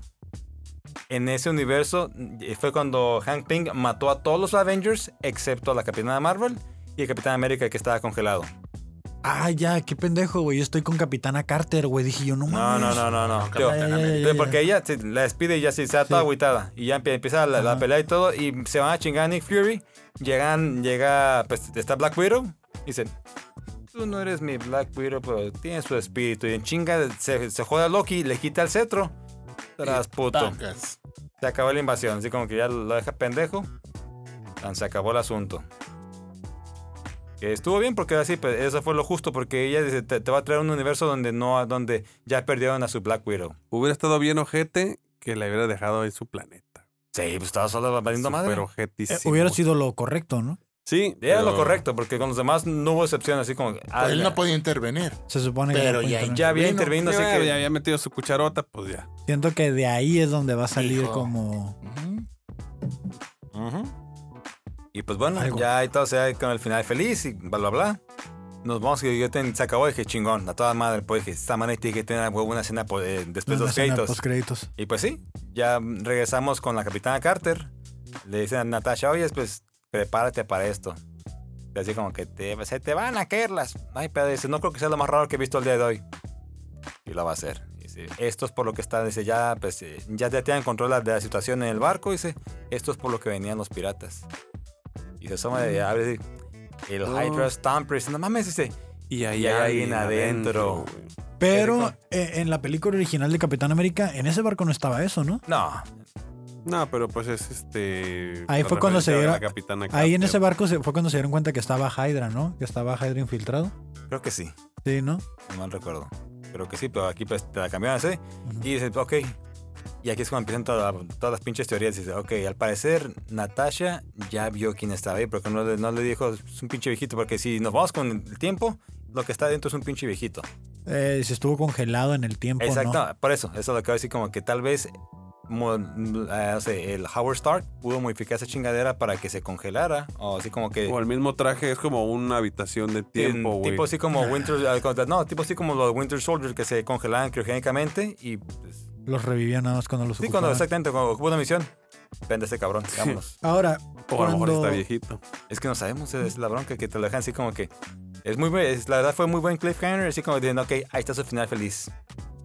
[SPEAKER 3] En ese universo eh, fue cuando Hank Pym mató a todos los Avengers excepto a la Capitana Marvel y el Capitán América que estaba congelado.
[SPEAKER 4] Ah, ya, qué pendejo, güey. Yo estoy con Capitana Carter, güey. Dije yo, no
[SPEAKER 3] No,
[SPEAKER 4] mames.
[SPEAKER 3] no, no, no, no. Tío,
[SPEAKER 4] Ya, ya, ya, ya,
[SPEAKER 3] Entonces,
[SPEAKER 4] ya.
[SPEAKER 3] porque ella se- la despide y ya se, se da toda
[SPEAKER 4] Sí.
[SPEAKER 3] agüitada. Y ya empie- empieza la, la
[SPEAKER 4] Ajá.
[SPEAKER 3] pelea y todo. Y se van a chingar a Nick Fury. Llegan, llega, pues está Black Widow. Y dicen, tú no eres mi Black Widow, pero tienes su espíritu. Y en chinga se, se joda a Loki, le quita el cetro. Tras puto.
[SPEAKER 2] Tacas.
[SPEAKER 3] Se acabó la invasión. Así como que ya lo deja pendejo. Tan, Se acabó el asunto. Que estuvo bien porque así, pues, eso fue lo justo. Porque ella dice, te, te va a traer un universo donde, no, donde ya perdieron a su Black Widow.
[SPEAKER 1] Hubiera estado bien ojete que le hubiera dejado ahí su planeta.
[SPEAKER 3] Sí, pues estaba solo valiendo
[SPEAKER 1] Super
[SPEAKER 3] madre.
[SPEAKER 4] Eh,
[SPEAKER 1] ojetísimo.
[SPEAKER 4] hubiera sido lo correcto, ¿no?
[SPEAKER 1] Sí.
[SPEAKER 3] Era lo
[SPEAKER 1] pero-
[SPEAKER 3] correcto, porque con los demás no hubo excepción, así como... ah,
[SPEAKER 2] Pues, Él
[SPEAKER 3] ya-
[SPEAKER 2] no podía intervenir.
[SPEAKER 4] Se supone
[SPEAKER 2] Pero
[SPEAKER 4] que. no
[SPEAKER 2] ya-
[SPEAKER 4] cuentan.
[SPEAKER 3] ya había
[SPEAKER 1] Sí,
[SPEAKER 3] intervenido, así
[SPEAKER 1] ya,
[SPEAKER 3] que...
[SPEAKER 1] ya había metido su cucharota, pues ya.
[SPEAKER 4] Siento que de ahí es donde va a salir
[SPEAKER 2] Hijo.
[SPEAKER 4] como.
[SPEAKER 2] Ujú.
[SPEAKER 3] Ujú. Y pues bueno,
[SPEAKER 4] Algo.
[SPEAKER 3] ya y todo, o sea, con el final feliz y bla, bla, bla. Nos vamos, que yo te, se acabó, dije, chingón, a toda madre, pues dije, esta manera tiene que tener a huevo una escena pues, eh, después de
[SPEAKER 4] una
[SPEAKER 3] los
[SPEAKER 4] escena
[SPEAKER 3] créditos.
[SPEAKER 4] postcréditos.
[SPEAKER 3] Y pues sí, ya regresamos con la capitana Carter. Le dicen a Natasha, oye, pues prepárate para esto. Así como que te, se te van a caer las. Ay, pero dice, no creo que sea lo más raro que he visto el día de hoy. Y lo va a hacer. Dice, esto es por lo que está. Dice, ya, pues, eh, ya, ya tienen control de la- de la situación en el barco. Dice, esto es por lo que venían los piratas. Y se asoma de abre. dice, El
[SPEAKER 1] Oh.
[SPEAKER 3] Hydra Stomper. Dice, no mames, dice.
[SPEAKER 1] Y
[SPEAKER 3] Y hay alguien adentro.
[SPEAKER 1] güey.
[SPEAKER 4] Pero
[SPEAKER 3] Exacto.
[SPEAKER 4] eh, en la película original de Capitán América, en ese barco no estaba eso, ¿no?
[SPEAKER 3] No,
[SPEAKER 1] No, pero pues es este.
[SPEAKER 4] Ahí
[SPEAKER 1] la
[SPEAKER 4] fue cuando se
[SPEAKER 1] referencia
[SPEAKER 4] dieron-
[SPEAKER 1] a la Capitana
[SPEAKER 4] Ahí en
[SPEAKER 1] Carter.
[SPEAKER 4] ese barco se- fue cuando se dieron cuenta que estaba Hydra, ¿no? Que estaba Hydra infiltrado.
[SPEAKER 3] creo que sí.
[SPEAKER 4] Sí, ¿no?
[SPEAKER 3] No mal recuerdo. Creo que sí, pero aquí pues, te la cambiaron así.
[SPEAKER 4] Ujú.
[SPEAKER 3] Y dice, ok. Y aquí es cuando empiezan toda- todas las pinches teorías. Dice, ok, al parecer Natasha ya vio quién estaba ahí, porque no le, no le dijo, es un pinche viejito, porque si nos vamos con el tiempo, lo que está dentro es un pinche viejito.
[SPEAKER 4] Eh, se estuvo congelado en el tiempo,
[SPEAKER 3] Exacto,
[SPEAKER 4] ¿no?
[SPEAKER 3] por eso, eso es lo que voy a decir, como que tal vez mo- mm, eh, no sé, el Howard Stark pudo modificar esa chingadera para que se congelara, o así como que...
[SPEAKER 1] O el mismo traje es como una habitación de tiempo,
[SPEAKER 3] Tien-
[SPEAKER 1] güey.
[SPEAKER 3] tipo así como Winter, no, tipo así como los Winter Soldier que se congelaban criogénicamente y pues,
[SPEAKER 4] Los revivían nada más cuando los
[SPEAKER 3] sí, cuando
[SPEAKER 4] ocupaban.
[SPEAKER 3] exactamente cuando ocupa una misión, prende este cabrón, vámonos.
[SPEAKER 4] Ahora,
[SPEAKER 1] O a lo mejor
[SPEAKER 4] cuando-
[SPEAKER 1] está viejito.
[SPEAKER 3] es que no sabemos, es la bronca que te lo dejan así como que es muy buen- es- la verdad fue muy buen cliffhanger, así como diciendo, ok, ahí está su final feliz.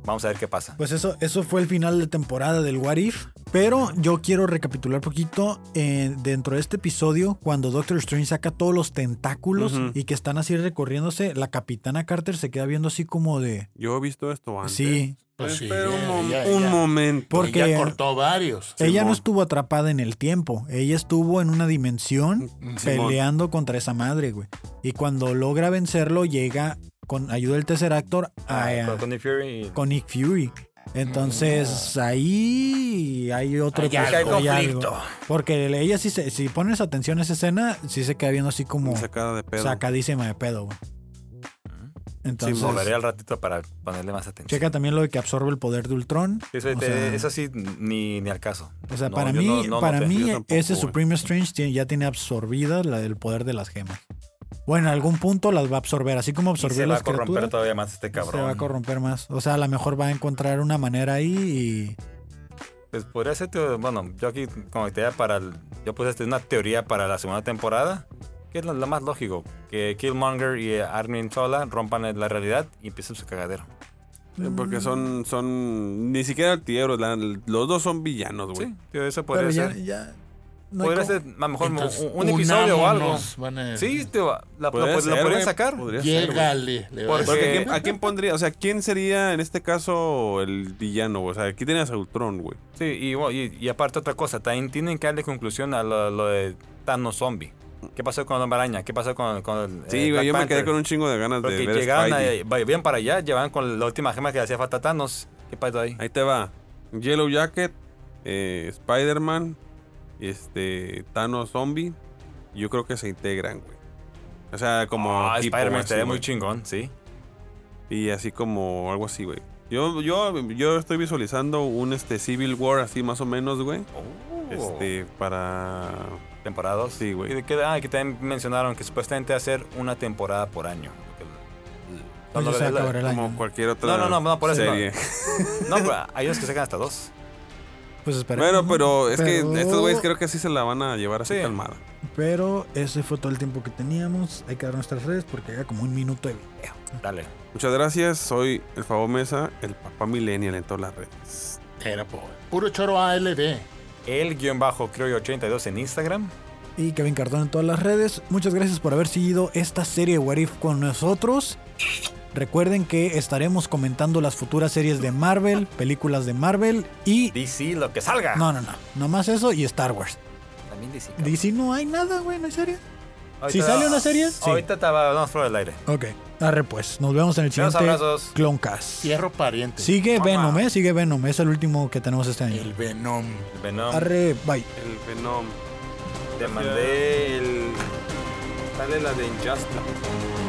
[SPEAKER 3] Vamos a ver qué pasa.
[SPEAKER 4] Pues eso, eso fue el final de temporada del What If. Pero yo quiero recapitular poquito eh, dentro de este episodio cuando Doctor Strange saca todos los tentáculos
[SPEAKER 1] Ujú.
[SPEAKER 4] y que están así recorriéndose. La capitana Carter se queda viendo así como de...
[SPEAKER 1] Yo he visto esto antes.
[SPEAKER 4] Sí,
[SPEAKER 2] Pues sí,
[SPEAKER 1] Espera un,
[SPEAKER 2] ella-
[SPEAKER 1] mom-
[SPEAKER 2] ella-
[SPEAKER 1] un
[SPEAKER 2] ella-
[SPEAKER 1] momento.
[SPEAKER 4] Por- Porque-
[SPEAKER 2] Ella cortó varios.
[SPEAKER 4] ella no
[SPEAKER 1] Simón.
[SPEAKER 4] estuvo atrapada en el tiempo. Ella estuvo en una dimensión
[SPEAKER 1] Simón.
[SPEAKER 4] peleando contra esa madre, güey. Y cuando logra vencerlo, llega con ayuda del tercer actor a... eh,
[SPEAKER 3] Ah, con Nick Fury y-
[SPEAKER 4] con Nick Fury. Entonces ahí hay otro
[SPEAKER 2] Hay
[SPEAKER 4] pues,
[SPEAKER 2] algo.
[SPEAKER 4] hay algo.
[SPEAKER 3] conflicto.
[SPEAKER 4] Porque ella sí se- si pones atención a esa escena, sí se queda viendo así como
[SPEAKER 1] Sacada de pedo.
[SPEAKER 4] sacadísima de pedo, güey.
[SPEAKER 3] Mm.
[SPEAKER 4] Entonces,
[SPEAKER 3] Volveré al ratito para ponerle más atención.
[SPEAKER 4] checa también lo de que absorbe el poder de Ultron.
[SPEAKER 3] Eso,
[SPEAKER 4] o
[SPEAKER 3] te-
[SPEAKER 4] sea-
[SPEAKER 3] eso sí, ni, ni al caso.
[SPEAKER 4] O sea,
[SPEAKER 3] No,
[SPEAKER 4] para
[SPEAKER 3] yo
[SPEAKER 4] mí,
[SPEAKER 3] no- no
[SPEAKER 4] para
[SPEAKER 3] noté.
[SPEAKER 4] mí
[SPEAKER 1] yo tampoco,
[SPEAKER 4] ese
[SPEAKER 1] güey.
[SPEAKER 4] Supreme Strange tiene- ya tiene absorbida la del poder de las gemas. Bueno, en algún punto las va a absorber, así como
[SPEAKER 3] Y se
[SPEAKER 4] absorbió
[SPEAKER 3] va
[SPEAKER 4] las
[SPEAKER 3] a corromper
[SPEAKER 4] criaturas.
[SPEAKER 3] todavía más este cabrón.
[SPEAKER 4] Se va a corromper más. O sea, a lo mejor va a encontrar una manera ahí y
[SPEAKER 3] Pues podría ser, teo- bueno, yo aquí como teoría para, el- yo puse este, una teoría para la segunda temporada, que es lo, lo más lógico, que Killmonger y eh, Armin Sola rompan la realidad y empiecen su cagadero.
[SPEAKER 1] Sí, Eh, Porque son, son ni siquiera altieros. la- los dos son villanos, güey.
[SPEAKER 3] Sí, tío, eso podría
[SPEAKER 4] Pero ya-
[SPEAKER 3] ser.
[SPEAKER 4] ya, no hay
[SPEAKER 3] podría
[SPEAKER 4] cómo-
[SPEAKER 3] ser, a lo mejor, un-
[SPEAKER 2] Entonces,
[SPEAKER 3] un, un episodio o algo.
[SPEAKER 2] unámonos, van a-
[SPEAKER 3] Sí, tío, la- la-
[SPEAKER 1] Podría
[SPEAKER 3] lo,
[SPEAKER 1] Eh, ser,
[SPEAKER 3] lo podrían
[SPEAKER 1] güey,
[SPEAKER 3] sacar.
[SPEAKER 1] podría ser, güey.
[SPEAKER 2] Llégale. le va a
[SPEAKER 3] Porque-
[SPEAKER 1] Porque ¿a
[SPEAKER 2] decir.
[SPEAKER 1] quién, a quién pondría? O sea, ¿quién sería en este caso el villano? güey? O sea, aquí tenías a Ultron, güey.
[SPEAKER 3] Sí, y, bueno, y- y aparte otra cosa, también tienen que darle conclusión a lo, lo de Thanos Zombie. ¿Qué pasó con el Hombre Araña? ¿Qué pasó con, con el,
[SPEAKER 1] Sí,
[SPEAKER 3] eh,
[SPEAKER 1] güey,
[SPEAKER 3] Black
[SPEAKER 1] yo me quedé
[SPEAKER 3] Panther?
[SPEAKER 1] con un chingo de ganas
[SPEAKER 3] Porque
[SPEAKER 1] de ver
[SPEAKER 3] llegaban,
[SPEAKER 1] Spidey.
[SPEAKER 3] a- va- iban para allá, llevaban con la última gema que le hacía falta a Thanos. ¿Qué pasó ahí?
[SPEAKER 1] Ahí te va. Yellow Jacket, eh, Spider-Man, este, Thanos Zombie. Yo creo que se integran, güey. O sea, como
[SPEAKER 3] Ah,
[SPEAKER 1] equipo,
[SPEAKER 3] Spider-Man
[SPEAKER 1] así,
[SPEAKER 3] estaría muy
[SPEAKER 1] güey.
[SPEAKER 3] chingón, sí.
[SPEAKER 1] Y así como algo así, güey. Yo, yo, yo estoy visualizando un este Civil War así más o menos, güey.
[SPEAKER 3] Oh.
[SPEAKER 1] Este, para...
[SPEAKER 3] temporada 2.
[SPEAKER 1] Sí, güey.
[SPEAKER 3] Y de que- Ah, que también mencionaron que supuestamente hacer una temporada por año.
[SPEAKER 4] pues ya se va a acabar el
[SPEAKER 1] Como
[SPEAKER 4] año.
[SPEAKER 1] cualquier otra
[SPEAKER 3] No, no, no, no, por eso no.
[SPEAKER 1] serie.
[SPEAKER 3] No, pero hay unos que sacan hasta dos.
[SPEAKER 4] Pues esperemos.
[SPEAKER 1] Bueno, pero es
[SPEAKER 4] Pero-
[SPEAKER 1] que estos güeyes creo que sí se la van a llevar así
[SPEAKER 3] Sí.
[SPEAKER 1] calmada.
[SPEAKER 4] Pero ese fue todo el tiempo que teníamos. Hay que dar nuestras redes porque era como un minuto de video.
[SPEAKER 3] Dale.
[SPEAKER 1] Muchas gracias, soy el Fabo Mesa, el papá millennial en todas las redes.
[SPEAKER 2] Era po- puro choro ALD.
[SPEAKER 3] El guión bajo, creo yo, 82 en Instagram.
[SPEAKER 4] Y Kevin Cartón en todas las redes. Muchas gracias por haber seguido esta serie de What If con nosotros. Recuerden que estaremos comentando las futuras series de Marvel, películas de Marvel y...
[SPEAKER 3] DC, lo que salga.
[SPEAKER 4] No, no, no. Nomás eso y Star Wars.
[SPEAKER 3] También DC.
[SPEAKER 4] DC no hay nada, güey, ¿no hay serie? Si sale una serie, sí.
[SPEAKER 3] Ahorita te va- vamos por el aire.
[SPEAKER 4] Ok. Arre pues. Nos vemos en el
[SPEAKER 3] Unos
[SPEAKER 4] siguiente
[SPEAKER 3] abrazos.
[SPEAKER 4] Cloncast.
[SPEAKER 2] Cierro pariente.
[SPEAKER 4] Sigue
[SPEAKER 3] Mamá.
[SPEAKER 4] Venom, ¿eh? Sigue Venom. Es el último que tenemos este año.
[SPEAKER 2] El Venom.
[SPEAKER 3] Venom.
[SPEAKER 4] Arre, bye.
[SPEAKER 1] El fenómeno.
[SPEAKER 3] Te mandé el. Sale la de Injustice.